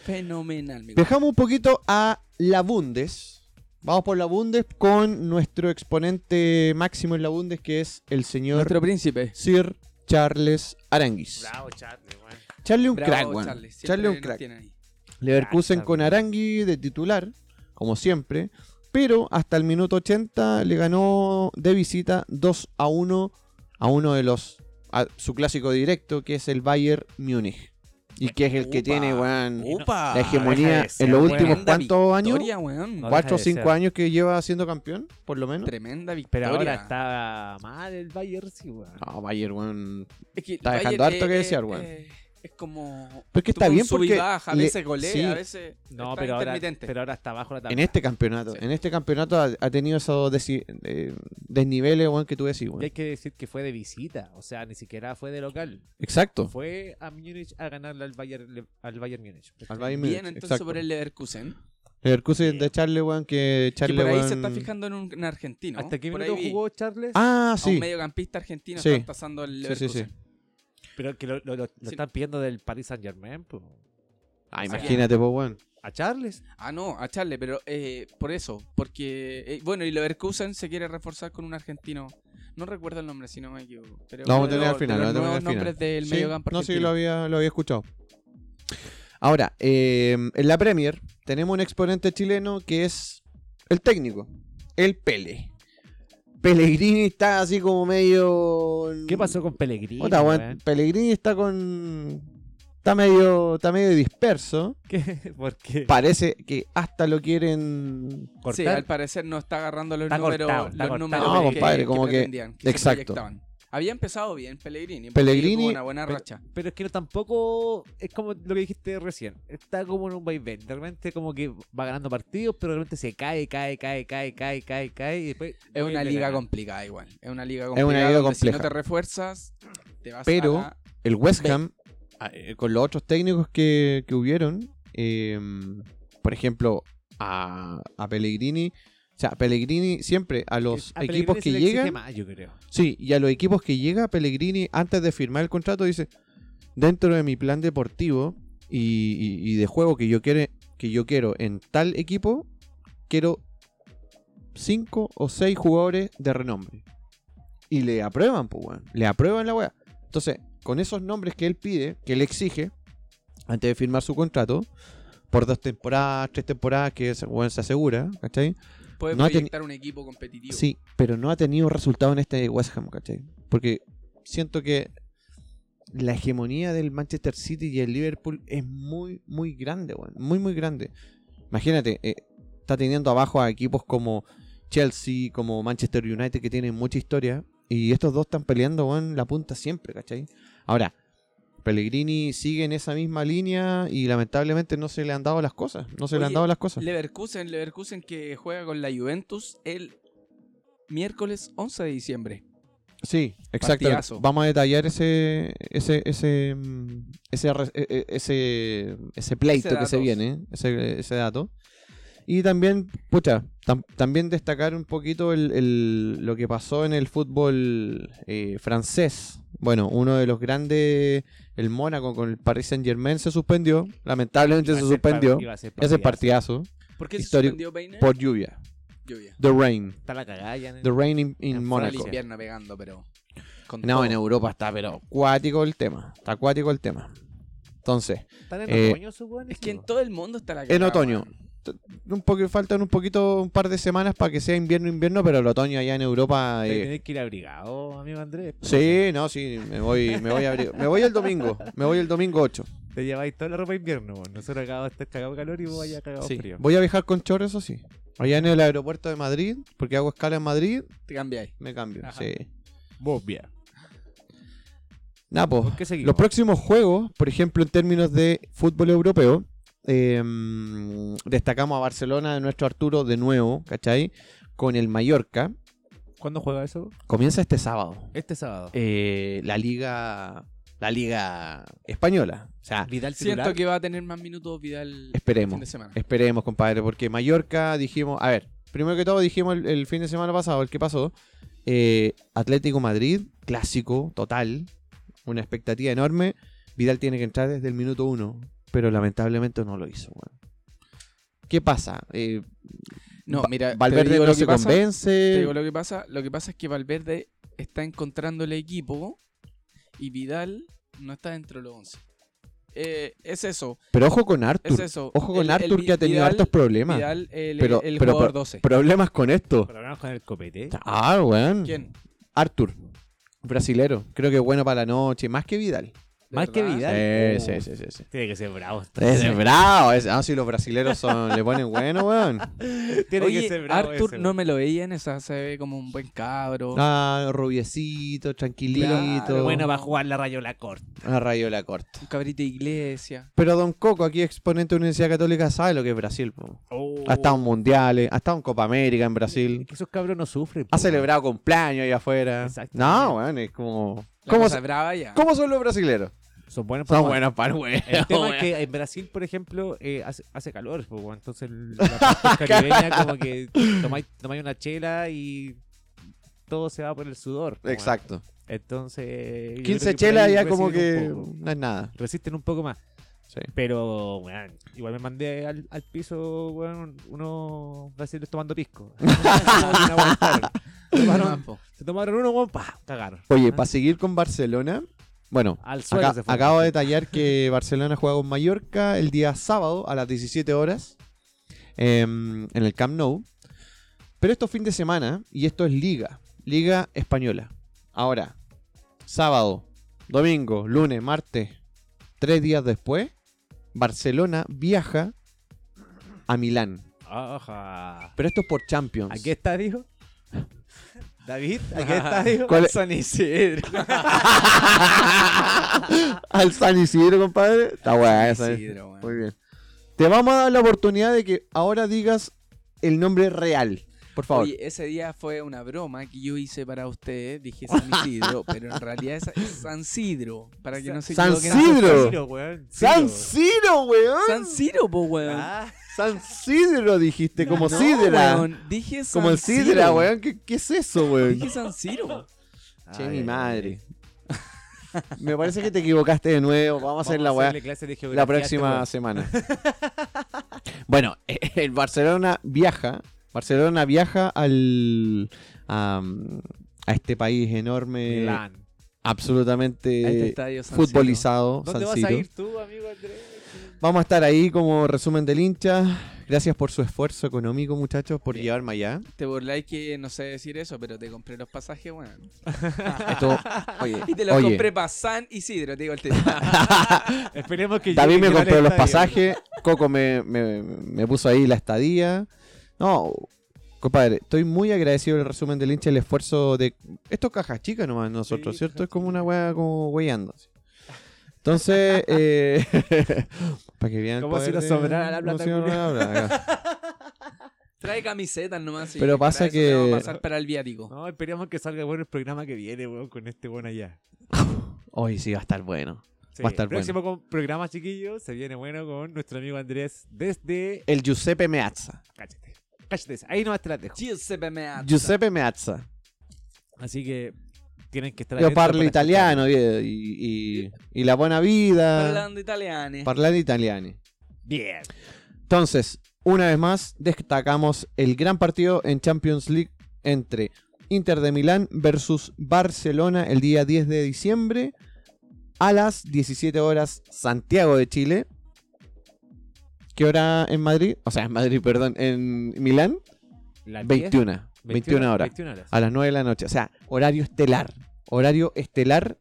[SPEAKER 1] Fenomenal, mi compadre.
[SPEAKER 2] Viajamos un poquito a la Bundes. Vamos por la Bundes con nuestro exponente máximo en la Bundes, que es el señor
[SPEAKER 1] Nuestro príncipe.
[SPEAKER 2] Sir Charles Aranguis.
[SPEAKER 3] Bravo, Charlie, weón.
[SPEAKER 2] Charlie un
[SPEAKER 1] Bravo,
[SPEAKER 2] crack, weón.
[SPEAKER 1] Charlie. Siempre
[SPEAKER 2] Charlie un
[SPEAKER 1] nos
[SPEAKER 2] crack.
[SPEAKER 1] tiene ahí.
[SPEAKER 2] Leverkusen
[SPEAKER 3] Crack,
[SPEAKER 2] con
[SPEAKER 3] también.
[SPEAKER 2] Arangui de titular, como siempre. Pero hasta el minuto 80 le ganó de visita 2 a 1 a uno de los. a su clásico directo, que es el Bayern Múnich. Y que es el que
[SPEAKER 1] Upa,
[SPEAKER 2] tiene, weón,
[SPEAKER 1] Upa.
[SPEAKER 2] la hegemoría
[SPEAKER 3] deja de ser,
[SPEAKER 2] en los
[SPEAKER 3] weón.
[SPEAKER 2] últimos
[SPEAKER 1] Tremenda
[SPEAKER 2] cuantos años.
[SPEAKER 1] victoria, weón.
[SPEAKER 3] No,
[SPEAKER 2] 4 o
[SPEAKER 3] deja de
[SPEAKER 2] 5
[SPEAKER 3] ser.
[SPEAKER 2] años que lleva siendo campeón, por lo menos.
[SPEAKER 1] Tremenda victoria.
[SPEAKER 3] Pero ahora está mal el Bayern, sí, weón.
[SPEAKER 2] No, Bayern, weón.
[SPEAKER 1] Es que
[SPEAKER 2] Está
[SPEAKER 1] el
[SPEAKER 2] dejando
[SPEAKER 1] Bayern,
[SPEAKER 2] harto que
[SPEAKER 1] eh,
[SPEAKER 2] desear,
[SPEAKER 1] eh,
[SPEAKER 2] weón.
[SPEAKER 1] eh, es como.
[SPEAKER 2] Pero es que está
[SPEAKER 1] tuvo un
[SPEAKER 2] bien
[SPEAKER 1] sub y
[SPEAKER 2] porque
[SPEAKER 1] baja, a
[SPEAKER 2] le-
[SPEAKER 1] veces golea,
[SPEAKER 2] sí.
[SPEAKER 1] a veces.
[SPEAKER 3] No,
[SPEAKER 1] está
[SPEAKER 3] pero ahora,
[SPEAKER 1] intermitente.
[SPEAKER 3] pero ahora está abajo la tabla.
[SPEAKER 2] En este campeonato,
[SPEAKER 1] Sí.
[SPEAKER 2] en este campeonato ha, ha tenido esos desi- eh, desniveles, weón, que tú decís,
[SPEAKER 3] Y hay
[SPEAKER 2] weón.
[SPEAKER 3] que decir que fue de visita, o sea, ni siquiera fue de local.
[SPEAKER 2] Exacto.
[SPEAKER 3] Fue a Múnich a ganarle al Bayern, al Bayern Múnich.
[SPEAKER 2] Al Bayern
[SPEAKER 1] Bien,
[SPEAKER 2] Múnich,
[SPEAKER 1] entonces
[SPEAKER 2] exacto.
[SPEAKER 1] por el Leverkusen.
[SPEAKER 2] Leverkusen de Charlie, weón, que
[SPEAKER 1] que
[SPEAKER 2] Charlie,
[SPEAKER 1] por ahí
[SPEAKER 2] weón-
[SPEAKER 1] se está fijando en un en argentino.
[SPEAKER 3] ¿Hasta qué
[SPEAKER 1] Por
[SPEAKER 3] minuto
[SPEAKER 1] ahí vi
[SPEAKER 3] jugó Charles?
[SPEAKER 2] Ah,
[SPEAKER 1] A
[SPEAKER 2] sí.
[SPEAKER 1] un mediocampista argentino
[SPEAKER 2] Sí.
[SPEAKER 1] está pasando el
[SPEAKER 2] Sí, sí, sí.
[SPEAKER 1] Leverkusen.
[SPEAKER 3] Pero que lo, lo- lo- lo
[SPEAKER 1] Sí.
[SPEAKER 3] están pidiendo del Paris Saint Germain, pues.
[SPEAKER 2] Ah,
[SPEAKER 1] O sea,
[SPEAKER 2] imagínate, pues, weón.
[SPEAKER 3] ¿A Charles?
[SPEAKER 1] Ah, no, a Charle, pero eh, por eso. Porque. eh, bueno, y Leverkusen se quiere reforzar con un argentino. No recuerdo el nombre, si no me equivoco. Pero
[SPEAKER 2] Lo vamos a
[SPEAKER 1] uno de
[SPEAKER 2] tener al
[SPEAKER 1] los- de
[SPEAKER 2] final.
[SPEAKER 1] los
[SPEAKER 2] lo vamos a
[SPEAKER 1] nuevos
[SPEAKER 2] tener al final.
[SPEAKER 1] nombres del
[SPEAKER 2] Sí,
[SPEAKER 1] mediocampo
[SPEAKER 2] No, sí,
[SPEAKER 1] argentino.
[SPEAKER 2] lo había, lo había escuchado. Ahora, eh, en la Premier tenemos un exponente chileno que es el técnico, el Pele. Pellegrini está así como medio...
[SPEAKER 3] ¿Qué pasó con Pellegrini?
[SPEAKER 2] Puta, weón,
[SPEAKER 3] weón?
[SPEAKER 2] Pellegrini está con... Está medio, está medio disperso.
[SPEAKER 3] ¿Qué? <laughs> ¿Por qué?
[SPEAKER 2] Parece que hasta lo quieren
[SPEAKER 3] ¿Cortar?
[SPEAKER 1] Sí, al parecer no está agarrando los
[SPEAKER 3] Está
[SPEAKER 1] números,
[SPEAKER 3] cortado, está
[SPEAKER 1] los
[SPEAKER 3] cortado.
[SPEAKER 1] números
[SPEAKER 2] No,
[SPEAKER 1] que-
[SPEAKER 2] compadre,
[SPEAKER 1] que,
[SPEAKER 2] como que-
[SPEAKER 1] pretendían, que se
[SPEAKER 2] exacto.
[SPEAKER 1] proyectaban. Había empezado bien Pellegrini. porque
[SPEAKER 2] Pellegrini-
[SPEAKER 1] tuvo una buena racha.
[SPEAKER 3] Pero es que no, tampoco es como lo que dijiste recién. Está como en un vaivén. Realmente como que va ganando partidos, pero realmente se cae, cae, cae, cae, cae, cae, cae. Y después
[SPEAKER 1] Es una
[SPEAKER 3] vuelve a
[SPEAKER 1] liga
[SPEAKER 3] ganar.
[SPEAKER 1] complicada igual. Es una liga
[SPEAKER 2] una
[SPEAKER 1] complicada.
[SPEAKER 2] liga
[SPEAKER 1] donde Si no te
[SPEAKER 2] compleja.
[SPEAKER 1] refuerzas, te vas
[SPEAKER 2] Pero-
[SPEAKER 1] a la-
[SPEAKER 2] el West Ham, ah, eh, con los otros técnicos que, que hubieron, eh, por ejemplo, a, a Pellegrini. O sea, Pellegrini siempre a los
[SPEAKER 3] A Pellegrini
[SPEAKER 2] equipos
[SPEAKER 3] se
[SPEAKER 2] que
[SPEAKER 3] le exige
[SPEAKER 2] llegan.
[SPEAKER 3] más, yo creo.
[SPEAKER 2] Sí, y a los equipos que llega Pellegrini antes de firmar el contrato dice, dentro de mi plan deportivo y, y- y de juego que yo, quiere, que yo quiero en tal equipo, quiero cinco o seis jugadores de renombre. Y le aprueban, pues, weón. Le aprueban la weá. Entonces, con esos nombres que él pide, que él exige, antes de firmar su contrato, por dos temporadas, tres temporadas, que ese weón se asegura, ¿cachai?
[SPEAKER 1] Puedes
[SPEAKER 2] No ha teni-
[SPEAKER 1] proyectar un equipo competitivo.
[SPEAKER 2] Sí, pero no ha tenido resultado en este West Ham, ¿cachai? Porque siento que la hegemonía del Manchester City y el Liverpool es muy, muy grande, weón. Muy, muy grande. Imagínate, eh, está teniendo abajo a equipos como Chelsea, como Manchester United, que tienen mucha historia. Y estos dos están peleando, weón, la punta siempre, ¿cachai? Ahora, Pellegrini sigue en esa misma línea y lamentablemente no se le han dado las cosas. No se le han
[SPEAKER 1] Oye,
[SPEAKER 2] dado las cosas.
[SPEAKER 1] Leverkusen, Leverkusen que juega con la Juventus el miércoles 11 de diciembre.
[SPEAKER 2] Sí, exacto.
[SPEAKER 1] Partidazo.
[SPEAKER 2] Vamos a detallar ese ese ese mm, ese re- e- e- ese, ese pleito
[SPEAKER 1] Ese
[SPEAKER 2] que se
[SPEAKER 1] dato.
[SPEAKER 2] viene, ese, ese dato. Y también, pucha, tam- también destacar un poquito el, el- lo que pasó en el fútbol eh, francés. Bueno, uno de los grandes, el Mónaco con el Paris Saint Germain se suspendió. Lamentablemente
[SPEAKER 3] Iba a
[SPEAKER 2] se
[SPEAKER 3] ser
[SPEAKER 2] suspendió.
[SPEAKER 3] par- iba a ser
[SPEAKER 2] Ese
[SPEAKER 3] partidazo.
[SPEAKER 2] partidazo
[SPEAKER 1] ¿Por qué
[SPEAKER 2] Histórico.
[SPEAKER 1] se suspendió Peiner?
[SPEAKER 2] por lluvia.
[SPEAKER 1] Lluvia.
[SPEAKER 2] The rain.
[SPEAKER 3] Está la cagada ya en el-
[SPEAKER 2] The rain in, in
[SPEAKER 3] En
[SPEAKER 1] El
[SPEAKER 2] Mónaco.
[SPEAKER 3] Francia.
[SPEAKER 1] invierno pegando, pero. con
[SPEAKER 2] No,
[SPEAKER 1] todo.
[SPEAKER 2] en Europa está, pero acuático el tema. Está acuático el tema. Entonces,
[SPEAKER 3] Están en
[SPEAKER 2] Eh,
[SPEAKER 3] otoño, esos weones,
[SPEAKER 1] Es que en
[SPEAKER 3] weón.
[SPEAKER 1] todo el mundo está la
[SPEAKER 2] en
[SPEAKER 1] cagada,
[SPEAKER 2] otoño.
[SPEAKER 1] weón.
[SPEAKER 2] t- Un poco, faltan un poquito, un par de semanas para que sea invierno, invierno, pero el otoño allá en Europa.
[SPEAKER 3] Ustedes
[SPEAKER 2] eh,
[SPEAKER 3] tienen que ir abrigado, amigo Andrés.
[SPEAKER 2] sí, no, sí, me voy, me voy a abrir. Me voy el domingo. Me voy el domingo 8.
[SPEAKER 3] Te lleváis toda la ropa de invierno, weón. Nosotros acá vamos a estar cagados de calor y vos allá cagados
[SPEAKER 2] Sí,
[SPEAKER 3] frío.
[SPEAKER 2] Voy a viajar con chorro, eso sí. Allá en el aeropuerto de Madrid, porque hago escala en Madrid,
[SPEAKER 1] Te cambiáis.
[SPEAKER 2] me cambio.
[SPEAKER 1] Ajá.
[SPEAKER 2] Sí.
[SPEAKER 3] Vos bien.
[SPEAKER 2] Nah, po,
[SPEAKER 3] ¿Con qué seguimos?
[SPEAKER 2] Los próximos juegos, por ejemplo, en términos de fútbol europeo, eh, mm, destacamos a Barcelona de nuestro Arturo de nuevo, ¿cachai? Con el Mallorca.
[SPEAKER 3] ¿Cuándo juega eso?
[SPEAKER 2] Comienza este sábado.
[SPEAKER 3] Este sábado.
[SPEAKER 2] eh, la liga. La liga española. O sea,
[SPEAKER 3] Vidal
[SPEAKER 1] Siento
[SPEAKER 3] titular.
[SPEAKER 1] que va a tener más minutos Vidal el fin de
[SPEAKER 2] esperemos.
[SPEAKER 1] semana.
[SPEAKER 2] Esperemos, compadre. Porque Mallorca dijimos. A ver, primero que todo dijimos el, el fin de semana pasado, el que pasó. eh, Atlético Madrid, clásico, total. Una expectativa enorme. Vidal tiene que entrar desde el minuto uno. Pero lamentablemente no lo hizo, weón. ¿Qué pasa? Eh,
[SPEAKER 1] No,
[SPEAKER 2] Va-
[SPEAKER 1] mira, te
[SPEAKER 2] Valverde
[SPEAKER 1] digo
[SPEAKER 2] no
[SPEAKER 1] lo que
[SPEAKER 2] se
[SPEAKER 1] pasa, Te
[SPEAKER 2] convence.
[SPEAKER 1] digo lo que pasa. Lo que pasa es que Valverde está encontrando el equipo y Vidal no está dentro de los 11. Eh, es eso,
[SPEAKER 2] Pero ojo con Arthur.
[SPEAKER 1] es eso.
[SPEAKER 2] Ojo con
[SPEAKER 1] El- el
[SPEAKER 2] Arthur
[SPEAKER 1] Vi-
[SPEAKER 2] que ha tenido
[SPEAKER 1] Vidal-
[SPEAKER 2] hartos problemas.
[SPEAKER 1] Vidal, el,
[SPEAKER 2] Pero-
[SPEAKER 1] el
[SPEAKER 2] pero-
[SPEAKER 1] jugador
[SPEAKER 2] pero-
[SPEAKER 1] 12.
[SPEAKER 2] Problemas con esto.
[SPEAKER 3] Pero hablamos con el copete.
[SPEAKER 2] Ah, weón.
[SPEAKER 1] ¿Quién?
[SPEAKER 2] Arthur. Brasilero. Creo que es bueno para la noche. Más que Vidal.
[SPEAKER 1] ¿De
[SPEAKER 3] Más que
[SPEAKER 1] verdad?
[SPEAKER 3] Vidal.
[SPEAKER 2] Sí, sí,
[SPEAKER 3] Oh.
[SPEAKER 2] sí, sí, sí.
[SPEAKER 3] Tiene que ser bravo.
[SPEAKER 2] Uh. Ese es bravo. ese- ah, sí, los brasileros son, le ponen bueno,
[SPEAKER 3] <laughs>
[SPEAKER 2] weón.
[SPEAKER 3] Tiene
[SPEAKER 1] Oye,
[SPEAKER 3] que ser bravo.
[SPEAKER 1] Arthur
[SPEAKER 3] ese,
[SPEAKER 1] no me lo veía en esa, se ve como un buen cabro.
[SPEAKER 2] Ah, rubiecito, tranquilito.
[SPEAKER 1] Claro.
[SPEAKER 3] Bueno, va a jugar la Rayola Corte.
[SPEAKER 2] A rayola corta.
[SPEAKER 1] Un cabrito de iglesia.
[SPEAKER 2] Pero Don Coco, aquí exponente de Universidad Católica, sabe lo que es Brasil. po.
[SPEAKER 3] Uh. Oh.
[SPEAKER 2] Ha estado en mundiales, ha estado en Copa América en Brasil.
[SPEAKER 3] Que esos cabros no sufren.
[SPEAKER 2] Ha
[SPEAKER 3] po,
[SPEAKER 2] celebrado cumpleaños allá afuera.
[SPEAKER 3] Exactamente.
[SPEAKER 2] No, weón, es como.
[SPEAKER 1] La
[SPEAKER 2] ¿Cómo,
[SPEAKER 1] cosa
[SPEAKER 2] se-
[SPEAKER 1] brava ya.
[SPEAKER 2] cómo son los brasileros?
[SPEAKER 3] weón. Son buenos
[SPEAKER 2] Son
[SPEAKER 3] para
[SPEAKER 2] buenos para el weón. <laughs>
[SPEAKER 3] El tema es que en Brasil, por ejemplo, eh, hace, hace calor, po, weón. entonces la
[SPEAKER 2] <laughs>
[SPEAKER 3] parte caribeña como que tomáis, tomáis una chela y todo se va por el sudor. po, weón.
[SPEAKER 2] Exacto.
[SPEAKER 3] Entonces...
[SPEAKER 2] 15
[SPEAKER 3] yo creo que por
[SPEAKER 2] chelas
[SPEAKER 3] ahí
[SPEAKER 2] ya como que
[SPEAKER 3] resisten un poco.
[SPEAKER 2] no es nada.
[SPEAKER 3] resisten un poco más.
[SPEAKER 2] Sí.
[SPEAKER 3] Pero, weón, igual me mandé al, al piso, weón, unos brasileños tomando pisco. <laughs> Una weá estaban.
[SPEAKER 1] Nada
[SPEAKER 3] tomaron,
[SPEAKER 1] más, po.
[SPEAKER 3] se tomaron uno, weón, pa, cagaron. Ah,
[SPEAKER 2] Oye, para seguir con Barcelona, bueno,
[SPEAKER 3] Al suelo
[SPEAKER 2] acá-
[SPEAKER 3] se fue.
[SPEAKER 2] acabo de detallar
[SPEAKER 3] <laughs>
[SPEAKER 2] que Barcelona juega con Mallorca el día sábado a las 17 horas em, en el Camp Nou. Pero esto es fin de semana y esto es Liga, Liga Española. Ahora, sábado, domingo, lunes, martes, tres días después, Barcelona viaja a Milán.
[SPEAKER 3] Ajá.
[SPEAKER 2] Pero esto es por Champions.
[SPEAKER 3] Aquí está, dijo. <laughs> David, aquí está, dijo.
[SPEAKER 2] ¿Cuál es?
[SPEAKER 1] San
[SPEAKER 2] <laughs>
[SPEAKER 1] Isidro.
[SPEAKER 2] Al San Isidro, compadre. Está buena esa.
[SPEAKER 1] San
[SPEAKER 2] eh.
[SPEAKER 1] Isidro, weón.
[SPEAKER 2] Muy bien. Te vamos a dar la oportunidad de que ahora digas el nombre real. Por favor.
[SPEAKER 1] Oye, ese día fue una broma que yo hice para ustedes. Dije San Isidro, pero en realidad es es San Sidro. Para que no se
[SPEAKER 2] San
[SPEAKER 1] equivoquen.
[SPEAKER 2] Sidro.
[SPEAKER 3] Ciro, weón.
[SPEAKER 2] ¡San
[SPEAKER 3] Ciro.
[SPEAKER 2] Siro, weón!
[SPEAKER 1] San Ciro, po, weón.
[SPEAKER 3] Ah,
[SPEAKER 2] San Sidro dijiste, como
[SPEAKER 1] No,
[SPEAKER 2] Sidra.
[SPEAKER 1] weón, dije San
[SPEAKER 2] como el Sidra,
[SPEAKER 1] Siro.
[SPEAKER 2] weón. ¿Qué, qué es eso, weón?
[SPEAKER 1] Dije San Siro.
[SPEAKER 2] Che, mi madre. <laughs> Me parece que te equivocaste de nuevo. Vamos a hacer la weá
[SPEAKER 3] hacerle clase de
[SPEAKER 2] la
[SPEAKER 3] geografía a este
[SPEAKER 2] próxima
[SPEAKER 3] weón.
[SPEAKER 2] semana. <laughs> bueno, eh, el Barcelona viaja. Barcelona viaja al. A, a este país enorme.
[SPEAKER 3] Milán.
[SPEAKER 1] A este
[SPEAKER 2] Absolutamente
[SPEAKER 1] estadio San Siro.
[SPEAKER 2] Eh, futbolizado.
[SPEAKER 3] ¿Dónde
[SPEAKER 2] San
[SPEAKER 3] vas a
[SPEAKER 2] Siro.
[SPEAKER 3] ir tú, amigo Andrés?
[SPEAKER 2] Vamos a estar ahí como resumen del hincha. Gracias por su esfuerzo económico, muchachos, por
[SPEAKER 1] Bien.
[SPEAKER 2] llevarme allá.
[SPEAKER 1] Te burláis que no sé decir eso, pero te compré los pasajes, weón.
[SPEAKER 2] Esto- oye,
[SPEAKER 1] <laughs> Y te los
[SPEAKER 2] oye,
[SPEAKER 1] compré para San Isidro, te digo el tema.
[SPEAKER 2] <laughs>
[SPEAKER 3] Esperemos que
[SPEAKER 2] David
[SPEAKER 3] llegue
[SPEAKER 2] me
[SPEAKER 3] al
[SPEAKER 2] compró los
[SPEAKER 3] estadio.
[SPEAKER 2] pasajes, Coco me, me- me puso ahí la estadía. No, compadre, estoy muy agradecido del resumen del hincha, el esfuerzo de... Esto es cajas chicas nomás nosotros,
[SPEAKER 3] Sí,
[SPEAKER 2] ¿cierto?
[SPEAKER 3] cajas
[SPEAKER 2] Es como una weá como weyando. así.
[SPEAKER 3] <laughs>
[SPEAKER 2] Entonces, eh, <laughs> para que vean... el
[SPEAKER 3] Como si
[SPEAKER 2] poder
[SPEAKER 3] nos
[SPEAKER 2] de-
[SPEAKER 3] sobrara la
[SPEAKER 2] como
[SPEAKER 3] plata,
[SPEAKER 2] si nos
[SPEAKER 3] culiao.
[SPEAKER 2] sobrara la
[SPEAKER 3] <laughs>
[SPEAKER 2] plata.
[SPEAKER 1] Trae camisetas nomás. y
[SPEAKER 2] Pero
[SPEAKER 1] para
[SPEAKER 2] pasa
[SPEAKER 1] eso te vamos a
[SPEAKER 2] que-
[SPEAKER 1] pasar para el viático.
[SPEAKER 3] No, esperemos que salga bueno el programa que viene, weón, con este weón allá.
[SPEAKER 2] Hoy sí va a estar bueno.
[SPEAKER 3] Sí,
[SPEAKER 2] Va a estar
[SPEAKER 3] próximo con- programa, chiquillos, se viene bueno con nuestro amigo Andrés desde...
[SPEAKER 2] El Giuseppe Meazza.
[SPEAKER 3] Cállate, cállate, ahí nomás te las dejo.
[SPEAKER 1] Giuseppe Meazza.
[SPEAKER 2] Giuseppe Meazza.
[SPEAKER 3] Así que tienen que estar
[SPEAKER 2] Yo
[SPEAKER 3] atentos
[SPEAKER 2] parlo
[SPEAKER 3] para
[SPEAKER 2] italiano vie- y, y- y la buena vida.
[SPEAKER 1] Parlando italiano.
[SPEAKER 2] Parlare italiano.
[SPEAKER 3] escuchar. Bien.
[SPEAKER 2] Entonces, una vez más, destacamos el gran partido en Champions League entre Inter de Milán versus Barcelona el día 10 de diciembre a las 17 horas Santiago de Chile. ¿Qué hora en Madrid? O sea, en Madrid, perdón, en Milán.
[SPEAKER 3] Las 10,
[SPEAKER 2] 21. 21 horas. Ah,
[SPEAKER 3] 21 horas.
[SPEAKER 2] a las 9 de la noche. O sea, horario estelar. Horario estelar.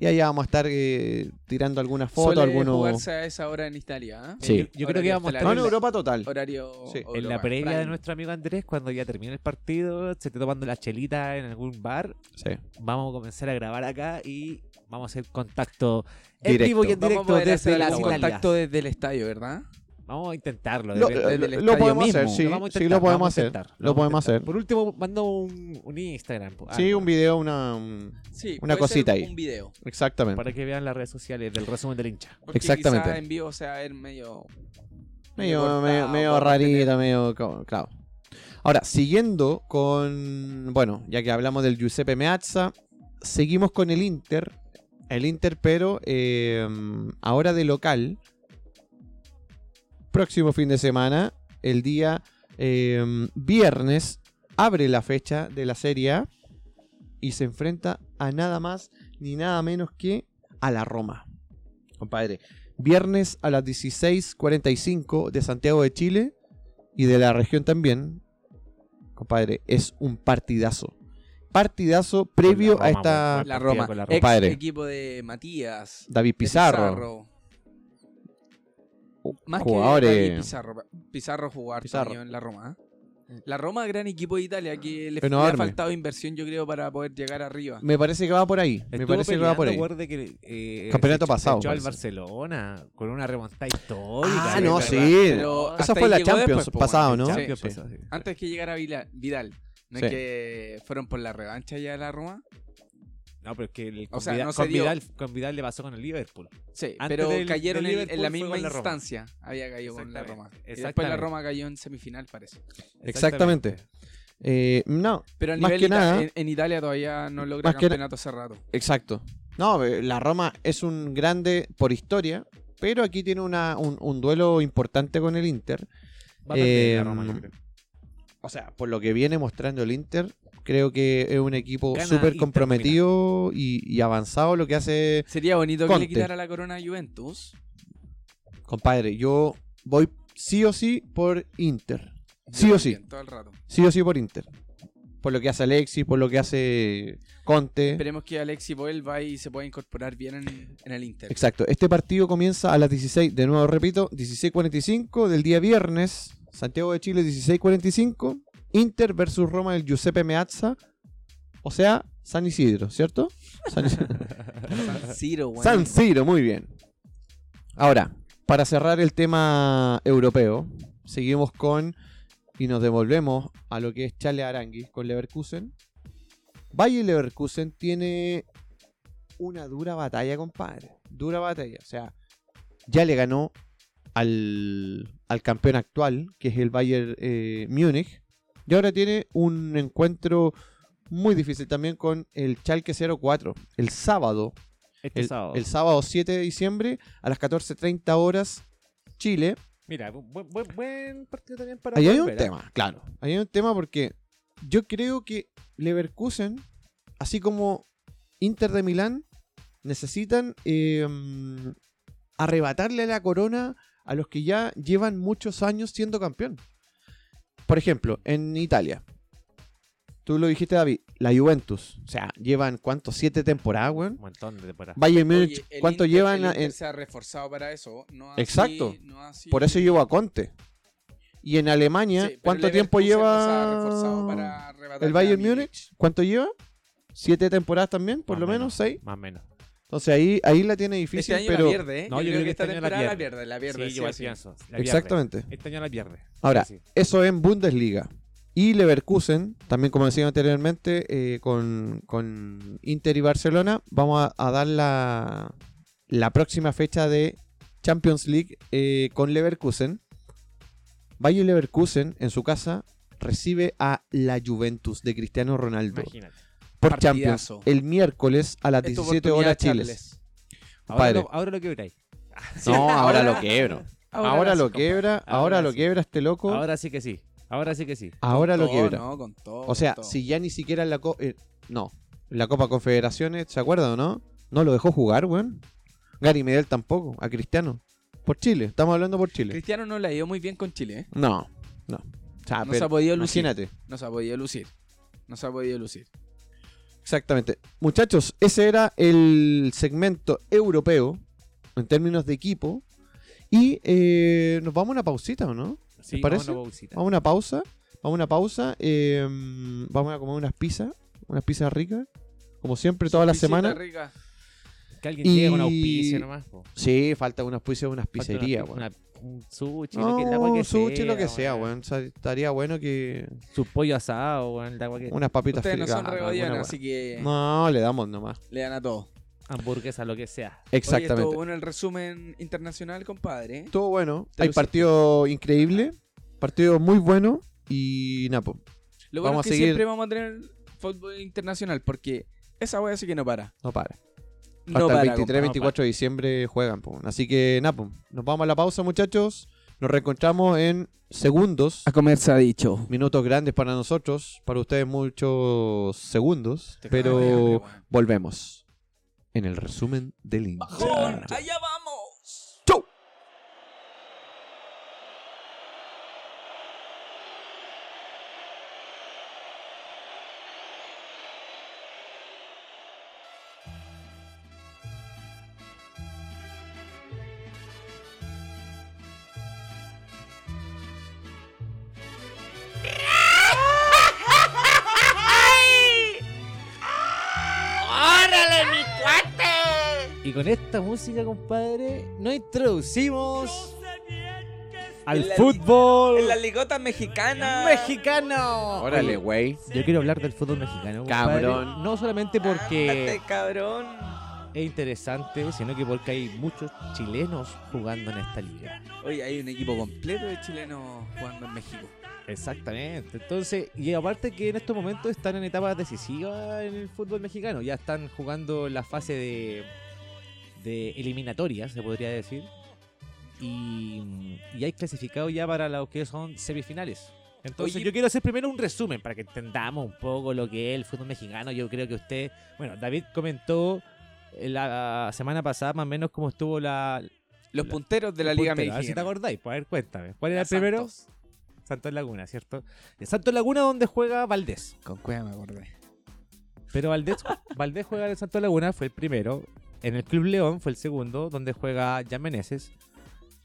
[SPEAKER 2] Y allá vamos a estar eh, tirando algunas fotos,
[SPEAKER 1] Suele
[SPEAKER 2] algunos.
[SPEAKER 1] jugarse a esa hora en Italia. ¿eh?
[SPEAKER 2] Sí.
[SPEAKER 3] Yo, yo creo que
[SPEAKER 1] Horario
[SPEAKER 3] vamos a
[SPEAKER 1] estelar.
[SPEAKER 3] estar
[SPEAKER 2] No, en
[SPEAKER 3] en la,
[SPEAKER 2] Europa total.
[SPEAKER 1] Horario.
[SPEAKER 2] Sí.
[SPEAKER 1] Europa,
[SPEAKER 3] en la previa
[SPEAKER 1] Prime.
[SPEAKER 3] de nuestro amigo Andrés, cuando ya termine el partido, se esté tomando la chelita en algún bar,
[SPEAKER 2] Sí.
[SPEAKER 3] vamos a comenzar a grabar acá y vamos a hacer contacto en
[SPEAKER 2] Directo.
[SPEAKER 3] vivo y en
[SPEAKER 1] Vamos a
[SPEAKER 3] directo
[SPEAKER 1] poder
[SPEAKER 3] desde
[SPEAKER 1] hacer
[SPEAKER 3] las
[SPEAKER 1] algún
[SPEAKER 3] Italias.
[SPEAKER 1] contacto desde el estadio, ¿verdad?
[SPEAKER 3] Vamos a intentarlo.
[SPEAKER 2] Lo, eh,
[SPEAKER 3] depende-
[SPEAKER 1] del
[SPEAKER 2] lo- lo
[SPEAKER 1] estadio
[SPEAKER 2] podemos
[SPEAKER 1] mismo.
[SPEAKER 2] hacer, sí.
[SPEAKER 3] Lo vamos a
[SPEAKER 2] sí,
[SPEAKER 3] intentar,
[SPEAKER 2] lo podemos
[SPEAKER 3] vamos a
[SPEAKER 2] hacer.
[SPEAKER 3] intentar, lo
[SPEAKER 2] lo
[SPEAKER 3] vamos a
[SPEAKER 2] podemos hacer.
[SPEAKER 3] Por último, mando un, un Instagram. po, Ah,
[SPEAKER 2] Sí,
[SPEAKER 3] algo,
[SPEAKER 2] un video, una. un-
[SPEAKER 1] Sí.
[SPEAKER 2] Una
[SPEAKER 1] puede ser
[SPEAKER 2] cosita ahí.
[SPEAKER 1] Un video.
[SPEAKER 2] Exactamente.
[SPEAKER 3] Para que vean las redes sociales del resumen del hincha.
[SPEAKER 1] Porque
[SPEAKER 2] Exactamente.
[SPEAKER 1] quizá en vivo se va a ver medio.
[SPEAKER 2] Medio,
[SPEAKER 1] cortado,
[SPEAKER 2] medio, medio
[SPEAKER 1] podemos
[SPEAKER 2] rarito,
[SPEAKER 1] tener-
[SPEAKER 2] medio. co- Claro. Ahora, siguiendo con. Bueno, ya que hablamos del Giuseppe Meazza, seguimos con el Inter. El Inter, pero eh, ahora de local. Próximo fin de semana, el día eh, viernes, abre la fecha de la Serie A y se enfrenta a nada más ni nada menos que a la Roma. Compadre, viernes a las 16:45 de Santiago de Chile y de la región también. Compadre, es un partidazo. Partidazo previo
[SPEAKER 3] Roma,
[SPEAKER 2] a esta
[SPEAKER 3] weón.
[SPEAKER 1] La
[SPEAKER 3] Partida
[SPEAKER 1] Roma.
[SPEAKER 3] con la Roma.
[SPEAKER 1] Ex
[SPEAKER 2] Padre.
[SPEAKER 1] equipo de Matías. de
[SPEAKER 2] David Pizarro.
[SPEAKER 1] Más que David
[SPEAKER 2] jugadores.
[SPEAKER 1] Pizarro. Pizarro jugar
[SPEAKER 2] Pizarro.
[SPEAKER 1] también en la Roma. ¿eh? La Roma, gran equipo de Italia, que le, le ha
[SPEAKER 2] Enorme.
[SPEAKER 1] faltado inversión, yo creo, para poder llegar arriba.
[SPEAKER 2] Me parece que va por ahí. Me
[SPEAKER 3] Estuvo
[SPEAKER 2] parece que va por ahí.
[SPEAKER 3] peleando, acuerde que, eh,
[SPEAKER 2] Campeonato
[SPEAKER 3] se echó- se
[SPEAKER 2] pasado,
[SPEAKER 3] echó al
[SPEAKER 2] parece.
[SPEAKER 3] Barcelona con una remontada histórica.
[SPEAKER 2] Ah,
[SPEAKER 1] Claro,
[SPEAKER 2] no,
[SPEAKER 1] es
[SPEAKER 2] sí.
[SPEAKER 1] verdad. Pero hasta
[SPEAKER 2] Esa fue
[SPEAKER 1] ahí
[SPEAKER 2] la
[SPEAKER 1] llegó
[SPEAKER 2] Champions
[SPEAKER 1] después, pues, po,
[SPEAKER 2] pasado,
[SPEAKER 1] weón.
[SPEAKER 2] ¿no?
[SPEAKER 1] Sí.
[SPEAKER 3] Champions
[SPEAKER 2] Sí.
[SPEAKER 3] pasado, sí.
[SPEAKER 1] Antes que llegara Vila- Vidal. No
[SPEAKER 2] Sí.
[SPEAKER 1] es que fueron por la revancha ya de la Roma.
[SPEAKER 3] No, pero es que el-
[SPEAKER 1] O
[SPEAKER 3] con,
[SPEAKER 1] sea,
[SPEAKER 3] Vidal,
[SPEAKER 1] no se
[SPEAKER 3] con,
[SPEAKER 1] dio.
[SPEAKER 3] Vidal, con Vidal le pasó con el Liverpool.
[SPEAKER 1] Sí,
[SPEAKER 3] Antes
[SPEAKER 1] pero
[SPEAKER 3] del-
[SPEAKER 1] cayeron
[SPEAKER 3] del
[SPEAKER 1] en- en, la
[SPEAKER 3] Liverpool fue
[SPEAKER 1] misma
[SPEAKER 3] con la Roma.
[SPEAKER 1] instancia. Había caído con la Roma.
[SPEAKER 3] Exactamente,
[SPEAKER 1] Y después la
[SPEAKER 3] exactamente.
[SPEAKER 1] Roma cayó en semifinal, parece.
[SPEAKER 2] Exactamente. Eh, no,
[SPEAKER 1] Pero a
[SPEAKER 2] Más
[SPEAKER 1] nivel
[SPEAKER 2] que
[SPEAKER 1] Ita-
[SPEAKER 2] nada-
[SPEAKER 1] en, en Italia todavía no logra
[SPEAKER 2] Más que na-
[SPEAKER 1] campeonato hace rato.
[SPEAKER 2] exacto. No, eh, la Roma es un grande por historia, pero aquí tiene una- un, un duelo importante con el Inter.
[SPEAKER 3] Va a perder
[SPEAKER 2] Eh,
[SPEAKER 3] la Roma, yo creo.
[SPEAKER 2] O sea, por lo que viene mostrando el Inter, creo que es un equipo
[SPEAKER 3] Gana
[SPEAKER 2] súper
[SPEAKER 3] Inter,
[SPEAKER 2] comprometido y, y avanzado lo que hace
[SPEAKER 1] Sería bonito que
[SPEAKER 2] Conte.
[SPEAKER 1] le quitara la corona a Juventus.
[SPEAKER 2] compadre. Yo voy sí o sí por Inter.
[SPEAKER 1] Yo
[SPEAKER 2] Sí o sí.
[SPEAKER 1] también, Todo el rato.
[SPEAKER 2] Sí o sí por Inter. Por lo que hace Alexis, por lo que hace Conte.
[SPEAKER 1] Esperemos que Alexi vuelva y se pueda incorporar bien en, en el Inter.
[SPEAKER 2] Exacto. Este partido comienza a las 16, de nuevo repito, 16.45 del día viernes. Santiago de Chile, 16.45. Inter versus Roma del Giuseppe Meazza. O sea, San Isidro, ¿cierto? San Isidro.
[SPEAKER 1] San Siro, weón.
[SPEAKER 2] San Siro, muy bien. Ahora, para cerrar el tema europeo, seguimos con y nos devolvemos a lo que es Chale Aranguis con Leverkusen. Valle Leverkusen tiene una dura batalla, compadre. Dura batalla. O sea, ya le ganó al, al campeón actual, que es el Bayern eh, Múnich. Y ahora tiene un encuentro muy difícil también con el Chalke 04, el sábado
[SPEAKER 3] Este
[SPEAKER 2] el,
[SPEAKER 3] sábado.
[SPEAKER 2] el sábado 7 de diciembre a las 14.30 horas Chile.
[SPEAKER 3] Mira, bu- bu- bu- buen, partido también para.
[SPEAKER 2] Ahí hay
[SPEAKER 3] poder
[SPEAKER 2] un
[SPEAKER 3] ver, ¿eh?
[SPEAKER 2] tema, claro. Ahí hay un tema porque yo creo que Leverkusen, así como Inter de Milán, necesitan eh, arrebatarle la corona a los que ya llevan muchos años siendo campeón. Por ejemplo, en Italia. Tú lo dijiste, David, la Juventus. O sea, llevan cuántos, siete temporadas,
[SPEAKER 3] Un
[SPEAKER 2] weón.
[SPEAKER 3] montón de temporadas.
[SPEAKER 2] Bayern
[SPEAKER 1] Oye,
[SPEAKER 2] Múnich,
[SPEAKER 1] el
[SPEAKER 2] ¿cuánto
[SPEAKER 1] Inter-
[SPEAKER 2] llevan
[SPEAKER 1] el Inter
[SPEAKER 2] en,
[SPEAKER 1] se ha reforzado para eso. no así-
[SPEAKER 2] Exacto.
[SPEAKER 1] no así-
[SPEAKER 2] Por eso llevo a Conte. Y en
[SPEAKER 1] Sí,
[SPEAKER 2] Alemania,
[SPEAKER 1] pero
[SPEAKER 2] ¿cuánto
[SPEAKER 1] el
[SPEAKER 2] tiempo
[SPEAKER 1] Leverkusen no se ha reforzado
[SPEAKER 2] lleva
[SPEAKER 1] para arrebatarle
[SPEAKER 2] el
[SPEAKER 1] a
[SPEAKER 2] Bayern
[SPEAKER 1] Múnich?
[SPEAKER 2] Múnich? ¿Cuánto lleva? ¿Siete temporadas también? Por
[SPEAKER 3] Más
[SPEAKER 2] lo
[SPEAKER 3] o
[SPEAKER 2] menos,
[SPEAKER 3] menos.
[SPEAKER 2] seis.
[SPEAKER 3] Más o menos.
[SPEAKER 2] Entonces ahí, ahí la tiene
[SPEAKER 1] Este
[SPEAKER 2] difícil,
[SPEAKER 1] año
[SPEAKER 2] pero...
[SPEAKER 1] la pierde, ¿eh?
[SPEAKER 3] No,
[SPEAKER 1] yo, creo que esta
[SPEAKER 3] este año la
[SPEAKER 1] temporada la
[SPEAKER 3] pierde.
[SPEAKER 1] pierde, la pierde.
[SPEAKER 3] sí,
[SPEAKER 1] sí
[SPEAKER 3] yo
[SPEAKER 1] o sí.
[SPEAKER 3] pienso. la pierde.
[SPEAKER 2] Exactamente.
[SPEAKER 3] Este año la pierde.
[SPEAKER 2] Ahora,
[SPEAKER 3] Sí, sí.
[SPEAKER 2] Eso en Bundesliga. Y Leverkusen, también como decía anteriormente, eh, con, con Inter y Barcelona, vamos a, a dar la, la próxima fecha de Champions League eh, con Leverkusen. Bayern Leverkusen en su casa recibe a la Juventus de Cristiano Ronaldo
[SPEAKER 3] Imagínate.
[SPEAKER 2] por
[SPEAKER 1] Partidazo.
[SPEAKER 2] Champions el miércoles a las
[SPEAKER 1] Es tu
[SPEAKER 2] 17
[SPEAKER 1] oportunidad,
[SPEAKER 2] horas Chile.
[SPEAKER 1] Charles.
[SPEAKER 3] Ahora
[SPEAKER 2] Padre.
[SPEAKER 3] lo, ahora lo quebráis.
[SPEAKER 2] No, ahora
[SPEAKER 3] <laughs>
[SPEAKER 1] Ahora-
[SPEAKER 2] lo quebro. Ahora
[SPEAKER 1] la
[SPEAKER 2] lo
[SPEAKER 1] hace,
[SPEAKER 2] quebra,
[SPEAKER 3] Ahora
[SPEAKER 2] ahora lo
[SPEAKER 3] sí.
[SPEAKER 2] quebra este loco,
[SPEAKER 3] Ahora sí que sí. Ahora sí que sí.
[SPEAKER 2] ahora lo
[SPEAKER 1] compadre.
[SPEAKER 2] quebra.
[SPEAKER 1] No, con todo,
[SPEAKER 2] O sea,
[SPEAKER 1] con todo.
[SPEAKER 2] si ya ni siquiera en la Copa. no, en la Copa Confederaciones, ¿se acuerdan o no? No lo dejó jugar, weón. Gary Medel tampoco, a Cristiano. Por Chile, estamos hablando por Chile.
[SPEAKER 1] Cristiano no le ha ido muy bien con Chile, ¿eh?
[SPEAKER 2] No, no. O sea,
[SPEAKER 1] No
[SPEAKER 2] Ah, pero
[SPEAKER 1] se ha podido lucir.
[SPEAKER 2] imagínate.
[SPEAKER 1] No se ha podido lucir. No se ha podido lucir.
[SPEAKER 2] Exactamente. Muchachos, ese era el segmento europeo en términos de equipo. Y eh, nos vamos a una pausita, ¿o no?
[SPEAKER 3] Sí,
[SPEAKER 2] parece?
[SPEAKER 3] vamos a una pausita.
[SPEAKER 2] Vamos a una pausa. Vamos a una pausa. eh, vamos a comer unas pizzas. Unas pizzas ricas. Como siempre, toda la
[SPEAKER 1] Visita
[SPEAKER 2] semana.
[SPEAKER 1] rica.
[SPEAKER 3] Que alguien llegue con
[SPEAKER 2] Y-
[SPEAKER 3] auspicio nomás. po.
[SPEAKER 2] Sí, falta unos juicios, unas
[SPEAKER 3] Falta
[SPEAKER 2] pizzerías,
[SPEAKER 3] una-
[SPEAKER 2] weón.
[SPEAKER 3] una- Un sushi,
[SPEAKER 2] No,
[SPEAKER 3] lo que, la agua que
[SPEAKER 2] sushi,
[SPEAKER 3] sea.
[SPEAKER 2] lo que sea, weón. O sea, estaría bueno que
[SPEAKER 3] Su pollo asado, weón. La agua que.
[SPEAKER 2] unas papitas
[SPEAKER 1] Ustedes no son
[SPEAKER 2] fritas,
[SPEAKER 1] rebodianos,
[SPEAKER 2] Ah, alguna
[SPEAKER 1] así que
[SPEAKER 2] weá. No, le damos nomás.
[SPEAKER 1] le dan a todo.
[SPEAKER 3] Hamburguesa, lo que sea.
[SPEAKER 1] Oye,
[SPEAKER 2] Exactamente.
[SPEAKER 1] estuvo bueno el resumen internacional, compadre. ¿eh?
[SPEAKER 2] Estuvo bueno.
[SPEAKER 1] Te
[SPEAKER 2] Hay
[SPEAKER 1] luciste.
[SPEAKER 2] partido increíble, partido muy bueno y Napo.
[SPEAKER 1] Lo bueno
[SPEAKER 2] Vamos
[SPEAKER 1] es
[SPEAKER 2] a
[SPEAKER 1] que
[SPEAKER 2] seguir.
[SPEAKER 1] siempre vamos a tener fútbol internacional porque esa wea sí que no para.
[SPEAKER 2] No para. Hasta
[SPEAKER 1] No para.
[SPEAKER 2] el 23,
[SPEAKER 1] compadre.
[SPEAKER 2] 24 de diciembre juegan. po. Así que Napo, nos vamos a la pausa, muchachos. Nos reencontramos en segundos.
[SPEAKER 1] A comer se ha dicho.
[SPEAKER 2] Minutos grandes para nosotros, para ustedes muchos segundos, pero... Volvemos en el resumen del hincha.
[SPEAKER 1] ¡Allá vamos!
[SPEAKER 5] ¡Órale, mi cuate!
[SPEAKER 3] Y con esta música, compadre, nos introducimos al
[SPEAKER 1] En la
[SPEAKER 3] fútbol
[SPEAKER 1] ligota mexicana.
[SPEAKER 3] mexicano.
[SPEAKER 4] Órale,
[SPEAKER 3] Oye,
[SPEAKER 4] güey.
[SPEAKER 3] Yo quiero hablar del fútbol mexicano, compadre.
[SPEAKER 4] Cabrón.
[SPEAKER 3] No solamente porque
[SPEAKER 1] cabrón.
[SPEAKER 3] es interesante, sino que porque hay muchos chilenos jugando en esta liga.
[SPEAKER 1] Oye, hay un equipo completo de chilenos jugando en México.
[SPEAKER 3] Exactamente. Entonces, y aparte que en estos momentos están en etapas decisivas en el fútbol mexicano. Ya están jugando la fase de, de eliminatoria, se podría decir. Y, y hay clasificado ya para lo que son semifinales. Entonces,
[SPEAKER 1] Oye.
[SPEAKER 3] yo quiero hacer primero un resumen para que entendamos un poco lo que es el fútbol mexicano. Yo creo que usted, bueno, David comentó eh, la semana pasada más o menos cómo estuvo la,
[SPEAKER 1] Los
[SPEAKER 3] La-
[SPEAKER 1] punteros de la Liga
[SPEAKER 3] Puntero, A ver si te
[SPEAKER 1] Mexicana.
[SPEAKER 3] acordáis, pues, a ver, cuéntame. ¿Cuál
[SPEAKER 1] La
[SPEAKER 3] era el primero?
[SPEAKER 1] Santos.
[SPEAKER 3] Santos Laguna, ¿cierto? De Santos Laguna donde juega Valdés.
[SPEAKER 1] Con cueva me acordé.
[SPEAKER 3] Pero Valdés, <laughs> Valdés juega en Santos Laguna, fue el primero. En el Club León fue el segundo, donde juega Jan Meneses.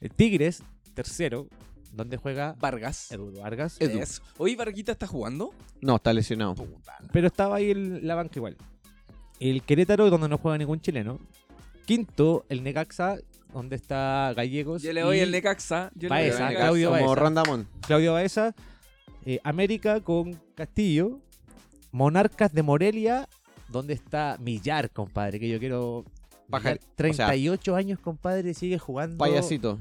[SPEAKER 3] El Tigres, tercero, donde juega
[SPEAKER 1] Vargas.
[SPEAKER 3] Eduardo Vargas.
[SPEAKER 1] Eso. Oye, Varguita está jugando.
[SPEAKER 2] No, está lesionado.
[SPEAKER 3] Pero estaba ahí el- la banca igual. El Querétaro, donde no juega ningún chileno. Quinto, el Necaxa, donde está Gallegos.
[SPEAKER 1] Yo le doy
[SPEAKER 3] y
[SPEAKER 1] el Necaxa. Yo le doy
[SPEAKER 3] Baeza,
[SPEAKER 1] el Necaxa.
[SPEAKER 3] Claudio
[SPEAKER 2] Como
[SPEAKER 3] Baeza.
[SPEAKER 2] Rondamón.
[SPEAKER 3] Claudio Baeza, eh, América con Castillo, Monarcas de Morelia, donde está Millar, compadre, que yo quiero...
[SPEAKER 2] Pajar-
[SPEAKER 3] Millar, 38 años, compadre, sigue jugando.
[SPEAKER 2] Payasito.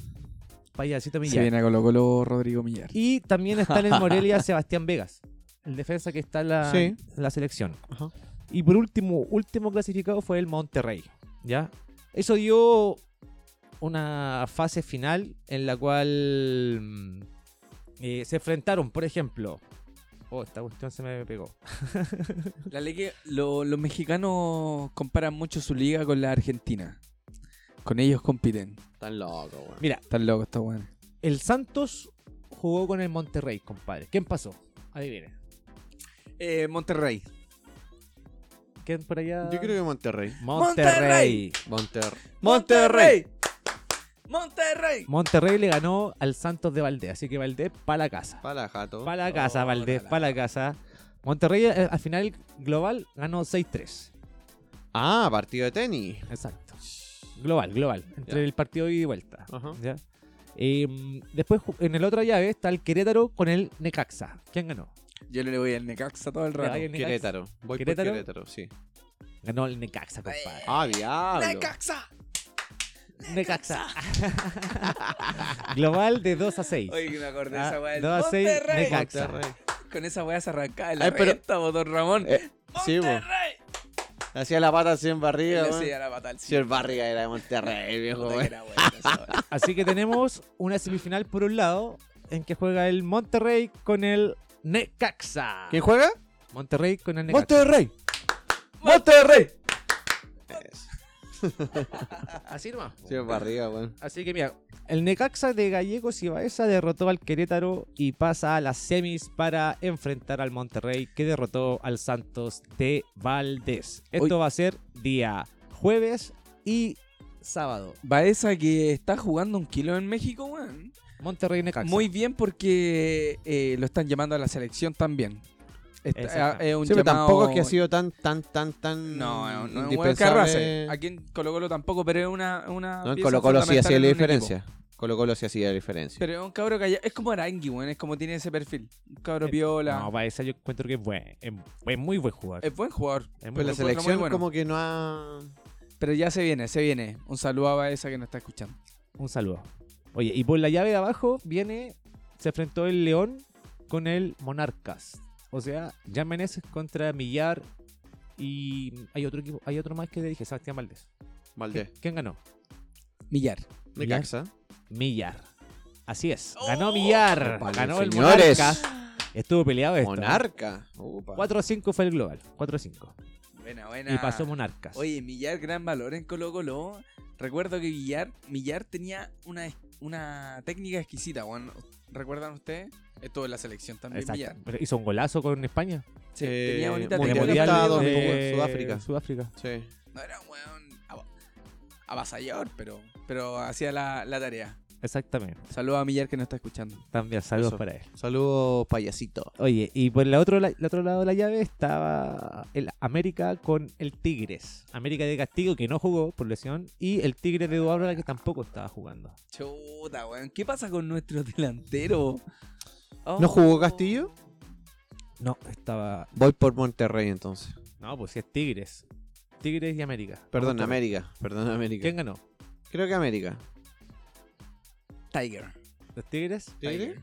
[SPEAKER 3] payasito
[SPEAKER 1] Se
[SPEAKER 3] Millar.
[SPEAKER 1] viene a Colo Colo Rodrigo Millar.
[SPEAKER 3] Y también está en el
[SPEAKER 2] <laughs>
[SPEAKER 3] Morelia Sebastián Vegas, el defensa que está en la,
[SPEAKER 2] Sí.
[SPEAKER 3] en la selección.
[SPEAKER 2] Ajá.
[SPEAKER 3] Y por último, último clasificado fue el Monterrey. ¿Ya? Eso dio una fase final en la cual mm, eh, se enfrentaron, por ejemplo. Oh, esta cuestión se me pegó.
[SPEAKER 1] La liga, lo- los mexicanos comparan mucho su liga con la argentina. Con ellos compiten.
[SPEAKER 4] Están locos, weón.
[SPEAKER 3] Mira,
[SPEAKER 1] Están locos estos weones.
[SPEAKER 3] el Santos jugó con el Monterrey, compadre. ¿Quién pasó? Ahí viene.
[SPEAKER 1] Eh, Monterrey.
[SPEAKER 3] ¿Quién por allá?
[SPEAKER 4] Yo creo que Monterrey.
[SPEAKER 3] Monterrey.
[SPEAKER 4] Monterrey.
[SPEAKER 1] Monterrey. Monterrey.
[SPEAKER 3] Monterrey le ganó al Santos de Valdés, así que Valdés para la casa.
[SPEAKER 4] Para la jato.
[SPEAKER 3] Para la casa,
[SPEAKER 1] Oh,
[SPEAKER 3] Valdés,
[SPEAKER 1] la, la.
[SPEAKER 3] para la casa. Monterrey eh, al final global ganó 6-3.
[SPEAKER 4] Ah, partido de tenis.
[SPEAKER 3] Exacto. Global, global. Entre
[SPEAKER 4] Ya.
[SPEAKER 3] el partido ida y vuelta.
[SPEAKER 4] Ajá.
[SPEAKER 3] ¿ya? Eh, después ju- en el otra llave está el Querétaro con el Necaxa. ¿Quién ganó?
[SPEAKER 1] Yo le voy al Necaxa todo el
[SPEAKER 3] Le
[SPEAKER 1] rato.
[SPEAKER 3] va el Necaxa.
[SPEAKER 4] Querétaro. Voy
[SPEAKER 3] ¿Querétaro?
[SPEAKER 4] por Querétaro, sí.
[SPEAKER 3] Ganó el Necaxa, compadre.
[SPEAKER 4] Ah, diablo.
[SPEAKER 3] Necaxa. global de 2 a 6.
[SPEAKER 1] Oye, que me acordé de
[SPEAKER 3] Ah,
[SPEAKER 1] esa weá del
[SPEAKER 3] 2 a 6,
[SPEAKER 1] Monterrey.
[SPEAKER 3] Necaxa.
[SPEAKER 1] Con esa weá se arrancaba la
[SPEAKER 4] Ay, pero-
[SPEAKER 1] renta, po, don Ramón.
[SPEAKER 4] Eh, sí, po. Hacía la pata así en
[SPEAKER 1] Y le
[SPEAKER 4] barriga, weón.
[SPEAKER 1] hacía la pata al
[SPEAKER 4] Si el barriga era de
[SPEAKER 1] <laughs>
[SPEAKER 4] Monterrey, viejo,
[SPEAKER 1] Puta que
[SPEAKER 4] weón.
[SPEAKER 1] era buena esa weá.
[SPEAKER 3] Así que tenemos una semifinal por un lado en que juega el Monterrey con el Necaxa.
[SPEAKER 2] ¿Quién juega?
[SPEAKER 3] Monterrey con el Necaxa.
[SPEAKER 2] Monterrey. Monterrey.
[SPEAKER 3] Así nomás. po.
[SPEAKER 4] Si el barriga, weón.
[SPEAKER 3] Así que mira, el Necaxa de Gallegos y Baeza derrotó al Querétaro y pasa a las semis para enfrentar al Monterrey que derrotó al Santos de Valdés. Esto va a ser día jueves y sábado.
[SPEAKER 1] Baeza que está jugando un kilo en México, weón.
[SPEAKER 3] Monterrey Necaxa.
[SPEAKER 1] Muy bien porque eh, lo están llamando a la selección también. Está-
[SPEAKER 3] Exacto.
[SPEAKER 1] eh, un
[SPEAKER 2] Sí, pero
[SPEAKER 1] llamado-
[SPEAKER 2] tampoco es que ha sido tan, tan, tan, tan.
[SPEAKER 1] No, no, no es un weón que arrase.
[SPEAKER 2] indispensable.
[SPEAKER 1] Aquí en Colo Colo tampoco, pero es una. una
[SPEAKER 4] No, en
[SPEAKER 1] pieza
[SPEAKER 4] Colo Colo sí
[SPEAKER 1] Ah, fundamental
[SPEAKER 4] hacía
[SPEAKER 1] en
[SPEAKER 4] la
[SPEAKER 1] un
[SPEAKER 4] diferencia.
[SPEAKER 1] equipo.
[SPEAKER 4] Colo Colo sí hacía la diferencia.
[SPEAKER 1] Pero es un cabro callado. Es como Arangui, weón. Es como tiene ese perfil. Un cabro
[SPEAKER 3] Eh,
[SPEAKER 1] piola.
[SPEAKER 3] No, Baeza yo encuentro que es buen, es, es muy buen jugador.
[SPEAKER 1] es buen jugador.
[SPEAKER 3] Es muy
[SPEAKER 1] Pues
[SPEAKER 2] Pero
[SPEAKER 3] buen
[SPEAKER 2] la
[SPEAKER 1] encuentro muy
[SPEAKER 2] selección
[SPEAKER 1] bueno.
[SPEAKER 2] como que no ha.
[SPEAKER 1] Pero ya se viene, se viene. Un saludo a Baeza que nos está escuchando.
[SPEAKER 3] Un saludo. Oye, y por la llave de abajo viene. Se enfrentó el León con el Monarcas. O sea, Jan Meneses contra Millar. Y hay otro equipo, hay otro más que dije, Sebastián Valdés.
[SPEAKER 4] Valdés.
[SPEAKER 3] ¿Quién ganó?
[SPEAKER 1] Millar.
[SPEAKER 4] Necaxa.
[SPEAKER 3] Millar. Así es. Ganó Millar.
[SPEAKER 4] Vale,
[SPEAKER 3] ganó el
[SPEAKER 4] señores.
[SPEAKER 3] Monarcas. Estuvo peleado esto.
[SPEAKER 4] Monarca. Upa.
[SPEAKER 3] 4 a 5 fue el global. 4 a 5.
[SPEAKER 1] Buena, buena.
[SPEAKER 3] Y pasó Monarcas.
[SPEAKER 1] Oye, Millar, gran valor en Colo Colo. Recuerdo que Millar, Millar tenía una, una técnica exquisita, weón. ¿Recuerdan ustedes? Estuvo en la selección también
[SPEAKER 3] Exacto.
[SPEAKER 1] Millar.
[SPEAKER 3] Pero Hizo un golazo con España.
[SPEAKER 1] Sí,
[SPEAKER 4] Eh,
[SPEAKER 1] tenía bonita Eh,
[SPEAKER 4] Mundial
[SPEAKER 1] técnica.
[SPEAKER 4] está
[SPEAKER 1] pero-
[SPEAKER 4] dos mil.
[SPEAKER 3] de
[SPEAKER 4] Sudáfrica.
[SPEAKER 3] Sudáfrica.
[SPEAKER 4] Sí.
[SPEAKER 1] No era un weón ava- avasallador, pero, pero hacía la, la tarea.
[SPEAKER 3] Exactamente.
[SPEAKER 1] Saludos a Millar que nos está escuchando.
[SPEAKER 3] También saludos
[SPEAKER 4] Eso.
[SPEAKER 3] para él.
[SPEAKER 4] Saludos, payasito.
[SPEAKER 3] Oye, y por el otro, la- el otro lado de la llave estaba el América con el Tigres. América de Castigo que no jugó por lesión y el Tigres de Eduardo que tampoco estaba jugando.
[SPEAKER 1] Chuta, weón. ¿Qué pasa con nuestro delantero? Oh.
[SPEAKER 2] ¿No jugó Castillo?
[SPEAKER 3] No, estaba...
[SPEAKER 4] Voy por Monterrey entonces.
[SPEAKER 3] No, pues sí es Tigres. Tigres y América.
[SPEAKER 4] Perdón,
[SPEAKER 3] Monterrey.
[SPEAKER 4] América. Perdón, América.
[SPEAKER 3] ¿Quién ganó?
[SPEAKER 4] Creo que América.
[SPEAKER 1] Tiger.
[SPEAKER 3] ¿Los Tigres?
[SPEAKER 1] Tiger.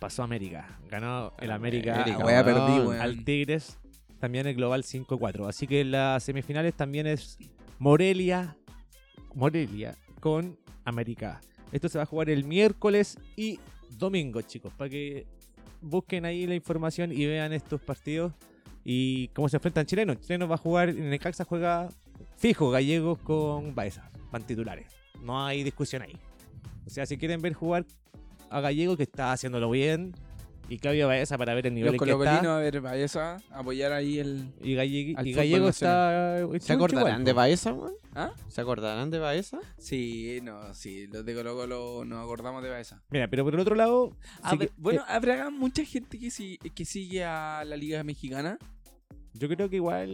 [SPEAKER 3] Pasó América. Ganó el América.
[SPEAKER 4] América,
[SPEAKER 1] Ah, weá,
[SPEAKER 4] weón.
[SPEAKER 1] perdí, weón.
[SPEAKER 3] al Tigres. También el Global 5-4. Así que las semifinales también es Morelia. Morelia con América. Esto se va a jugar el miércoles y domingo, chicos. Para que busquen ahí la información y vean estos partidos. Y cómo se enfrentan chilenos. Chilenos va a jugar en el Caxa, juega fijo gallegos con Baeza. Van titulares. No hay discusión ahí. O sea, si quieren ver jugar a Gallego que está haciéndolo bien y Claudio Baeza para ver el nivel
[SPEAKER 1] Los
[SPEAKER 3] en que está.
[SPEAKER 1] colocolinos, a ver, Baeza, apoyar ahí el.
[SPEAKER 3] Y, Gallegui-
[SPEAKER 1] Al fútbol
[SPEAKER 3] y Gallego está.
[SPEAKER 4] ¿Se acordarán de Baeza, weón?
[SPEAKER 1] ¿Ah?
[SPEAKER 4] ¿Se acordarán de Baeza?
[SPEAKER 1] Sí, no, sí, los de Colo Colo nos acordamos de Baeza.
[SPEAKER 3] Mira, pero por el otro lado. sí
[SPEAKER 1] Habrá-
[SPEAKER 3] que-
[SPEAKER 1] Ah, bueno, habrá mucha gente que, si- que sigue a la Liga Mexicana.
[SPEAKER 3] eh, yo creo que igual.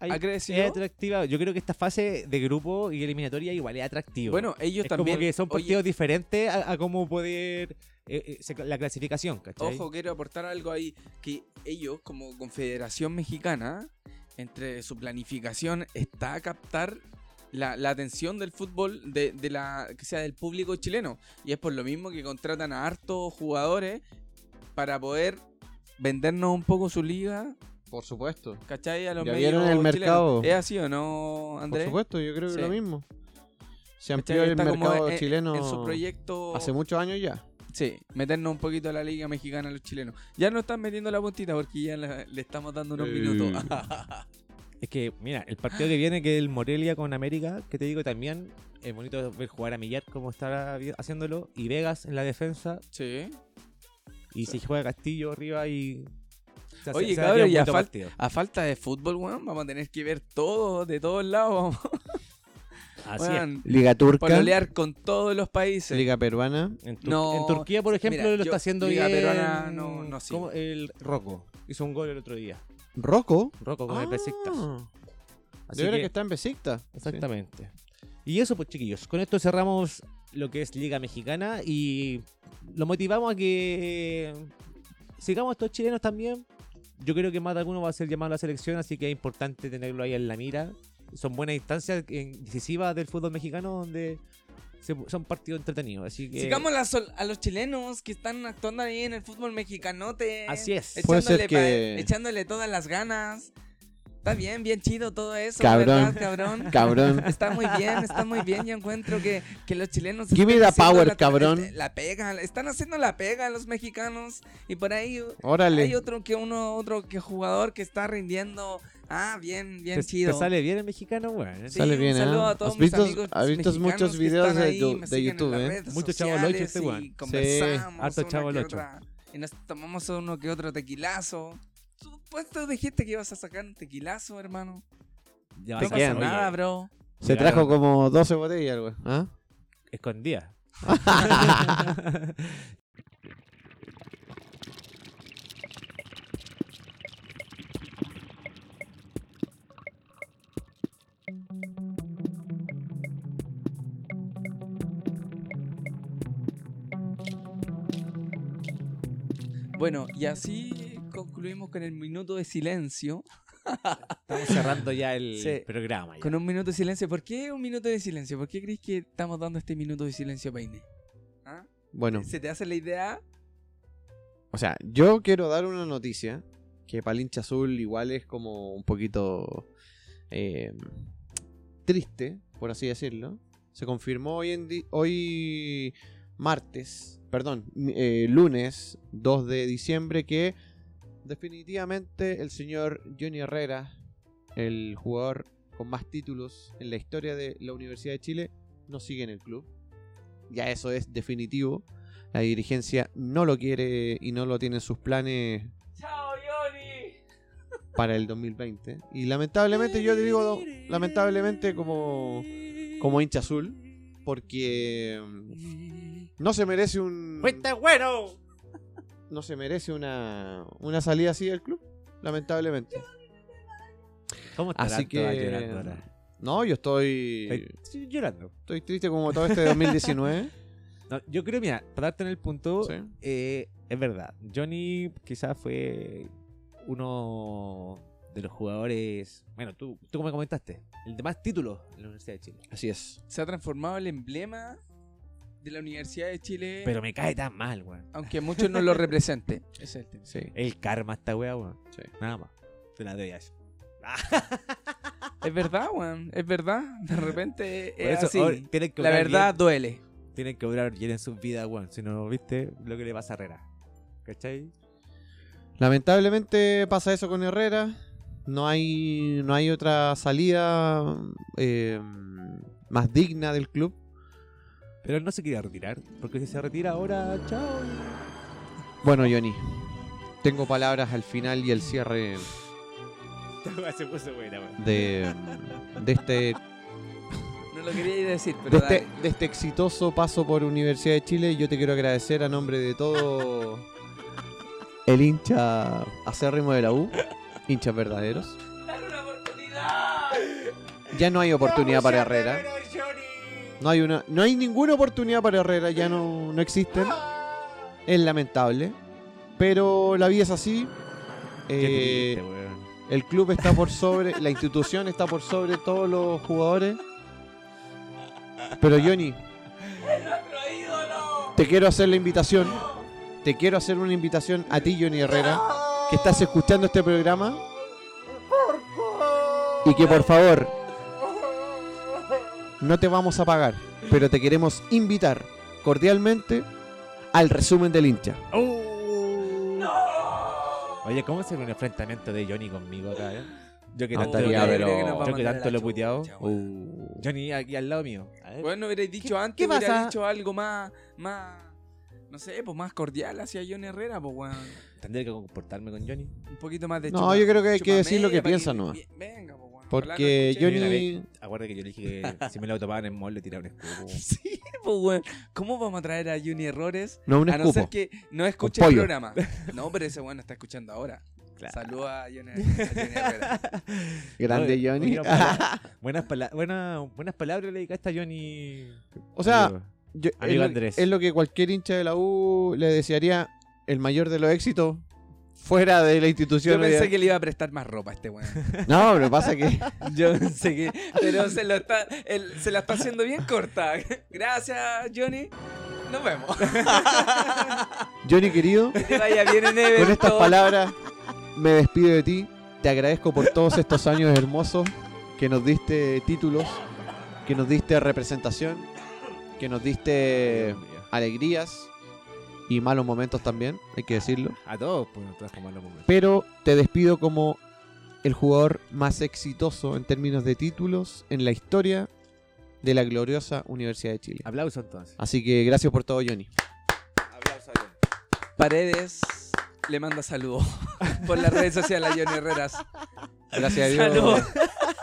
[SPEAKER 3] hay-
[SPEAKER 1] ¿Ha crecido?
[SPEAKER 3] es atractiva. Yo creo que esta fase de grupo y eliminatoria igual es atractiva.
[SPEAKER 1] Bueno, ellos
[SPEAKER 3] es
[SPEAKER 1] también.
[SPEAKER 3] como que son
[SPEAKER 1] Oye,
[SPEAKER 3] partidos diferentes a, a cómo poder. eh, eh, se- la clasificación, ¿cachai?
[SPEAKER 1] Ojo, quiero aportar algo ahí. Que ellos, como Confederación Mexicana, entre su planificación está captar la, la atención del fútbol, de, de la, que sea del público chileno. Y es por lo mismo que contratan a hartos jugadores para poder vendernos un poco su liga,
[SPEAKER 2] Por supuesto.
[SPEAKER 1] ¿cachai? A los
[SPEAKER 2] Ya
[SPEAKER 1] medios
[SPEAKER 2] vieron el
[SPEAKER 1] chilenos.
[SPEAKER 2] mercado.
[SPEAKER 1] ¿Es así o no,
[SPEAKER 2] Por
[SPEAKER 1] Andrés?
[SPEAKER 2] supuesto, yo creo que
[SPEAKER 1] Sí.
[SPEAKER 2] lo mismo. Se
[SPEAKER 1] ¿Cachai?
[SPEAKER 2] amplió el
[SPEAKER 1] Está como
[SPEAKER 2] mercado
[SPEAKER 1] en- en-
[SPEAKER 2] chileno
[SPEAKER 1] En su proyecto.
[SPEAKER 2] hace muchos años ya.
[SPEAKER 1] Sí, meternos un poquito a la liga mexicana a los chilenos. Ya no están metiendo la puntita porque ya la- le estamos dando unos
[SPEAKER 2] Eh.
[SPEAKER 1] minutos. <laughs>
[SPEAKER 3] <laughs> Es que, mira, el partido que viene, que es el Morelia con América, que te digo también, es bonito ver jugar a Millar como está vi- haciéndolo, y Vegas en la defensa,
[SPEAKER 1] sí.
[SPEAKER 3] y si juega Castillo arriba y... se hace-
[SPEAKER 1] Oye,
[SPEAKER 3] se haría
[SPEAKER 1] cabrón,
[SPEAKER 3] un
[SPEAKER 1] y a
[SPEAKER 3] bonito
[SPEAKER 1] fal-
[SPEAKER 3] partido.
[SPEAKER 1] A falta de fútbol, weón, vamos a tener que ver todo, de todos lados.
[SPEAKER 3] Así es.
[SPEAKER 1] Weón,
[SPEAKER 2] Liga turca,
[SPEAKER 1] pololear con todos los países.
[SPEAKER 2] Liga peruana.
[SPEAKER 3] En, Tur-
[SPEAKER 1] No,
[SPEAKER 3] en Turquía, por ejemplo,
[SPEAKER 1] mira,
[SPEAKER 3] lo
[SPEAKER 1] yo-
[SPEAKER 3] está haciendo
[SPEAKER 1] Liga
[SPEAKER 3] bien.
[SPEAKER 1] peruana no- no sigo.
[SPEAKER 3] ¿Cómo? El Rocco. Hizo un gol el otro día.
[SPEAKER 2] Rocco.
[SPEAKER 3] Rocco con el
[SPEAKER 2] Ah,
[SPEAKER 3] Besiktas. Así
[SPEAKER 2] De verdad
[SPEAKER 3] que-
[SPEAKER 2] que está en Besiktas.
[SPEAKER 3] Exactamente. Y eso, pues, chiquillos. Con esto cerramos lo que es Liga Mexicana y lo motivamos a que sigamos a estos chilenos también. Yo creo que más de alguno va a ser llamado a la selección, así que es importante tenerlo ahí en la mira. Son buenas instancias eh, decisivas del fútbol mexicano donde se- son partidos entretenidos. Así que.
[SPEAKER 1] Sigamos la sol- a los chilenos que están actuando ahí en el fútbol mexicanote.
[SPEAKER 3] Así es.
[SPEAKER 1] Echándole,
[SPEAKER 2] Puede ser
[SPEAKER 1] pa-
[SPEAKER 2] que-
[SPEAKER 1] echándole todas las ganas. Está bien, bien chido todo eso.
[SPEAKER 2] Cabrón.
[SPEAKER 1] ¿verdad, cabrón.
[SPEAKER 2] Cabrón.
[SPEAKER 1] Está muy bien, está muy bien. Yo encuentro que, que los chilenos.
[SPEAKER 2] Give me
[SPEAKER 1] están
[SPEAKER 2] the
[SPEAKER 1] haciendo
[SPEAKER 2] power,
[SPEAKER 1] la- este,
[SPEAKER 2] cabrón.
[SPEAKER 1] La pega, están haciendo la pega a los mexicanos. Y por ahí hay
[SPEAKER 2] Órale.
[SPEAKER 1] otro que uno, otro que jugador que está rindiendo. Ah, bien, bien
[SPEAKER 3] te,
[SPEAKER 1] chido.
[SPEAKER 3] te sale bien el mexicano, bueno.
[SPEAKER 1] Sí,
[SPEAKER 2] Sale
[SPEAKER 1] un
[SPEAKER 2] bien, ¿eh?
[SPEAKER 1] saludo a todos
[SPEAKER 2] ¿Has
[SPEAKER 1] mis
[SPEAKER 2] visto-
[SPEAKER 1] amigos
[SPEAKER 2] has visto
[SPEAKER 1] mexicanos
[SPEAKER 2] muchos
[SPEAKER 1] que
[SPEAKER 2] videos
[SPEAKER 1] están
[SPEAKER 2] de
[SPEAKER 1] ahí,
[SPEAKER 2] tu-
[SPEAKER 1] me
[SPEAKER 2] de
[SPEAKER 1] siguen en
[SPEAKER 2] YouTube,
[SPEAKER 1] las
[SPEAKER 2] ¿eh?
[SPEAKER 1] redes
[SPEAKER 3] Mucho Chavo Locho
[SPEAKER 1] sociales
[SPEAKER 3] este
[SPEAKER 1] y
[SPEAKER 3] weón.
[SPEAKER 1] conversamos
[SPEAKER 3] harto
[SPEAKER 1] una
[SPEAKER 3] Chavo
[SPEAKER 1] que
[SPEAKER 3] Locho.
[SPEAKER 1] otra, Y nos tomamos uno que otro tequilazo. Supuesto dijiste que ibas a sacar un tequilazo, hermano.
[SPEAKER 2] Ah,
[SPEAKER 3] Ya
[SPEAKER 1] No
[SPEAKER 3] vas a
[SPEAKER 1] pasa
[SPEAKER 3] hacer-
[SPEAKER 1] nada,
[SPEAKER 3] oye,
[SPEAKER 1] bro.
[SPEAKER 2] Se
[SPEAKER 3] Llegaron.
[SPEAKER 2] trajo como 12 botellas, güey. ¿Ah?
[SPEAKER 3] Escondida.
[SPEAKER 1] Bueno, y así concluimos con el minuto de silencio.
[SPEAKER 3] Estamos cerrando ya el
[SPEAKER 1] Sí.
[SPEAKER 3] programa. ya.
[SPEAKER 1] Con un minuto de silencio. ¿Por qué un minuto de silencio? ¿Por qué crees que estamos dando este minuto de silencio a Paine? ¿Ah?
[SPEAKER 2] Bueno,
[SPEAKER 1] ¿Se te hace la idea?
[SPEAKER 2] o sea, yo quiero dar una noticia que para el hincha azul igual es como un poquito eh, triste, por así decirlo. Se confirmó hoy, en di- hoy martes, perdón, eh, lunes 2 de diciembre que definitivamente el señor Johnny Herrera, el jugador con más títulos en la historia de la Universidad de Chile, no sigue en el club. Ya eso es definitivo. La dirigencia no lo quiere y no lo tiene en sus planes
[SPEAKER 1] ¡Chao, Johnny!
[SPEAKER 2] para el 2020. Y lamentablemente, yo te digo, do- lamentablemente como, como hincha azul, porque mm, no se merece un...
[SPEAKER 6] bueno!
[SPEAKER 2] No se merece una, una salida así del club, lamentablemente.
[SPEAKER 3] ¿Cómo estará
[SPEAKER 2] Así
[SPEAKER 3] toda
[SPEAKER 2] que-
[SPEAKER 3] llorando ahora?
[SPEAKER 2] No, yo estoy,
[SPEAKER 3] Estoy llorando.
[SPEAKER 2] estoy triste como todo este <laughs> 2019.
[SPEAKER 3] No, yo creo, mira, para darte en el punto,
[SPEAKER 2] Sí.
[SPEAKER 3] eh, es verdad. Johnny quizás fue uno de los jugadores. Bueno, tú, tú como comentaste, el de más títulos en la Universidad de Chile.
[SPEAKER 2] Así es.
[SPEAKER 1] se ha transformado el emblema de la Universidad de Chile,
[SPEAKER 3] Pero me cae tan mal, weón.
[SPEAKER 1] aunque muchos no lo representen. Ese es el tema.
[SPEAKER 2] Sí.
[SPEAKER 3] El karma esta weá, weón.
[SPEAKER 2] Sí.
[SPEAKER 3] Nada más. Te la doy a eso.
[SPEAKER 1] Es verdad, weón, es verdad. De repente
[SPEAKER 3] Por
[SPEAKER 1] es
[SPEAKER 3] eso
[SPEAKER 1] así.
[SPEAKER 3] ahora tienen
[SPEAKER 1] Eh,
[SPEAKER 3] que
[SPEAKER 1] La
[SPEAKER 3] obrar
[SPEAKER 1] verdad duele.
[SPEAKER 3] bien- tienen que obrar bien en sus vidas, weón. Si no, viste lo que le pasa a Herrera. ¿Cachai?
[SPEAKER 2] Lamentablemente pasa eso con Herrera. No hay, no hay otra salida eh, más digna del club.
[SPEAKER 3] Pero él no se quería retirar. Porque si se retira ahora, chao.
[SPEAKER 2] Bueno, Johnny, tengo palabras al final y al cierre
[SPEAKER 3] Esta weá se puso buena, weón.
[SPEAKER 2] de, de, este,
[SPEAKER 1] No lo quería decir,
[SPEAKER 2] de,
[SPEAKER 1] pero
[SPEAKER 2] este,
[SPEAKER 1] dale.
[SPEAKER 2] de este exitoso paso por Universidad de Chile. Yo te quiero agradecer a nombre de todo el hincha acérrimo de la U, hinchas verdaderos. Ya no hay oportunidad para Herrera. No hay una, no hay ninguna oportunidad para Herrera, ya no, no existen. Es lamentable. Pero la vida es así.
[SPEAKER 3] Qué
[SPEAKER 2] Eh,
[SPEAKER 3] triste, weón. <laughs>
[SPEAKER 2] el club está por sobre, la institución está por sobre todos los jugadores. Pero Johnny,
[SPEAKER 1] ¡Nuestro ídolo!
[SPEAKER 2] te quiero hacer la invitación. Te quiero hacer una invitación a ti, Johnny Herrera, que estás escuchando este programa. Y que por favor, no te vamos a pagar, pero te queremos invitar cordialmente al resumen del hincha.
[SPEAKER 3] Oye, ¿cómo será un enfrentamiento de Johnny conmigo acá? eh? Yo que
[SPEAKER 2] No,
[SPEAKER 3] tanto,
[SPEAKER 2] estaría,
[SPEAKER 3] lo,
[SPEAKER 2] pero-
[SPEAKER 3] yo que tanto lo he puteado.
[SPEAKER 1] Bueno,
[SPEAKER 3] Johnny aquí al lado mío. A ver.
[SPEAKER 1] no hubierais dicho antes,
[SPEAKER 2] Eh, qué
[SPEAKER 1] hubierais
[SPEAKER 2] pasa?
[SPEAKER 1] dicho algo más, más, no sé, pues más cordial hacia John Herrera, pues weón.
[SPEAKER 3] Tendré que comportarme con Johnny.
[SPEAKER 1] Un poquito más de
[SPEAKER 2] No,
[SPEAKER 1] chupa-
[SPEAKER 2] yo creo que hay que
[SPEAKER 1] chupamega
[SPEAKER 2] decir lo que
[SPEAKER 1] para
[SPEAKER 2] piensa nomás.
[SPEAKER 1] vi- Venga, pues weón. Ojalá no
[SPEAKER 2] Porque
[SPEAKER 1] escuche.
[SPEAKER 3] Yo
[SPEAKER 2] Johnny...
[SPEAKER 3] Acuérdate que yo le dije que si me lo autopaban en mall le tiraba un escudo.
[SPEAKER 1] <laughs> Sí, pues weón. ¿Cómo vamos a traer a Johnny Errores?
[SPEAKER 2] No, un
[SPEAKER 1] A no
[SPEAKER 2] escupo.
[SPEAKER 1] ser que no escuche
[SPEAKER 2] Con
[SPEAKER 1] el
[SPEAKER 2] pollo. <laughs>
[SPEAKER 1] programa. No, pero ese weón está escuchando ahora.
[SPEAKER 3] Claro.
[SPEAKER 1] Saludos a Johnny, a Johnny
[SPEAKER 2] <laughs>
[SPEAKER 1] Herrera.
[SPEAKER 2] Grande
[SPEAKER 3] Oye,
[SPEAKER 2] Johnny.
[SPEAKER 3] oye, pala- buenas, pala- buena- buenas palabras le dedicaste a Johnny.
[SPEAKER 2] O sea,
[SPEAKER 3] Amigo.
[SPEAKER 2] Yo-
[SPEAKER 3] Amigo
[SPEAKER 2] es lo-
[SPEAKER 3] Andrés.
[SPEAKER 2] Es lo que cualquier hincha de la U le desearía el mayor de los éxitos fuera de la institución.
[SPEAKER 1] Yo pensé
[SPEAKER 2] obviamente.
[SPEAKER 1] que le iba a prestar más ropa a este weón.
[SPEAKER 2] No, pero pasa que.
[SPEAKER 1] Yo <laughs> pensé que. Pero se, lo está, él- se la está haciendo bien corta. <laughs> Gracias, Johnny. Nos
[SPEAKER 3] <laughs>
[SPEAKER 1] vemos.
[SPEAKER 2] Johnny querido,
[SPEAKER 1] Que te vaya bien en Everton.
[SPEAKER 2] con estas palabras me despido de ti. Te agradezco por todos estos años hermosos que nos diste títulos, que nos diste representación, que nos diste alegrías y malos momentos también, hay que decirlo.
[SPEAKER 3] A todos, pues nos trajo malos momentos.
[SPEAKER 2] pero te despido como el jugador más exitoso en términos de títulos en la historia de la gloriosa Universidad de Chile.
[SPEAKER 3] Aplauso entonces.
[SPEAKER 2] Así que gracias por todo, Johnny.
[SPEAKER 1] Paredes le manda saludos <laughs> por las redes sociales a Johnny Herreras.
[SPEAKER 2] Gracias a Dios.
[SPEAKER 1] Saludos.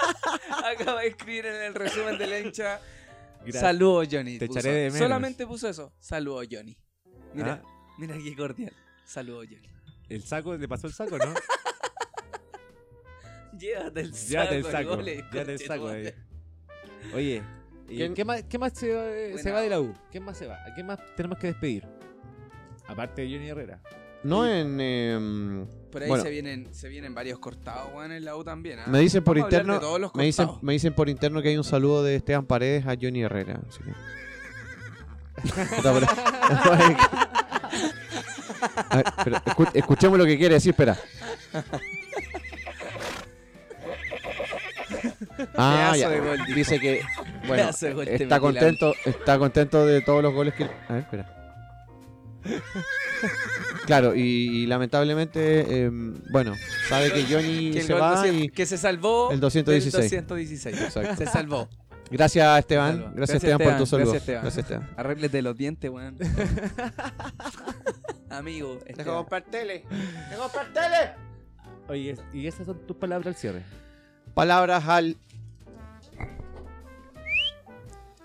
[SPEAKER 1] <laughs> Acaba de escribir en el resumen del hincha.
[SPEAKER 3] Gra-
[SPEAKER 1] Saludos, Johnny.
[SPEAKER 3] Te
[SPEAKER 1] puso.
[SPEAKER 3] echaré de menos.
[SPEAKER 1] Solamente puso eso. Saludos, Johnny. Mira,
[SPEAKER 3] Ah,
[SPEAKER 1] mira qué cordial. Saludos, Johnny.
[SPEAKER 3] El saco, le pasó el saco, ¿no? <laughs>
[SPEAKER 1] Llévate el saco.
[SPEAKER 3] ya te saco.
[SPEAKER 1] gole,
[SPEAKER 3] Ya te saco.
[SPEAKER 1] conchetumare.
[SPEAKER 3] eh. Oye, ¿y
[SPEAKER 2] ¿Quién-
[SPEAKER 3] ¿qué más, qué más se, va- eh, se
[SPEAKER 1] Buena.
[SPEAKER 3] va de la U? ¿Qué más se va? ¿A qué más tenemos que despedir? Aparte de Johnny Herrera.
[SPEAKER 2] No en. eh,
[SPEAKER 1] Por ahí
[SPEAKER 2] Bueno.
[SPEAKER 1] se, vienen, se vienen varios cortados, weón, en la U también. ¿ah?
[SPEAKER 2] me dicen por
[SPEAKER 1] Vamos a hablar
[SPEAKER 2] interno.
[SPEAKER 1] de todos los
[SPEAKER 2] Me dicen,
[SPEAKER 1] cortados.
[SPEAKER 2] me dicen por interno que hay un saludo de Esteban Paredes a Johnny Herrera. así que- Puta, pero- <laughs> A ver, pero escu- escuchemos lo que quiere decir, espera. Ah,
[SPEAKER 1] Pedazo
[SPEAKER 2] Ah, ya.
[SPEAKER 1] de gol, dijo.
[SPEAKER 2] Dice que bueno,
[SPEAKER 1] Pedazo de gol te
[SPEAKER 2] está
[SPEAKER 1] metí, Laura.
[SPEAKER 2] contento, está contento de todos los goles que. A ver, espera. Claro, y, y lamentablemente, eh, bueno, sabe que Johnny
[SPEAKER 1] Que, el
[SPEAKER 2] se
[SPEAKER 1] gol
[SPEAKER 2] va
[SPEAKER 1] 200
[SPEAKER 2] y
[SPEAKER 1] que se salvó.
[SPEAKER 2] el
[SPEAKER 1] del
[SPEAKER 2] 216.
[SPEAKER 1] 216.
[SPEAKER 2] Exacto.
[SPEAKER 1] Se salvó.
[SPEAKER 2] Gracias, Esteban.
[SPEAKER 1] Salva.
[SPEAKER 2] Gracias,
[SPEAKER 1] Gracias,
[SPEAKER 2] Esteban, por tu
[SPEAKER 1] Esteban.
[SPEAKER 2] saludo.
[SPEAKER 1] Gracias, Esteban. <laughs>
[SPEAKER 2] Gracias, Esteban.
[SPEAKER 1] Arréglete los dientes, <laughs> weón. Amigo. este-
[SPEAKER 3] Oye, y esas son tus palabras al cierre.
[SPEAKER 2] Palabras al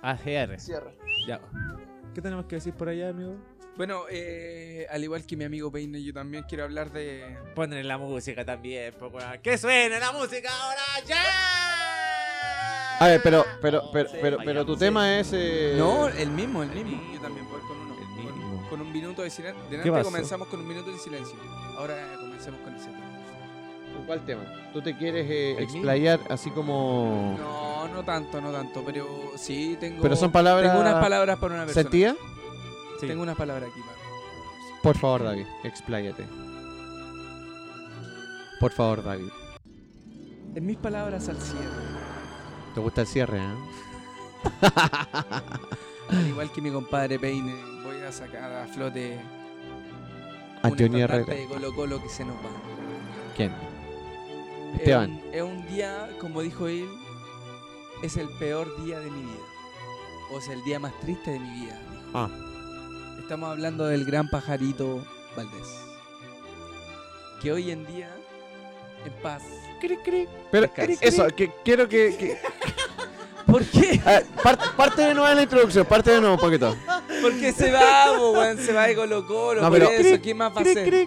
[SPEAKER 3] AGR. Ya. ¿Qué tenemos que decir por allá, amigo?
[SPEAKER 1] Bueno, eh, al igual que mi amigo Peine, yo también quiero hablar de.
[SPEAKER 3] Ponen la música también, ¡Que suene la música ahora ya!
[SPEAKER 2] A ver, pero,
[SPEAKER 3] Oh,
[SPEAKER 2] pero, pero, pero, pero tu tema es. eh,
[SPEAKER 1] No, el mismo, el mismo. Yo también voy con uno.
[SPEAKER 3] El
[SPEAKER 1] Con-
[SPEAKER 3] mismo.
[SPEAKER 1] Con, un minuto de silencio.
[SPEAKER 3] ¿Qué
[SPEAKER 1] Delante
[SPEAKER 3] pasó?
[SPEAKER 1] comenzamos con un minuto de silencio. Ahora comencemos con ese tema.
[SPEAKER 2] ¿Cuál tema? ¿Tú te quieres eh,
[SPEAKER 3] El
[SPEAKER 2] explayar así como.?
[SPEAKER 1] No, no tanto, no tanto. Pero sí, tengo.
[SPEAKER 2] Pero son palabras.
[SPEAKER 1] Tengo unas palabras para una persona.
[SPEAKER 2] ¿Sentidas?
[SPEAKER 1] Tengo unas palabras aquí para.
[SPEAKER 2] Por favor, David, expláyate. Por favor, David.
[SPEAKER 1] En mis palabras al cierre.
[SPEAKER 2] ¿Te gusta el cierre, eh?
[SPEAKER 1] Al igual que mi compadre Peine, voy a sacar a flote
[SPEAKER 2] A
[SPEAKER 1] un
[SPEAKER 2] Johnny
[SPEAKER 1] estandarte
[SPEAKER 2] Herrera.
[SPEAKER 1] de Colo Colo que se nos va.
[SPEAKER 2] ¿Quién? Esteban.
[SPEAKER 1] Es un, es un día, como dijo él, es el peor día de mi vida. O es el día más triste de mi vida. dijo.
[SPEAKER 2] Ah.
[SPEAKER 1] Estamos hablando del gran pajarito Valdés. Que hoy en día, en paz.
[SPEAKER 2] Pero,
[SPEAKER 1] Descansa.
[SPEAKER 2] eso, que quiero que. que-
[SPEAKER 1] ¿Por qué?
[SPEAKER 2] a ver, parte, parte de nuevo en la introducción, parte de nuevo un poquito.
[SPEAKER 1] Porque se va, po, weón, se va de Colo Colo.
[SPEAKER 2] No,
[SPEAKER 1] por
[SPEAKER 2] pero-
[SPEAKER 1] eso, ¿qué más va a hacer?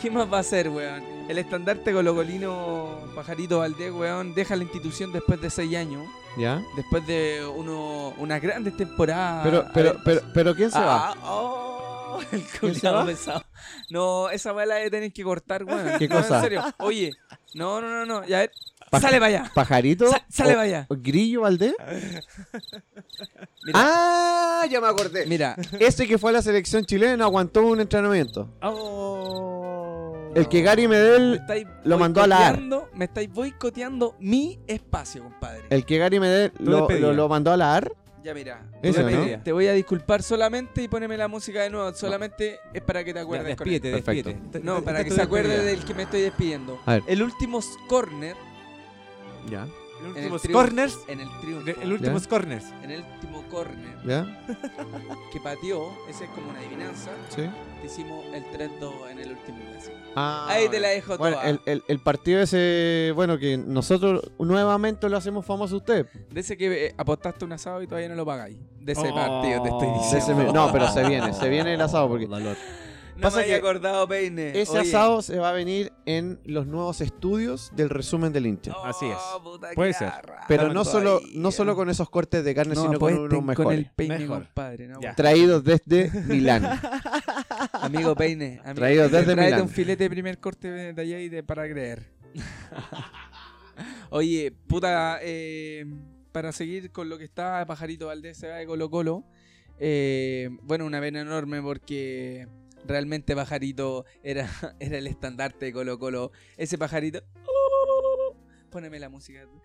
[SPEAKER 1] ¿Qué más va a hacer, weón? El estandarte colocolino Pajarito Valdés, weón, deja la institución después de seis años.
[SPEAKER 2] ¿Ya?
[SPEAKER 1] Después de uno, unas grandes temporadas.
[SPEAKER 2] Pero, pero,
[SPEAKER 1] haber
[SPEAKER 2] pero, pero, ¿quién se va?
[SPEAKER 1] Ah, oh, el
[SPEAKER 2] se
[SPEAKER 1] culiao
[SPEAKER 2] va?
[SPEAKER 1] pesado. No, esa bala de tener que cortar, weón.
[SPEAKER 2] ¿Qué
[SPEAKER 1] No,
[SPEAKER 2] cosa?
[SPEAKER 1] En serio. Oye, no, no, no, no. Ya ver,
[SPEAKER 2] Paja- Oh.
[SPEAKER 1] ¡Sale para allá!
[SPEAKER 2] ¿Pajarito?
[SPEAKER 1] Sa- ¡Sale
[SPEAKER 2] o-
[SPEAKER 1] para allá!
[SPEAKER 2] o ¿Grillo Valdés?
[SPEAKER 1] Mira.
[SPEAKER 2] ¡Ah! Ya me acordé.
[SPEAKER 1] Mira,
[SPEAKER 2] Este que fue a la selección chilena aguantó un entrenamiento.
[SPEAKER 3] Oh.
[SPEAKER 2] El que Gary Medel.
[SPEAKER 1] estáis
[SPEAKER 2] lo mandó a la AR.
[SPEAKER 1] boicoteando- Me estáis boicoteando mi espacio, compadre.
[SPEAKER 2] El que Gary Medel lo,
[SPEAKER 3] despedida.
[SPEAKER 2] lo- lo mandó a la AR.
[SPEAKER 1] Ya mira,
[SPEAKER 2] Eso,
[SPEAKER 1] te-
[SPEAKER 2] ¿no?
[SPEAKER 1] te voy a disculpar solamente y poneme la música de nuevo. Solamente es para que te
[SPEAKER 3] Ya,
[SPEAKER 1] acuerdes. con él.
[SPEAKER 3] despídete,
[SPEAKER 2] Perfecto.
[SPEAKER 3] despídete.
[SPEAKER 1] No, para que
[SPEAKER 3] tú
[SPEAKER 1] se acuerde
[SPEAKER 3] despedida.
[SPEAKER 1] del que me estoy despidiendo.
[SPEAKER 2] A ver.
[SPEAKER 1] El último corner
[SPEAKER 2] Ya.
[SPEAKER 3] El
[SPEAKER 1] en el
[SPEAKER 3] último
[SPEAKER 1] triunfo-
[SPEAKER 3] corners.
[SPEAKER 1] en el
[SPEAKER 3] de-
[SPEAKER 1] triunfo.
[SPEAKER 3] El último corners.
[SPEAKER 1] En el último corner
[SPEAKER 2] ¿Ya?
[SPEAKER 1] que pateó, ese es como una adivinanza.
[SPEAKER 2] Sí.
[SPEAKER 1] Te hicimos el 3-2 en el último clásico.
[SPEAKER 2] Ah,
[SPEAKER 1] Ahí te la dejo
[SPEAKER 2] Bueno,
[SPEAKER 1] toda.
[SPEAKER 2] el, el- el partido ese, bueno, que nosotros nuevamente lo hacemos famoso a usted.
[SPEAKER 1] De ese que eh, apostaste un asado y todavía no lo pagáis. De ese
[SPEAKER 3] Oh.
[SPEAKER 1] partido te estoy
[SPEAKER 2] De ese
[SPEAKER 1] diciendo.
[SPEAKER 2] me- no, pero se viene, se viene el asado porque
[SPEAKER 3] Dolor.
[SPEAKER 1] No
[SPEAKER 2] pasa
[SPEAKER 1] me había
[SPEAKER 2] que
[SPEAKER 1] acordado, Peine.
[SPEAKER 2] ese
[SPEAKER 1] Oye.
[SPEAKER 2] asado se va a venir en los nuevos estudios del resumen del hincha.
[SPEAKER 1] Oh,
[SPEAKER 3] Así es.
[SPEAKER 1] puta,
[SPEAKER 3] Puede
[SPEAKER 1] qué
[SPEAKER 3] ser.
[SPEAKER 1] garra.
[SPEAKER 2] Pero no solo,
[SPEAKER 1] Todavía.
[SPEAKER 2] no solo con esos cortes de carne,
[SPEAKER 1] No,
[SPEAKER 2] sino con
[SPEAKER 1] apuesten
[SPEAKER 2] unos mejores.
[SPEAKER 1] el peine,
[SPEAKER 3] Mejor.
[SPEAKER 1] compadre. ¿no?
[SPEAKER 3] Ya.
[SPEAKER 2] Traídos desde Milán.
[SPEAKER 1] <laughs> Amigo
[SPEAKER 2] <laughs>
[SPEAKER 1] peine. Amigo,
[SPEAKER 2] Traído
[SPEAKER 1] peine,
[SPEAKER 2] desde
[SPEAKER 1] tráete
[SPEAKER 2] Milán.
[SPEAKER 1] un filete de primer corte de de allá y de para
[SPEAKER 2] <laughs>
[SPEAKER 1] creer. Oye, puta, eh, para seguir con lo que está Pajarito Valdés, se va de Colo Colo. eh, bueno, una pena enorme porque realmente Pajarito era, <laughs> era el estandarte de Colo Colo. Ese pajarito... ¡Oh! Póneme la música. ¡Oh!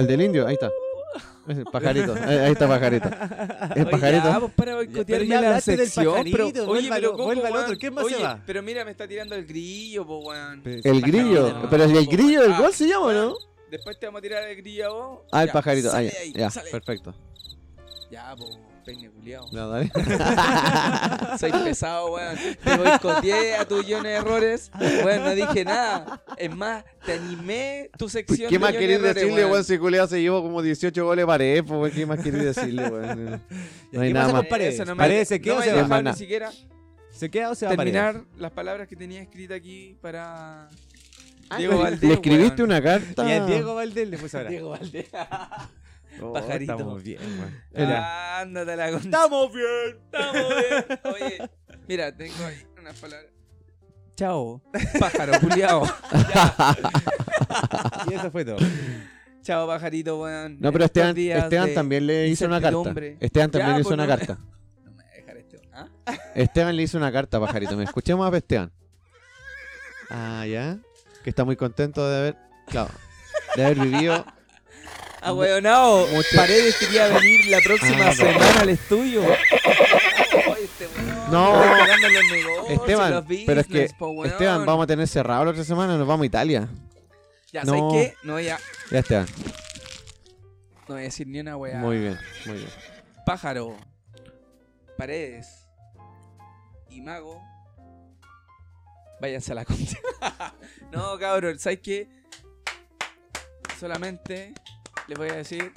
[SPEAKER 2] El del indio, ahí está. Es el pajarito, eh, ahí está pajarito. <laughs> El
[SPEAKER 1] Oye,
[SPEAKER 2] pajarito.
[SPEAKER 1] ya, pues, para boicotearme
[SPEAKER 3] ya
[SPEAKER 1] la
[SPEAKER 3] hablaste del
[SPEAKER 1] sección.
[SPEAKER 3] pajarito,
[SPEAKER 1] pero-
[SPEAKER 3] vuelva
[SPEAKER 1] oye,
[SPEAKER 3] al-
[SPEAKER 1] pero Coco,
[SPEAKER 3] vuelva al
[SPEAKER 1] weón,
[SPEAKER 3] otro, ¿quién más se
[SPEAKER 1] oye,
[SPEAKER 3] va?
[SPEAKER 1] Pero mira, me está tirando el grillo, po, weón.
[SPEAKER 2] El
[SPEAKER 1] no,
[SPEAKER 2] grillo. Pero el,
[SPEAKER 1] no,
[SPEAKER 2] el grillo del gol se llama, ¿no?
[SPEAKER 1] Después te vamos a tirar el grillo a vos.
[SPEAKER 2] Ah, el
[SPEAKER 1] Ah, Ya,
[SPEAKER 2] pajarito.
[SPEAKER 1] sale
[SPEAKER 2] ahí,
[SPEAKER 1] de ahí,
[SPEAKER 2] ya,
[SPEAKER 1] sale. <laughs>
[SPEAKER 2] perfecto.
[SPEAKER 1] Ya, po, peine culiao.
[SPEAKER 2] Ya, dale.
[SPEAKER 1] Soy pesado, weón. Te boicoteé a tus guiones de errores. Weón, no dije nada. Es más, te animé tu sección.
[SPEAKER 2] ¿Qué
[SPEAKER 1] de
[SPEAKER 2] más
[SPEAKER 1] guiones
[SPEAKER 2] querés
[SPEAKER 1] de errores,
[SPEAKER 2] decirle,
[SPEAKER 1] weón?
[SPEAKER 2] weón? Si culiao se llevó como 18 goles para Epo, weón. ¿Qué más querés decirle,
[SPEAKER 1] <laughs>
[SPEAKER 2] weón? No hay
[SPEAKER 3] ¿Qué
[SPEAKER 2] nada
[SPEAKER 3] pasa
[SPEAKER 2] más.
[SPEAKER 3] con Paredes?
[SPEAKER 1] Eso no me-
[SPEAKER 3] Paredes se queda
[SPEAKER 1] No
[SPEAKER 3] o
[SPEAKER 1] me
[SPEAKER 3] se
[SPEAKER 1] dejaron
[SPEAKER 3] va.
[SPEAKER 2] llama-
[SPEAKER 1] ni
[SPEAKER 2] Maná.
[SPEAKER 1] siquiera
[SPEAKER 3] ¿Se queda o se va Paredes?
[SPEAKER 1] terminar las palabras que tenía escrita aquí para Diego Valdés.
[SPEAKER 2] Ah, ¿Le escribiste
[SPEAKER 1] weón.
[SPEAKER 2] una carta?
[SPEAKER 3] Y a Diego Valdés le puse ahora.
[SPEAKER 1] Diego Valdés.
[SPEAKER 3] Oh,
[SPEAKER 1] Pajarito.
[SPEAKER 3] Estamos bien, weón.
[SPEAKER 1] Ah, Ándate la concha.
[SPEAKER 3] Estamos bien.
[SPEAKER 1] Estamos bien. Oye, mira, tengo ahí unas palabras. Chao, <laughs> pájaro culiao.
[SPEAKER 3] Y eso fue todo.
[SPEAKER 1] Chao, pajarito, weón.
[SPEAKER 2] No, pero
[SPEAKER 1] Estos
[SPEAKER 2] Esteban,
[SPEAKER 1] días
[SPEAKER 2] Esteban
[SPEAKER 1] de-
[SPEAKER 2] también le hizo una carta.
[SPEAKER 1] incertidumbre.
[SPEAKER 2] Esteban
[SPEAKER 1] Ya,
[SPEAKER 2] también le hizo
[SPEAKER 1] pues,
[SPEAKER 2] una
[SPEAKER 1] no-
[SPEAKER 2] carta.
[SPEAKER 1] No me voy a dejar este. ¿Ah?
[SPEAKER 2] Esteban le hizo una carta, pajarito. Me escuchemos a Esteban. Ah, ya. Que está muy contento de haber. Claro. De haber
[SPEAKER 1] <laughs>
[SPEAKER 2] vivido.
[SPEAKER 1] Ah, weonao.
[SPEAKER 2] Mucho-
[SPEAKER 1] Paredes quería venir la próxima
[SPEAKER 2] Ah,
[SPEAKER 1] semana al
[SPEAKER 2] <laughs>
[SPEAKER 1] estudio. Ay, este weón,
[SPEAKER 2] No.
[SPEAKER 1] está cagando los negocios, Oh, los
[SPEAKER 2] Esteban,
[SPEAKER 1] business,
[SPEAKER 2] pero es que.
[SPEAKER 1] po, weón.
[SPEAKER 2] Esteban, vamos a tener cerrado la otra semana. Nos vamos a Italia.
[SPEAKER 1] Ya,
[SPEAKER 2] no.
[SPEAKER 1] ¿sabes qué? No voy, a, no
[SPEAKER 2] Ya, Esteban.
[SPEAKER 1] voy a decir ni una weá.
[SPEAKER 2] Muy bien, muy bien.
[SPEAKER 1] Pájaro, Paredes y Mago, váyanse a la concha. <laughs> no, cabrón, ¿sabes qué? Solamente les voy a decir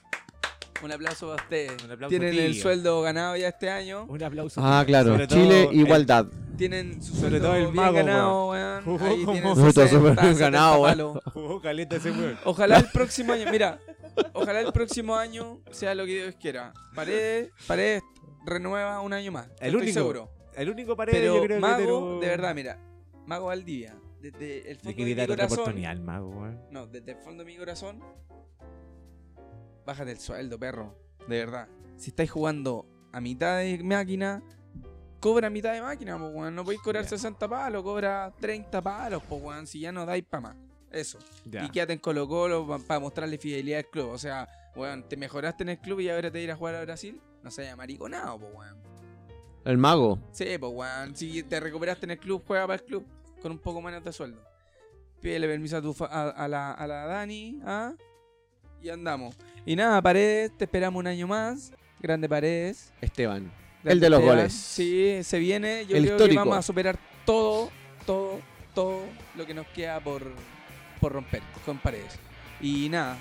[SPEAKER 1] un aplauso para ustedes.
[SPEAKER 3] Un aplauso,
[SPEAKER 1] Tienen el
[SPEAKER 3] tío.
[SPEAKER 1] sueldo ganado ya este año.
[SPEAKER 3] Un aplauso. <laughs>
[SPEAKER 2] Ah, claro.
[SPEAKER 3] Sobre todo
[SPEAKER 2] Chile,
[SPEAKER 3] el-
[SPEAKER 2] igualdad.
[SPEAKER 1] Tienen su
[SPEAKER 3] Sobre
[SPEAKER 1] sueldo
[SPEAKER 3] todo el
[SPEAKER 1] bien
[SPEAKER 3] mago,
[SPEAKER 1] ganado, weón.
[SPEAKER 3] Jugó
[SPEAKER 1] Ahí
[SPEAKER 3] como-
[SPEAKER 1] tienen
[SPEAKER 2] Puta,
[SPEAKER 1] 60,
[SPEAKER 2] súper bien
[SPEAKER 1] 70
[SPEAKER 2] ganado, weón.
[SPEAKER 1] palos.
[SPEAKER 3] Jugó caleta Oh, ese weón.
[SPEAKER 1] Ojalá el próximo año, mira, ojalá el próximo año sea lo que Dios quiera. Paredes, Paredes renueva un año más.
[SPEAKER 3] El
[SPEAKER 1] estoy
[SPEAKER 3] único.
[SPEAKER 1] seguro.
[SPEAKER 3] El único Paredes yo creo
[SPEAKER 1] Pero
[SPEAKER 3] que
[SPEAKER 1] Mago,
[SPEAKER 3] tuvo-
[SPEAKER 1] de verdad, mira, Mago Valdivia, desde el
[SPEAKER 3] Le
[SPEAKER 1] fondo de
[SPEAKER 3] quería
[SPEAKER 1] mi
[SPEAKER 3] dar otra
[SPEAKER 1] corazón.
[SPEAKER 3] oportunidad al mago, weón.
[SPEAKER 1] No, desde el fondo de mi corazón. Bájate el sueldo, perro. De verdad. Si estáis jugando a mitad de máquina, cobra mitad de máquina, po, weón. No podéis cobrar
[SPEAKER 3] Ya.
[SPEAKER 1] 60 palos, cobra 30 palos, po, weón. Si ya no dais pa' más. Eso.
[SPEAKER 3] Ya.
[SPEAKER 1] Y quédate en Colo Colo para mostrarle fidelidad al club. O sea, weón, te mejoraste en el club y ahora te irás a jugar a Brasil. No seas mariconado, po, weón.
[SPEAKER 2] El mago.
[SPEAKER 1] Sí, pues, weón. Si te recuperaste en el club, juega para el club con un poco menos de sueldo. Pídele permiso a, tu fa- a, a la, a la Dani, ¿ah? Y andamos. Y nada, Paredes, te esperamos un año más. Grande Paredes.
[SPEAKER 2] Esteban.
[SPEAKER 1] grande
[SPEAKER 2] El de los
[SPEAKER 1] Esteban.
[SPEAKER 2] goles.
[SPEAKER 1] Sí, se viene. Yo
[SPEAKER 2] El
[SPEAKER 1] creo que
[SPEAKER 2] histórico.
[SPEAKER 1] vamos a superar todo, todo, todo lo que nos queda por, por romper con Paredes. Y nada.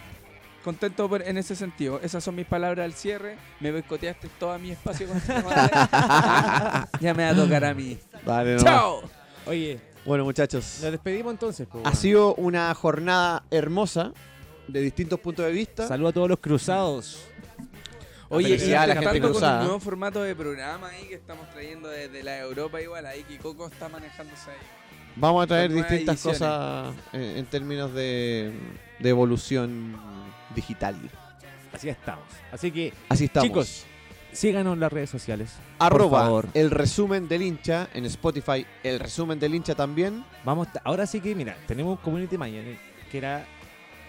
[SPEAKER 1] Contento por- en ese sentido. Esas son mis palabras al cierre. Me boicoteaste todo mi espacio con esta
[SPEAKER 2] <laughs>
[SPEAKER 1] madre. ya me va a tocar a mí.
[SPEAKER 2] Vale, nomás.
[SPEAKER 1] ¡Chao!
[SPEAKER 3] Oye,
[SPEAKER 2] Bueno, muchachos.
[SPEAKER 3] nos despedimos entonces, po,
[SPEAKER 2] Ha
[SPEAKER 3] weón.
[SPEAKER 2] sido una jornada hermosa de distintos puntos de vista.
[SPEAKER 3] Saludo a todos los cruzados.
[SPEAKER 1] Oye, y
[SPEAKER 2] Felicidades a la gente
[SPEAKER 1] tanto con
[SPEAKER 2] cruzada.
[SPEAKER 1] el nuevo formato de programa ahí que estamos trayendo desde la Europa igual, ahí que Coco está manejándose ahí.
[SPEAKER 2] Vamos a traer
[SPEAKER 1] Con nuevas
[SPEAKER 2] distintas
[SPEAKER 1] ediciones.
[SPEAKER 2] cosas en, en términos de, de evolución digital.
[SPEAKER 3] Así estamos. Así que
[SPEAKER 2] Así estamos.
[SPEAKER 3] Chicos, síganos en las redes sociales.
[SPEAKER 2] arroba
[SPEAKER 3] favor.
[SPEAKER 2] el resumen del hincha en Spotify, el resumen del hincha también.
[SPEAKER 3] Vamos, ta- ahora sí que, mira, tenemos un community manager que era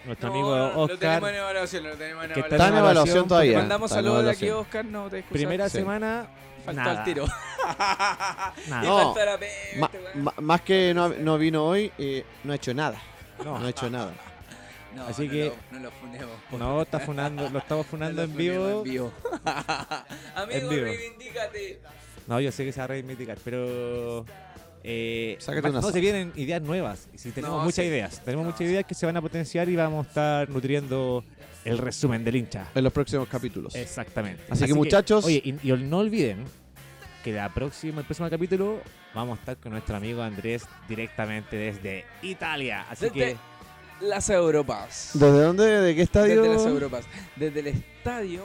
[SPEAKER 3] nuestro
[SPEAKER 1] Lo
[SPEAKER 3] amigo
[SPEAKER 1] tenemos en
[SPEAKER 3] Oscar.
[SPEAKER 1] evaluación, lo tenemos en
[SPEAKER 3] que está
[SPEAKER 1] evaluación.
[SPEAKER 3] en
[SPEAKER 2] Está en evaluación
[SPEAKER 3] evaluación,
[SPEAKER 1] Te
[SPEAKER 2] todavía.
[SPEAKER 1] mandamos
[SPEAKER 2] está en
[SPEAKER 1] saludos de aquí,
[SPEAKER 2] evaluación.
[SPEAKER 1] Oscar. No te excusaste.
[SPEAKER 3] Primera
[SPEAKER 2] Sí.
[SPEAKER 3] semana.
[SPEAKER 1] Faltó
[SPEAKER 3] nada,
[SPEAKER 1] al tiro.
[SPEAKER 3] <laughs> nada.
[SPEAKER 1] Y
[SPEAKER 2] No.
[SPEAKER 1] falta la pega,
[SPEAKER 2] Ma-
[SPEAKER 1] este weón.
[SPEAKER 2] ma- más que no, no vino hoy, eh, no ha hecho nada.
[SPEAKER 3] No,
[SPEAKER 2] No ha hecho nada.
[SPEAKER 1] No,
[SPEAKER 3] Así
[SPEAKER 1] no
[SPEAKER 3] que-
[SPEAKER 1] lo- no lo funemos. por
[SPEAKER 3] no, está funando, lo
[SPEAKER 1] <laughs>
[SPEAKER 3] estamos funando en vivo. <laughs>
[SPEAKER 1] Amigo,
[SPEAKER 3] En vivo.
[SPEAKER 1] reivindícate.
[SPEAKER 3] No, yo sé que se va a reivindicar, pero. Eh,
[SPEAKER 2] Sácate
[SPEAKER 3] más-
[SPEAKER 2] una
[SPEAKER 3] no,
[SPEAKER 2] sa-
[SPEAKER 3] se vienen ideas nuevas. Y si tenemos
[SPEAKER 1] No,
[SPEAKER 3] muchas
[SPEAKER 1] sí.
[SPEAKER 3] ideas. Tenemos
[SPEAKER 1] No,
[SPEAKER 3] muchas
[SPEAKER 1] sí.
[SPEAKER 3] ideas que se van a potenciar y vamos a estar nutriendo el resumen del hincha.
[SPEAKER 2] En los próximos capítulos.
[SPEAKER 3] Exactamente.
[SPEAKER 2] Así que, muchachos-
[SPEAKER 3] Oye, y, y no olviden que la próxima, el próximo capítulo vamos a estar con nuestro amigo Andrés directamente desde Italia. Así
[SPEAKER 1] Desde-
[SPEAKER 3] que
[SPEAKER 1] Las Europas.
[SPEAKER 2] ¿Desde dónde? ¿De qué estadio?
[SPEAKER 1] Desde las Europas. Desde el estadio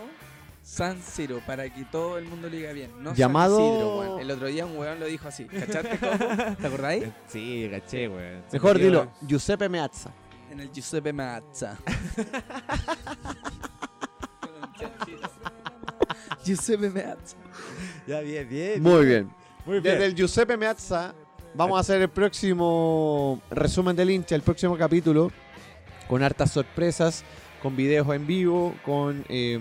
[SPEAKER 1] San Siro, para que todo el mundo liga bien. No San
[SPEAKER 2] Llamado-
[SPEAKER 1] Isidro, weón. El otro día un weón lo dijo así. ¿Cachaste cómo? ¿Te acordáis?
[SPEAKER 3] eh, sí, caché, güey. Se
[SPEAKER 2] Mejor
[SPEAKER 3] me quedó-
[SPEAKER 2] dilo, Giuseppe Meazza.
[SPEAKER 1] En el Giuseppe Mazza. Giuseppe Mazza.
[SPEAKER 3] Ya bien, bien.
[SPEAKER 2] Muy bien.
[SPEAKER 3] Muy bien.
[SPEAKER 2] Desde el Giuseppe Meazza vamos a hacer el próximo resumen del hincha, el próximo capítulo, con hartas sorpresas, con videos en vivo, con eh,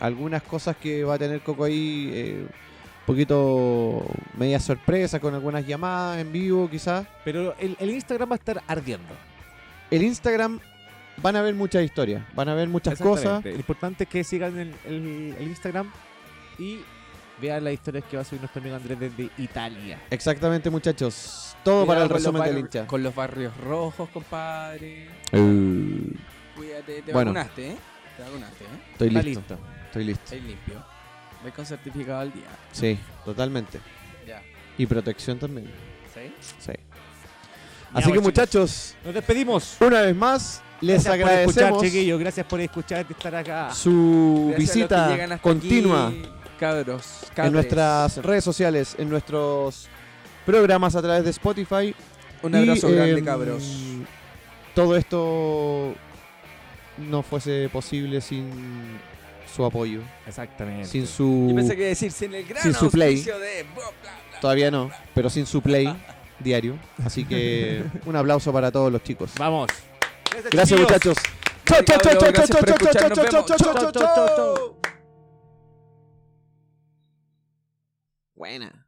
[SPEAKER 2] algunas cosas que va a tener Coco ahí, eh, un poquito media sorpresa, con algunas llamadas en vivo quizás.
[SPEAKER 3] Pero el, el Instagram va a estar ardiendo.
[SPEAKER 2] El Instagram van a ver muchas historias, van a ver muchas cosas.
[SPEAKER 3] Exactamente. Lo importante es que sigan el, el- el Instagram y vean las historias que va a subir nuestro amigo Andrés desde Italia.
[SPEAKER 2] Exactamente muchachos, todo para
[SPEAKER 1] Cuidado
[SPEAKER 2] el
[SPEAKER 1] con los
[SPEAKER 2] resumen del
[SPEAKER 1] barri-
[SPEAKER 2] hincha.
[SPEAKER 1] Con los barrios rojos, compadre. Cuídate, te
[SPEAKER 2] Bueno.
[SPEAKER 1] vacunaste, ¿eh? Te vacunaste, ¿eh?
[SPEAKER 2] Estoy
[SPEAKER 3] Está
[SPEAKER 2] listo, estoy listo.
[SPEAKER 1] Estoy limpio. Ve con certificado al día.
[SPEAKER 2] Sí, totalmente.
[SPEAKER 1] Ya.
[SPEAKER 2] Y protección también.
[SPEAKER 1] ¿Sí?
[SPEAKER 2] Sí.
[SPEAKER 3] Ya,
[SPEAKER 2] Así que
[SPEAKER 3] pues,
[SPEAKER 2] muchachos,
[SPEAKER 3] Nos despedimos.
[SPEAKER 2] una vez más les
[SPEAKER 3] Gracias por
[SPEAKER 2] agradecemos
[SPEAKER 3] escuchar, chiquillos. Gracias por escuchar y estar acá.
[SPEAKER 2] su
[SPEAKER 1] Gracias a los que llegan
[SPEAKER 2] visita
[SPEAKER 1] hasta
[SPEAKER 2] continua
[SPEAKER 1] aquí, cabros, cabres.
[SPEAKER 2] en nuestras redes sociales, en nuestros programas a través de Spotify.
[SPEAKER 1] Un abrazo
[SPEAKER 2] Y,
[SPEAKER 1] grande,
[SPEAKER 2] em,
[SPEAKER 1] cabros.
[SPEAKER 2] Todo esto no fuese posible sin su apoyo,
[SPEAKER 3] Exactamente.
[SPEAKER 2] sin
[SPEAKER 1] Yo
[SPEAKER 2] su
[SPEAKER 1] pensé que iba a decir sin el gran
[SPEAKER 2] sin su play.
[SPEAKER 1] auspicio de bla, bla, bla.
[SPEAKER 2] todavía no, pero sin su play
[SPEAKER 1] Ah.
[SPEAKER 2] diario.
[SPEAKER 1] <laughs>
[SPEAKER 2] Así que un aplauso para todos los chicos.
[SPEAKER 3] Vamos.
[SPEAKER 2] Gracias
[SPEAKER 3] chiquillos.
[SPEAKER 2] muchachos. Chau, chau, chau, chau, chau, chau, chau, chau, chau, chau, chau, chau, chau, chau. Buena.